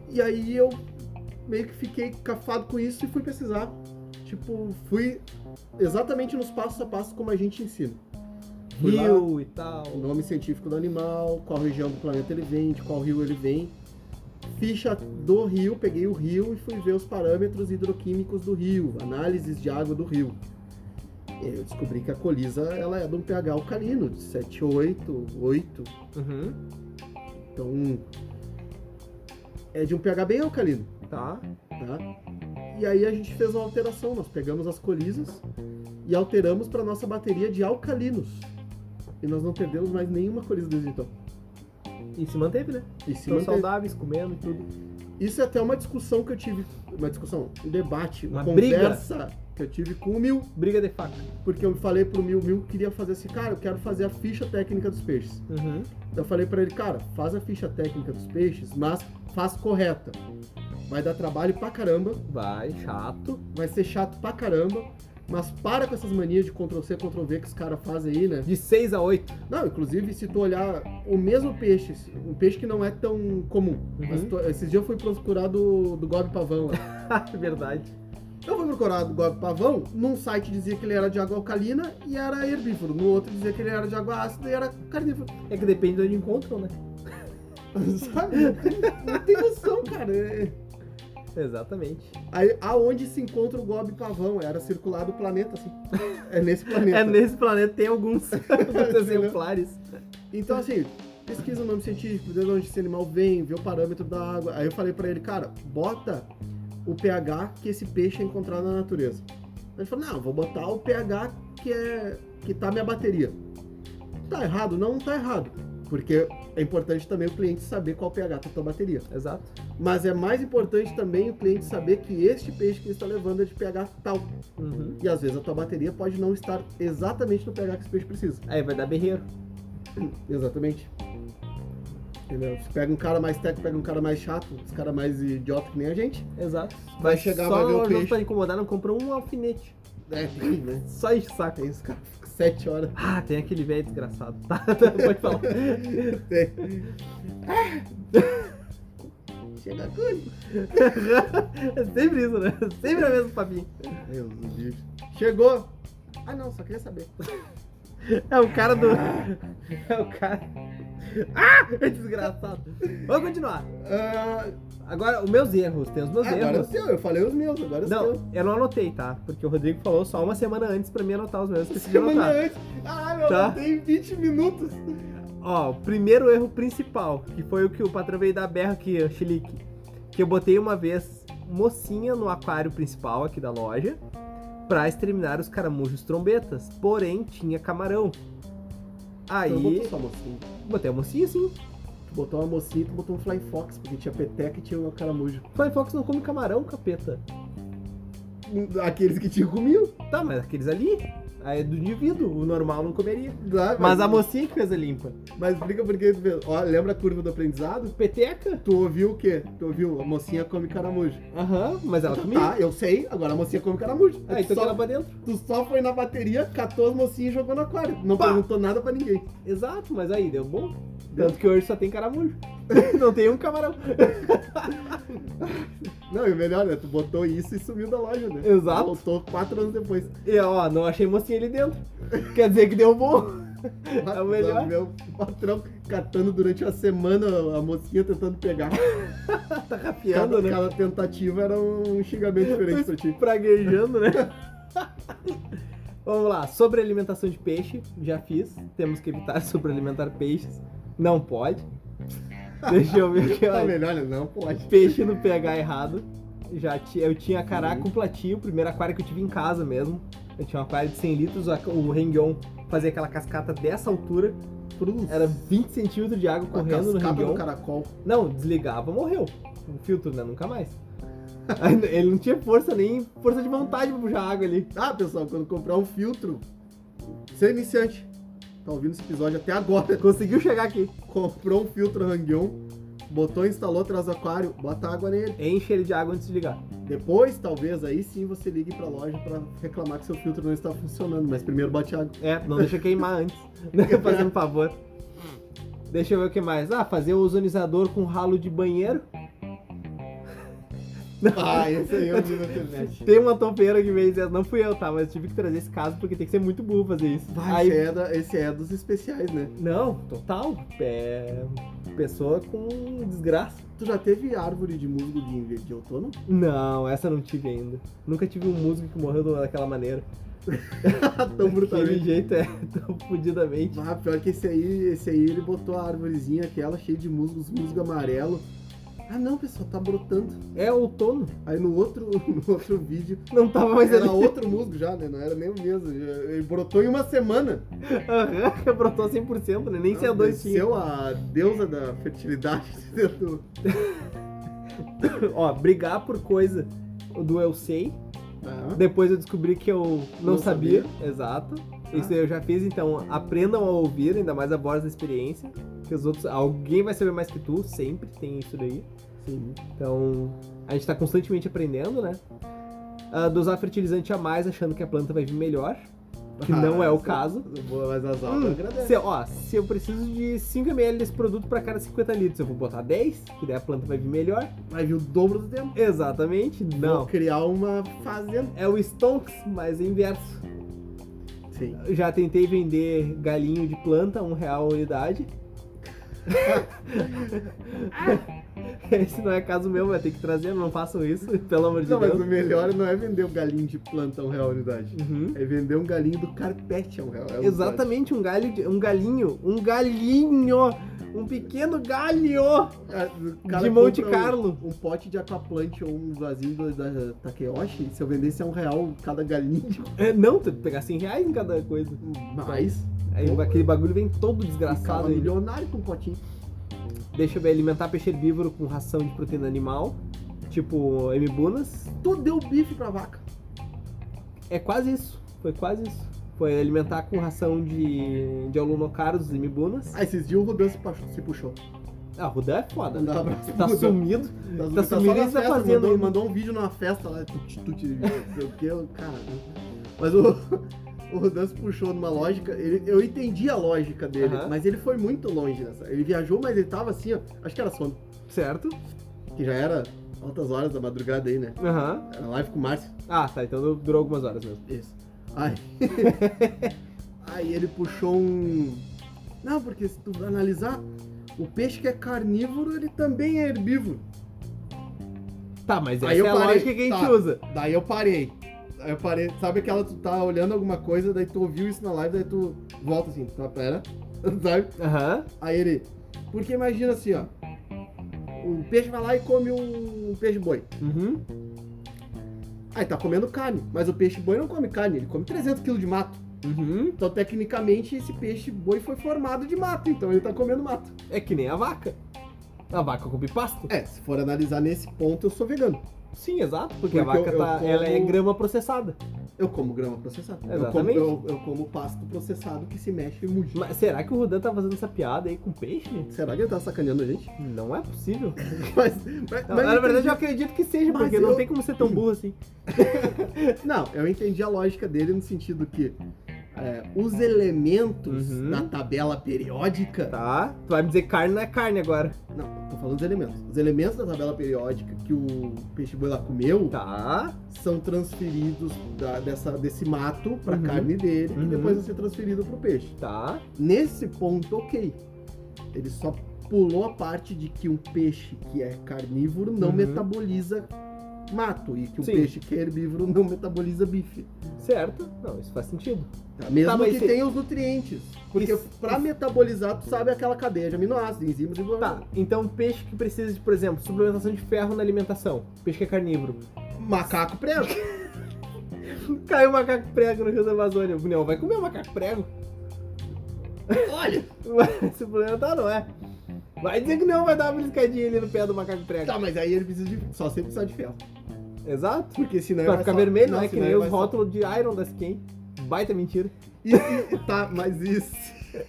B: E aí eu meio que fiquei cafado com isso e fui pesquisar. Tipo, fui exatamente nos passos a passo como a gente ensina. Fui lá.
A: Rio e tal.
B: O nome científico do animal, qual região do planeta ele vem, de qual rio ele vem. Ficha do rio, peguei o rio e fui ver os parâmetros hidroquímicos do rio, análises de água do rio. E aí eu descobri que a colisa ela é de um pH alcalino, de 7, 8, 8.
A: Uhum.
B: Então, é de um pH bem alcalino.
A: Tá.
B: Tá? E aí a gente fez uma alteração, nós pegamos as colisas e alteramos para nossa bateria de alcalinos. E nós não perdemos mais nenhuma colisa desde então.
A: E se manteve, né?
B: E se
A: Estão
B: manteve.
A: saudáveis, comendo e tudo.
B: Isso é até uma discussão que eu tive, uma discussão, um debate, uma,
A: Uma briga.
B: conversa que eu tive com o Mil,
A: Briga de faca.
B: porque eu falei pro Mil, o Mil queria fazer assim, cara, eu quero fazer a ficha técnica dos peixes.
A: Uhum.
B: Eu falei pra ele, cara, faz a ficha técnica dos peixes, mas faz correta. Vai dar trabalho pra caramba,
A: Vai, chato.
B: vai ser chato pra caramba, mas para com essas manias de Ctrl-C, Ctrl-V que os caras fazem aí, né?
A: De 6 a 8. <laughs>
B: Não, inclusive, se tu olhar o mesmo peixe, um peixe que não é tão comum, mas tu- esses dias eu fui procurar do, do Gob Pavão lá.
A: Ah, Verdade.
B: Eu fui procurar do Gob Pavão, num site dizia que ele era de água alcalina e era herbívoro, no outro dizia que ele era de água ácida e era carnívoro. <laughs>
A: É que depende de onde encontram, né?
B: Sabe? Não tem, não tem noção, cara. É-
A: Exatamente.
B: Aí, aonde se encontra o Gob Pavão? Era circular do planeta, assim. É nesse planeta.
A: É nesse planeta tem alguns <laughs> exemplares.
B: Então, assim, pesquisa o nome científico, de onde esse animal vem, vê o parâmetro da água. Aí eu falei pra ele, cara, bota o pH que esse peixe é encontrado na natureza. Ele falou, não, eu vou botar o pH que é que tá a minha bateria. Tá errado? Não, não tá errado. Porque é importante também o cliente saber qual pH tá a tua bateria.
A: Exato.
B: Mas é mais importante também o cliente saber que este peixe que ele está levando é de pH tal.
A: Uhum.
B: E às vezes a tua bateria pode não estar exatamente no pH que esse peixe precisa.
A: Aí vai dar berreiro.
B: Exatamente. Entendeu? Você pega um cara mais técnico, pega um cara mais chato, os caras mais idiota que nem a gente.
A: Exato.
B: Vai chegar,
A: só
B: vai ver o
A: nós
B: peixe.
A: pra incomodar, não comprou um alfinete.
B: É, tem, né? <laughs>
A: Só enche o saco.
B: Tem os caras que ficam sete horas. <laughs>
A: Ah, tem aquele velho desgraçado. Tá, <laughs> tá, pode falar.
B: <laughs> Chega com
A: é sempre isso, né? Sempre a mesma papinha.
B: Deus do bicho. Chegou! Ah não, só queria saber.
A: É o cara do. <laughs> É o cara. Ah! <laughs> É desgraçado. Vamos continuar.
B: Ah,
A: Agora, os meus erros. Tem os meus
B: agora é o
A: erros.
B: seu, eu falei os meus, agora é o
A: Não,
B: seu.
A: eu não anotei, tá? Porque o Rodrigo falou só uma semana antes pra mim anotar os meus. Esqueci de
B: Semana
A: anotar.
B: antes. Ah, meu,
A: é Tá.
B: não tem 20 minutos.
A: Ó, o primeiro erro principal, que foi o que o patrão veio dar berro aqui, o Chilique. Que eu botei uma vez mocinha no aquário principal aqui da loja pra exterminar os caramujos trombetas. Porém, tinha camarão.
B: Então
A: Aí,
B: eu boto só mocinho.
A: botei a mocinha sim.
B: Tu Botou uma mocinha e tu botou um Fly Fox, porque tinha peteca e tinha o caramujo.
A: Fly Fox não come camarão, capeta.
B: Aqueles que tinham comido.
A: Tá, mas aqueles ali. Aí é do indivíduo, o normal não comeria.
B: Tá,
A: Mas a mocinha que fez a limpa.
B: Mas explica porque tu fez. Ó, lembra a curva do aprendizado?
A: Peteca?
B: Tu ouviu o quê? Tu ouviu? A mocinha come caramujo.
A: Aham, mas ela comia.
B: Tá, eu sei. Agora a mocinha come caramujo.
A: Ah, então
B: tu,
A: que ela
B: só,
A: pra dentro.
B: tu só foi na bateria, catou as mocinhas e jogou no aquário. Não
A: Pá.
B: perguntou nada pra ninguém.
A: Exato, mas aí deu bom.
B: Deu.
A: Tanto que hoje só tem caramujo. <laughs> não tem um camarão.
B: Não, e o melhor, né? Tu botou isso e sumiu da loja, né?
A: Exato.
B: Voltou quatro anos depois.
A: E ó, não achei mocinha ali dentro. Quer dizer que deu bom. É o melhor.
B: Meu patrão catando durante a semana a mocinha tentando
A: <laughs>
B: pegar.
A: Tá
B: Cada,
A: rafiando, né?
B: cada tentativa era um xingamento diferente pra ti.
A: Praguejando, né? <laughs> Vamos lá, sobre alimentação de peixe, já fiz. Temos que evitar <laughs> sobrealimentar peixes. Não pode. Deixa eu ver aqui,
B: Tá
A: ó.
B: melhor, né? Não pode.
A: Peixe no pH errado. Já ti- eu tinha
B: Uhum.
A: caraca um platio, o primeiro aquário que eu tive em casa mesmo. Eu tinha um aquário de 100 litros, o aqu- o Rengion fazia aquela cascata dessa altura.
B: Cruz.
A: Era 20 centímetros de água correndo no
B: cascata do
A: Rengion.
B: caracol.
A: Não, desligava, morreu. O filtro, né? Nunca mais. <laughs> Aí Ele não tinha força, nem força de vontade pra puxar água ali.
B: Ah, pessoal, quando comprar um filtro, você é iniciante. Tá ouvindo esse episódio até agora. <laughs>
A: Conseguiu chegar aqui.
B: Comprou um filtro Hangyon, botou, instalou, traz o aquário, bota água nele.
A: Enche ele de água antes de ligar.
B: Depois, talvez, aí sim você ligue pra loja pra reclamar que seu filtro não está funcionando. Mas primeiro bote água.
A: É, não deixa queimar antes. <laughs> Né? Fazendo favor. Deixa eu ver o que mais. Ah, fazer o ozonizador com ralo de banheiro.
B: <laughs> Ah, esse aí eu vi na internet.
A: Tem uma topeira que veio dizer, não fui eu, tá? Mas tive que trazer esse caso porque tem que ser muito burro fazer isso.
B: Vai, esse, é da- esse é dos especiais, né?
A: Não, total. É. Pessoa com desgraça.
B: Tu já teve árvore de musgo de, inve- de outono? <laughs>
A: Não, essa eu não tive ainda. Nunca tive um músico que morreu do- daquela maneira.
B: Tão
A: Daquele
B: brutalmente.
A: jeito é <laughs> tão fudidamente.
B: Ah, pior que esse aí, esse aí ele botou a árvorezinha aquela cheia de musgos, musgo amarelo. Ah não, pessoal, tá brotando.
A: É outono.
B: Aí no outro, <laughs> no outro vídeo,
A: Não tava mais
B: era
A: ali.
B: outro musgo já, né? Não era nem o mesmo. já- Ele brotou em uma semana.
A: Aham, <laughs> brotou 100%, né? Nem se a dois tinha.
B: Desceu a deusa da fertilidade <laughs> dentro do...
A: Ó, brigar por coisa do eu sei.
B: Ah,
A: Depois eu descobri que eu não,
B: Não Tá.
A: sabia. Exato. Isso eu já fiz, então aprendam a ouvir, ainda mais a voz da experiência. Que os outros. Alguém vai saber mais que tu, sempre tem isso daí.
B: sim.
A: Então, a gente tá constantemente aprendendo, né? Ah, dosar fertilizante a mais, achando que a planta vai vir melhor. Que não é o
B: Ah, sim. É.
A: caso.
B: Boa, Mas as aulas
A: Hum,
B: agradecem.
A: se, ó, se eu preciso de 5ml desse produto para cada 50 litros, eu vou botar 10, que daí a planta vai vir melhor.
B: Vai vir o dobro do tempo.
A: Exatamente,
B: Vou
A: não.
B: criar uma fazenda.
A: É o Stonks, mas é inverso.
B: Sim.
A: Já tentei vender galinho de planta, um real a unidade.
B: Ah.
A: Esse não é caso meu, vai ter que trazer, não façam isso, <laughs> pelo amor de
B: Não, mas
A: Deus.
B: o melhor não é vender um galinho de planta a um real a unidade.
A: Uhum.
B: É vender um galinho do carpete a um real. a unidade.
A: Exatamente, um galho, de- um galinho, um galinho, um pequeno galho
B: Ah, o cara
A: de Monte
B: compra um-
A: Carlo.
B: Um pote de aquaplant ou um vasinho do- da Takeyoshi, se eu vendesse a um real cada galinho,
A: É, não, tem que pegar 100 reais em cada coisa.
B: mais.
A: Aí
B: Pô.
A: aquele bagulho vem todo
B: Ficava
A: desgraçado. Ele.
B: milionário com um potinho.
A: Deixa eu ver, alimentar peixe herbívoro com ração de proteína animal, tipo M-Bunas.
B: Tu deu bife pra vaca.
A: É quase isso, foi quase isso. Foi alimentar com ração de, de alunocaros, M-Bunas.
B: Ah, esses dias o Rudan se, pachou- se puxou.
A: Ah, Rudá é foda.
B: Mandar um abraço pro
A: Tá
B: Rudan.
A: sumido.
B: Tá,
A: tá
B: só
A: sumido,
B: na
A: ele tá
B: festa,
A: fazendo
B: Mandou,
A: ainda.
B: mandou um vídeo numa festa lá, tuti, tuti, não sei o que, eu- cara. né? Mas o, <laughs> o Rodan se puxou numa lógica, ele- eu entendi a lógica dele,
A: Aham.
B: mas ele foi muito longe nessa. Ele viajou, mas ele tava assim, ó, acho que era sono,
A: Certo?
B: que já era altas horas da madrugada aí, né?
A: Aham.
B: Era live com o Márcio,
A: Ah, tá, então durou algumas horas mesmo.
B: isso. Aí, <laughs> aí ele puxou um... Não, porque se tu analisar, o peixe que é carnívoro, ele também é herbívoro.
A: Tá, mas essa
B: Aí eu
A: é a
B: parei.
A: lógica que a gente
B: Tá.
A: usa.
B: Daí eu parei. Aí eu parei. Sabe aquela tu tá olhando alguma coisa, daí tu ouviu isso na live, daí tu volta assim, tá, pera. <laughs> Sabe?
A: Aham.
B: Aí ele. Porque imagina assim, ó. O peixe vai lá e come um peixe boi.
A: Uhum.
B: Aí tá comendo carne, mas o peixe boi não come carne, ele come 300 kg de mato.
A: Uhum.
B: Então, tecnicamente, esse peixe boi foi formado de mato, então ele tá comendo mato.
A: É que nem a vaca. A vaca come pasto?
B: É, se for analisar nesse ponto, eu sou vegano.
A: Sim, exato, porque, a
B: Porque eu-
A: vaca
B: eu
A: tá,
B: como-
A: ela é grama processada.
B: Eu como grama processada. Eu como,
A: Exatamente.
B: eu, eu como pasto processado que se mexe e muge.
A: Mas será que o Rodan tá fazendo essa piada aí com peixe?
B: Será que ele tá sacaneando a gente?
A: Não é possível.
B: Mas, mas-
A: Não,
B: mas
A: na
B: eu
A: verdade,
B: entendi-
A: eu acredito que seja,
B: Mas
A: porque não
B: eu-
A: tem como ser tão burro assim.
B: Não, eu entendi a lógica dele no sentido que é, os elementos
A: Uhum.
B: da tabela periódica.
A: Tá? Tu vai me dizer carne não é carne agora.
B: Não, tô falando dos elementos. Os elementos da tabela periódica que o peixe boi lá comeu
A: Tá.
B: são transferidos da- dessa, desse mato pra
A: Uhum.
B: carne dele
A: Uhum.
B: e depois vai ser transferido pro peixe.
A: Tá.
B: Nesse ponto, ok. Ele só pulou a parte de que um peixe que é carnívoro não
A: Uhum.
B: metaboliza mato e que um
A: Sim.
B: peixe que é herbívoro não metaboliza bife.
A: Certo. Não, isso faz sentido.
B: Tá? Mesmo
A: Tá, mas
B: que
A: se-
B: tenha os nutrientes. Porque
A: Isso-
B: pra metabolizar, tu sabe aquela cadeia de aminoácidos, enzimas e
A: Tá, então peixe que precisa de, por exemplo, suplementação de ferro na alimentação. Peixe que é carnívoro. <laughs>
B: macaco preso.
A: Caiu um macaco prego no rio da Amazônia. Não, vai comer um macaco prego. <laughs>
B: Olha,
A: Vai se suplementar, não é? Vai dizer que não, vai dar uma beliscadinha ali no pé do macaco prego.
B: tá, mas aí ele precisa de. Só se ele precisar de ferro.
A: Exato.
B: Porque senão
A: Vai
B: ele
A: ficar
B: só-
A: vermelho, não é que
B: senão
A: nem
B: ele
A: os
B: vai só-
A: rótulos de Iron da Skin. Baita mentira.
B: E, e- tá, mas isso.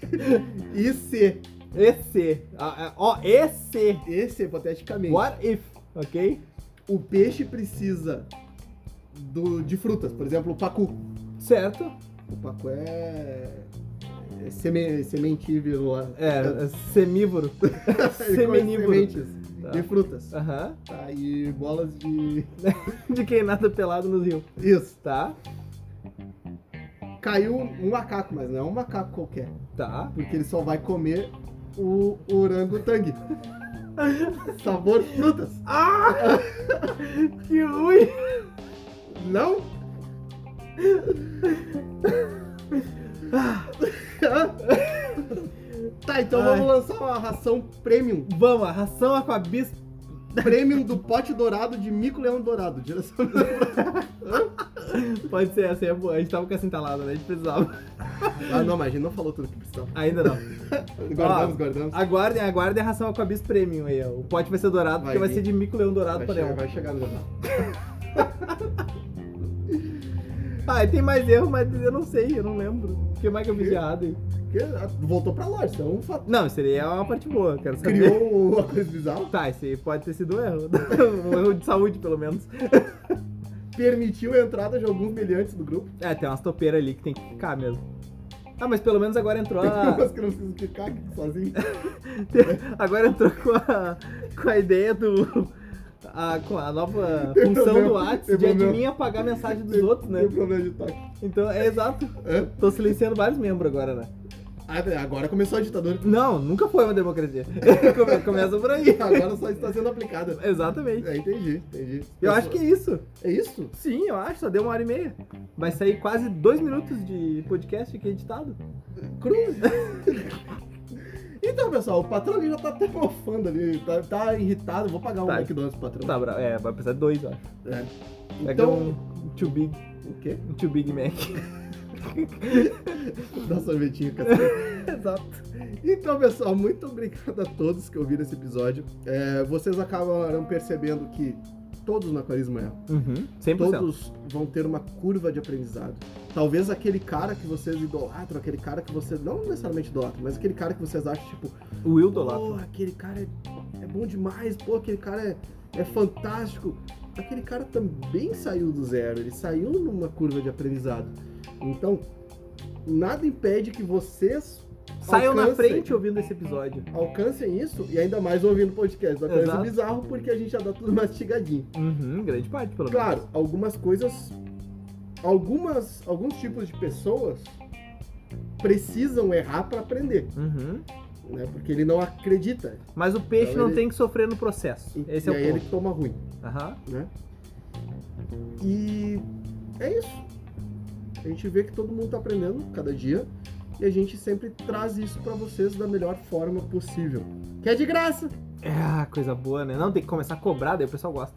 B: <laughs> e se,
A: Esse. Ah, ah, Ó, esse.
B: esse hipoteticamente,
A: What if? Ok?
B: o peixe precisa do, de frutas, por exemplo, o pacu.
A: Certo.
B: O pacu é. é seme, sementívoro lá.
A: É, é
B: <laughs>
A: semívoro.
B: Ele come
A: Seminívoro.
B: sementes
A: Tá.
B: De frutas.
A: Aham.
B: Tá, e bolas de.
A: De quem nada é pelado no rio.
B: Isso.
A: Tá,
B: Caiu um macaco, mas não é um macaco qualquer.
A: tá.
B: Porque ele só vai comer o orangotangue. <laughs> Sabor frutas.
A: Ah! <laughs> que ruim!
B: Não? <laughs> tá, então
A: Ai.
B: vamos lançar uma ração premium.
A: Vamos, a ração aquabis.
B: Premium do pote dourado de Mico Leão Dourado. Direção...
A: Pode ser essa, aí é boa. A gente tava com essa entalada, né? A gente precisava. <laughs>
B: Ah, não, mas a gente não falou tudo que precisava. Ah,
A: Ainda não.
B: Guardamos, guardamos.
A: Aguardem, aguardem a ração aquabis premium aí, ó. O pote vai ser dourado,
B: Vai
A: porque vai
B: vir.
A: ser de mico leão dourado
B: Vai
A: para
B: chegar,
A: leão.
B: tá, vai chegar no jornal.
A: Ah, e tem mais erro, mas eu não sei, eu não lembro. O que mais que eu fiz de
B: Que?
A: errado aí?
B: Porque ah, Voltou pra loja, isso é um fato.
A: Não, isso aí é uma parte boa, quero saber.
B: <laughs> Criou um- uma coisa bizarra.
A: Tá, isso aí pode ter sido um erro. <laughs> um erro de saúde, pelo menos.
B: Permitiu a entrada de alguns meliantes do grupo.
A: É, tem umas topeiras ali que tem que ficar mesmo. Ah, mas pelo menos agora entrou
B: <laughs>
A: a.
B: Mas que eu não preciso clicar aqui sozinho.
A: Agora entrou com a, com a ideia do. a- com a nova
B: Tem
A: função
B: problema,
A: do WhatsApp
B: tem
A: de
B: problema.
A: admin apagar a mensagem dos outros, né?
B: Tem problema de toque.
A: Então, é exato.
B: Hã?
A: Tô silenciando vários membros agora, né?
B: Ah, Agora começou a ditadura. <laughs>
A: Não, nunca foi uma democracia. <laughs> Come- Começa por aí.
B: Agora só está sendo aplicada.
A: Exatamente.
B: É, entendi, entendi.
A: Eu acho que é isso.
B: É isso?
A: Sim, eu acho, só deu uma hora e meia. Vai sair quase dois minutos de podcast aqui editado.
B: Cruz! <laughs> então, pessoal, o patrão ali já tá até mofando ali, tá, tá irritado. Vou pagar um
A: Tá.
B: McDonald's pro patrão.
A: Tá, bra- é, vai precisar de dois, eu acho.
B: É.
A: Pega
B: Então,
A: um too big,
B: o quê?
A: um too big Mac.
B: Dá um sorvetinho, cacete. <laughs>
A: Exato.
B: Então, pessoal, muito obrigado a todos que ouviram esse episódio. É, vocês acabarão percebendo que todos no aquarismo é.
A: Uhum, 100%.
B: Todos vão ter uma curva de aprendizado. Talvez aquele cara que vocês idolatram, aquele cara que vocês não necessariamente idolatram, mas aquele cara que vocês acham, tipo,
A: O Will
B: Pô,
A: Dolato.
B: aquele cara é, é bom demais, pô, aquele cara é, é fantástico. Aquele cara também saiu do zero, ele saiu numa curva de aprendizado. Então, nada impede que vocês
A: Saiam na
B: alcancem-
A: frente ouvindo esse episódio.
B: alcancem isso e ainda mais ouvindo podcast. Da coisa
A: Exato.
B: bizarro porque a gente já dá tudo mastigadinho.
A: Uhum, grande parte, pelo menos.
B: Claro, algumas coisas. Algumas, alguns tipos de pessoas precisam errar para aprender,
A: Uhum.
B: né? Porque ele não acredita.
A: Mas o peixe
B: Então
A: não
B: ele-
A: tem que sofrer no processo.
B: E,
A: Esse
B: e
A: é o
B: aí ele
A: ponto.
B: toma ruim.
A: Aham.
B: né? E é isso. A gente vê que todo mundo tá aprendendo cada dia e a gente sempre traz isso pra vocês da melhor forma possível. Que é de graça.
A: É, coisa boa, né? Não, tem que começar a cobrar, daí o pessoal gosta.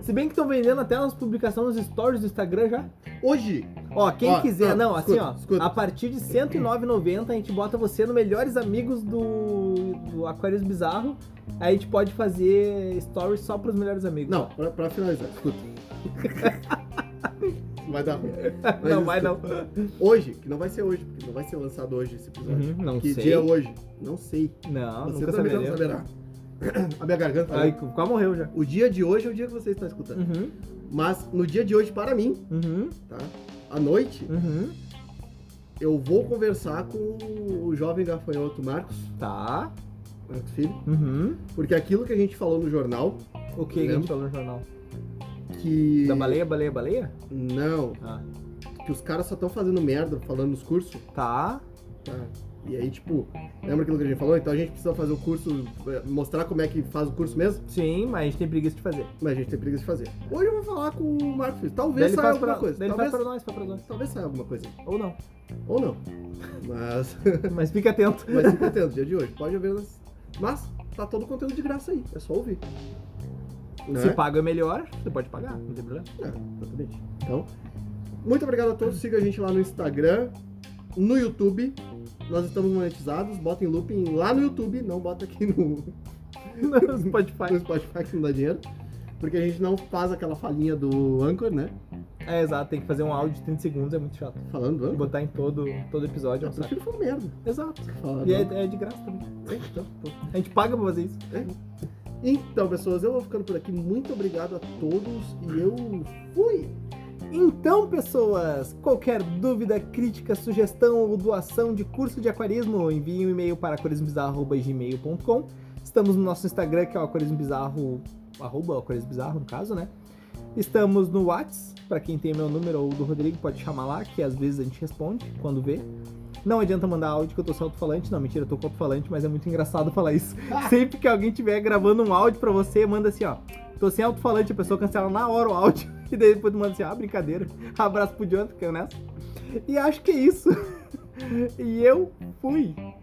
A: Se bem que estão vendendo até nas publicações nos stories do Instagram já.
B: Hoje,
A: Ó, quem
B: Ó,
A: quiser,
B: ó,
A: não, assim,
B: escuta,
A: ó.
B: escuta.
A: A partir de 109,90 a gente bota você no Melhores Amigos do, do Aquarius Bizarro. Aí a gente pode fazer stories só pros melhores amigos.
B: Não, pra, pra finalizar, escuta. <laughs> Vai dar ruim.
A: <laughs> não, vai
B: mas
A: não.
B: Hoje, que não vai ser hoje, porque não vai ser lançado hoje esse episódio.
A: Uhum, não
B: que
A: sei.
B: dia é hoje? Não sei.
A: Não,
B: Você
A: nunca
B: também
A: saberemos.
B: não saberá. <clears throat> A minha garganta.
A: Ai,
B: né?
A: quase morreu já.
B: O dia de hoje é o dia que você está escutando.
A: Uhum,
B: Mas no dia de hoje, para mim,
A: uhum,
B: tá? À noite,
A: uhum.
B: eu vou conversar com o jovem gafanhoto Marcos,
A: Tá.
B: Marcos Filho,
A: Uhum.
B: porque aquilo que a gente falou no jornal,
A: O que que a gente
B: Lembra?
A: falou no jornal?
B: que.
A: Da baleia, baleia, baleia?
B: Não,
A: Ah.
B: que os caras só estão fazendo merda falando nos cursos,
A: Tá.
B: tá? E aí, tipo, lembra aquilo que a gente falou? Então a gente precisa fazer o curso, eh, mostrar como é que faz o curso mesmo,
A: Sim, mas a gente tem preguiça de fazer.
B: mas a gente tem preguiça de fazer. Hoje eu vou falar com o Marcos Filho.
A: Daí
B: Talvez
A: ele
B: saia
A: faz
B: alguma
A: pra,
B: coisa.
A: daí ele faz
B: Talvez,
A: pra nós, faz pra nós.
B: talvez saia alguma coisa.
A: Ou não.
B: Ou não. Mas. <laughs>
A: Mas fica atento.
B: Mas fica atento, dia de hoje. Pode haver. nas- Mas tá todo o conteúdo de graça aí. É só ouvir. Não
A: Se
B: é?
A: paga é melhor, você pode pagar, não tem problema. <laughs>
B: É, exatamente. Então, muito obrigado a todos. Siga a gente lá no Instagram, no YouTube. Nós estamos monetizados. Botem looping lá no YouTube. Não bota aqui no,
A: No Spotify.
B: no Spotify que não dá dinheiro. Porque a gente não faz aquela falinha do Anchor, né?
A: É, exato, tem que fazer um áudio de 30 segundos, é muito chato.
B: Falando do
A: E
B: Anchor.
A: botar em todo, todo episódio, é
B: Eu
A: um saco.
B: prefiro falar merda.
A: Exato.
B: Falar
A: E
B: do-
A: é, é de graça também.
B: É, então, pô.
A: A gente paga pra fazer isso.
B: então, pessoas, eu vou ficando por aqui. Muito obrigado a todos. E eu fui!
A: Então, pessoas, qualquer dúvida, crítica, sugestão ou doação de curso de aquarismo, envie um e-mail para aquarismobizarro.gmail.com. Estamos no nosso Instagram, que é o aquarismobizarro, arroba aquarismobizarro, no caso, né? Estamos no Whats, para quem tem meu número ou do Rodrigo, pode chamar lá, que às vezes a gente responde, quando vê. Não adianta mandar áudio que eu tô sem alto-falante. Não, mentira, eu tô com alto-falante, mas é muito engraçado falar isso. Sempre que alguém tiver gravando um áudio pra você, manda assim, ó. Tô sem alto-falante, a pessoa cancela na hora o áudio. <laughs> E daí depois tu manda assim, ah, brincadeira. <laughs> <laughs> Abraço pro Jonathan, que é nessa. E acho que é isso. E eu fui.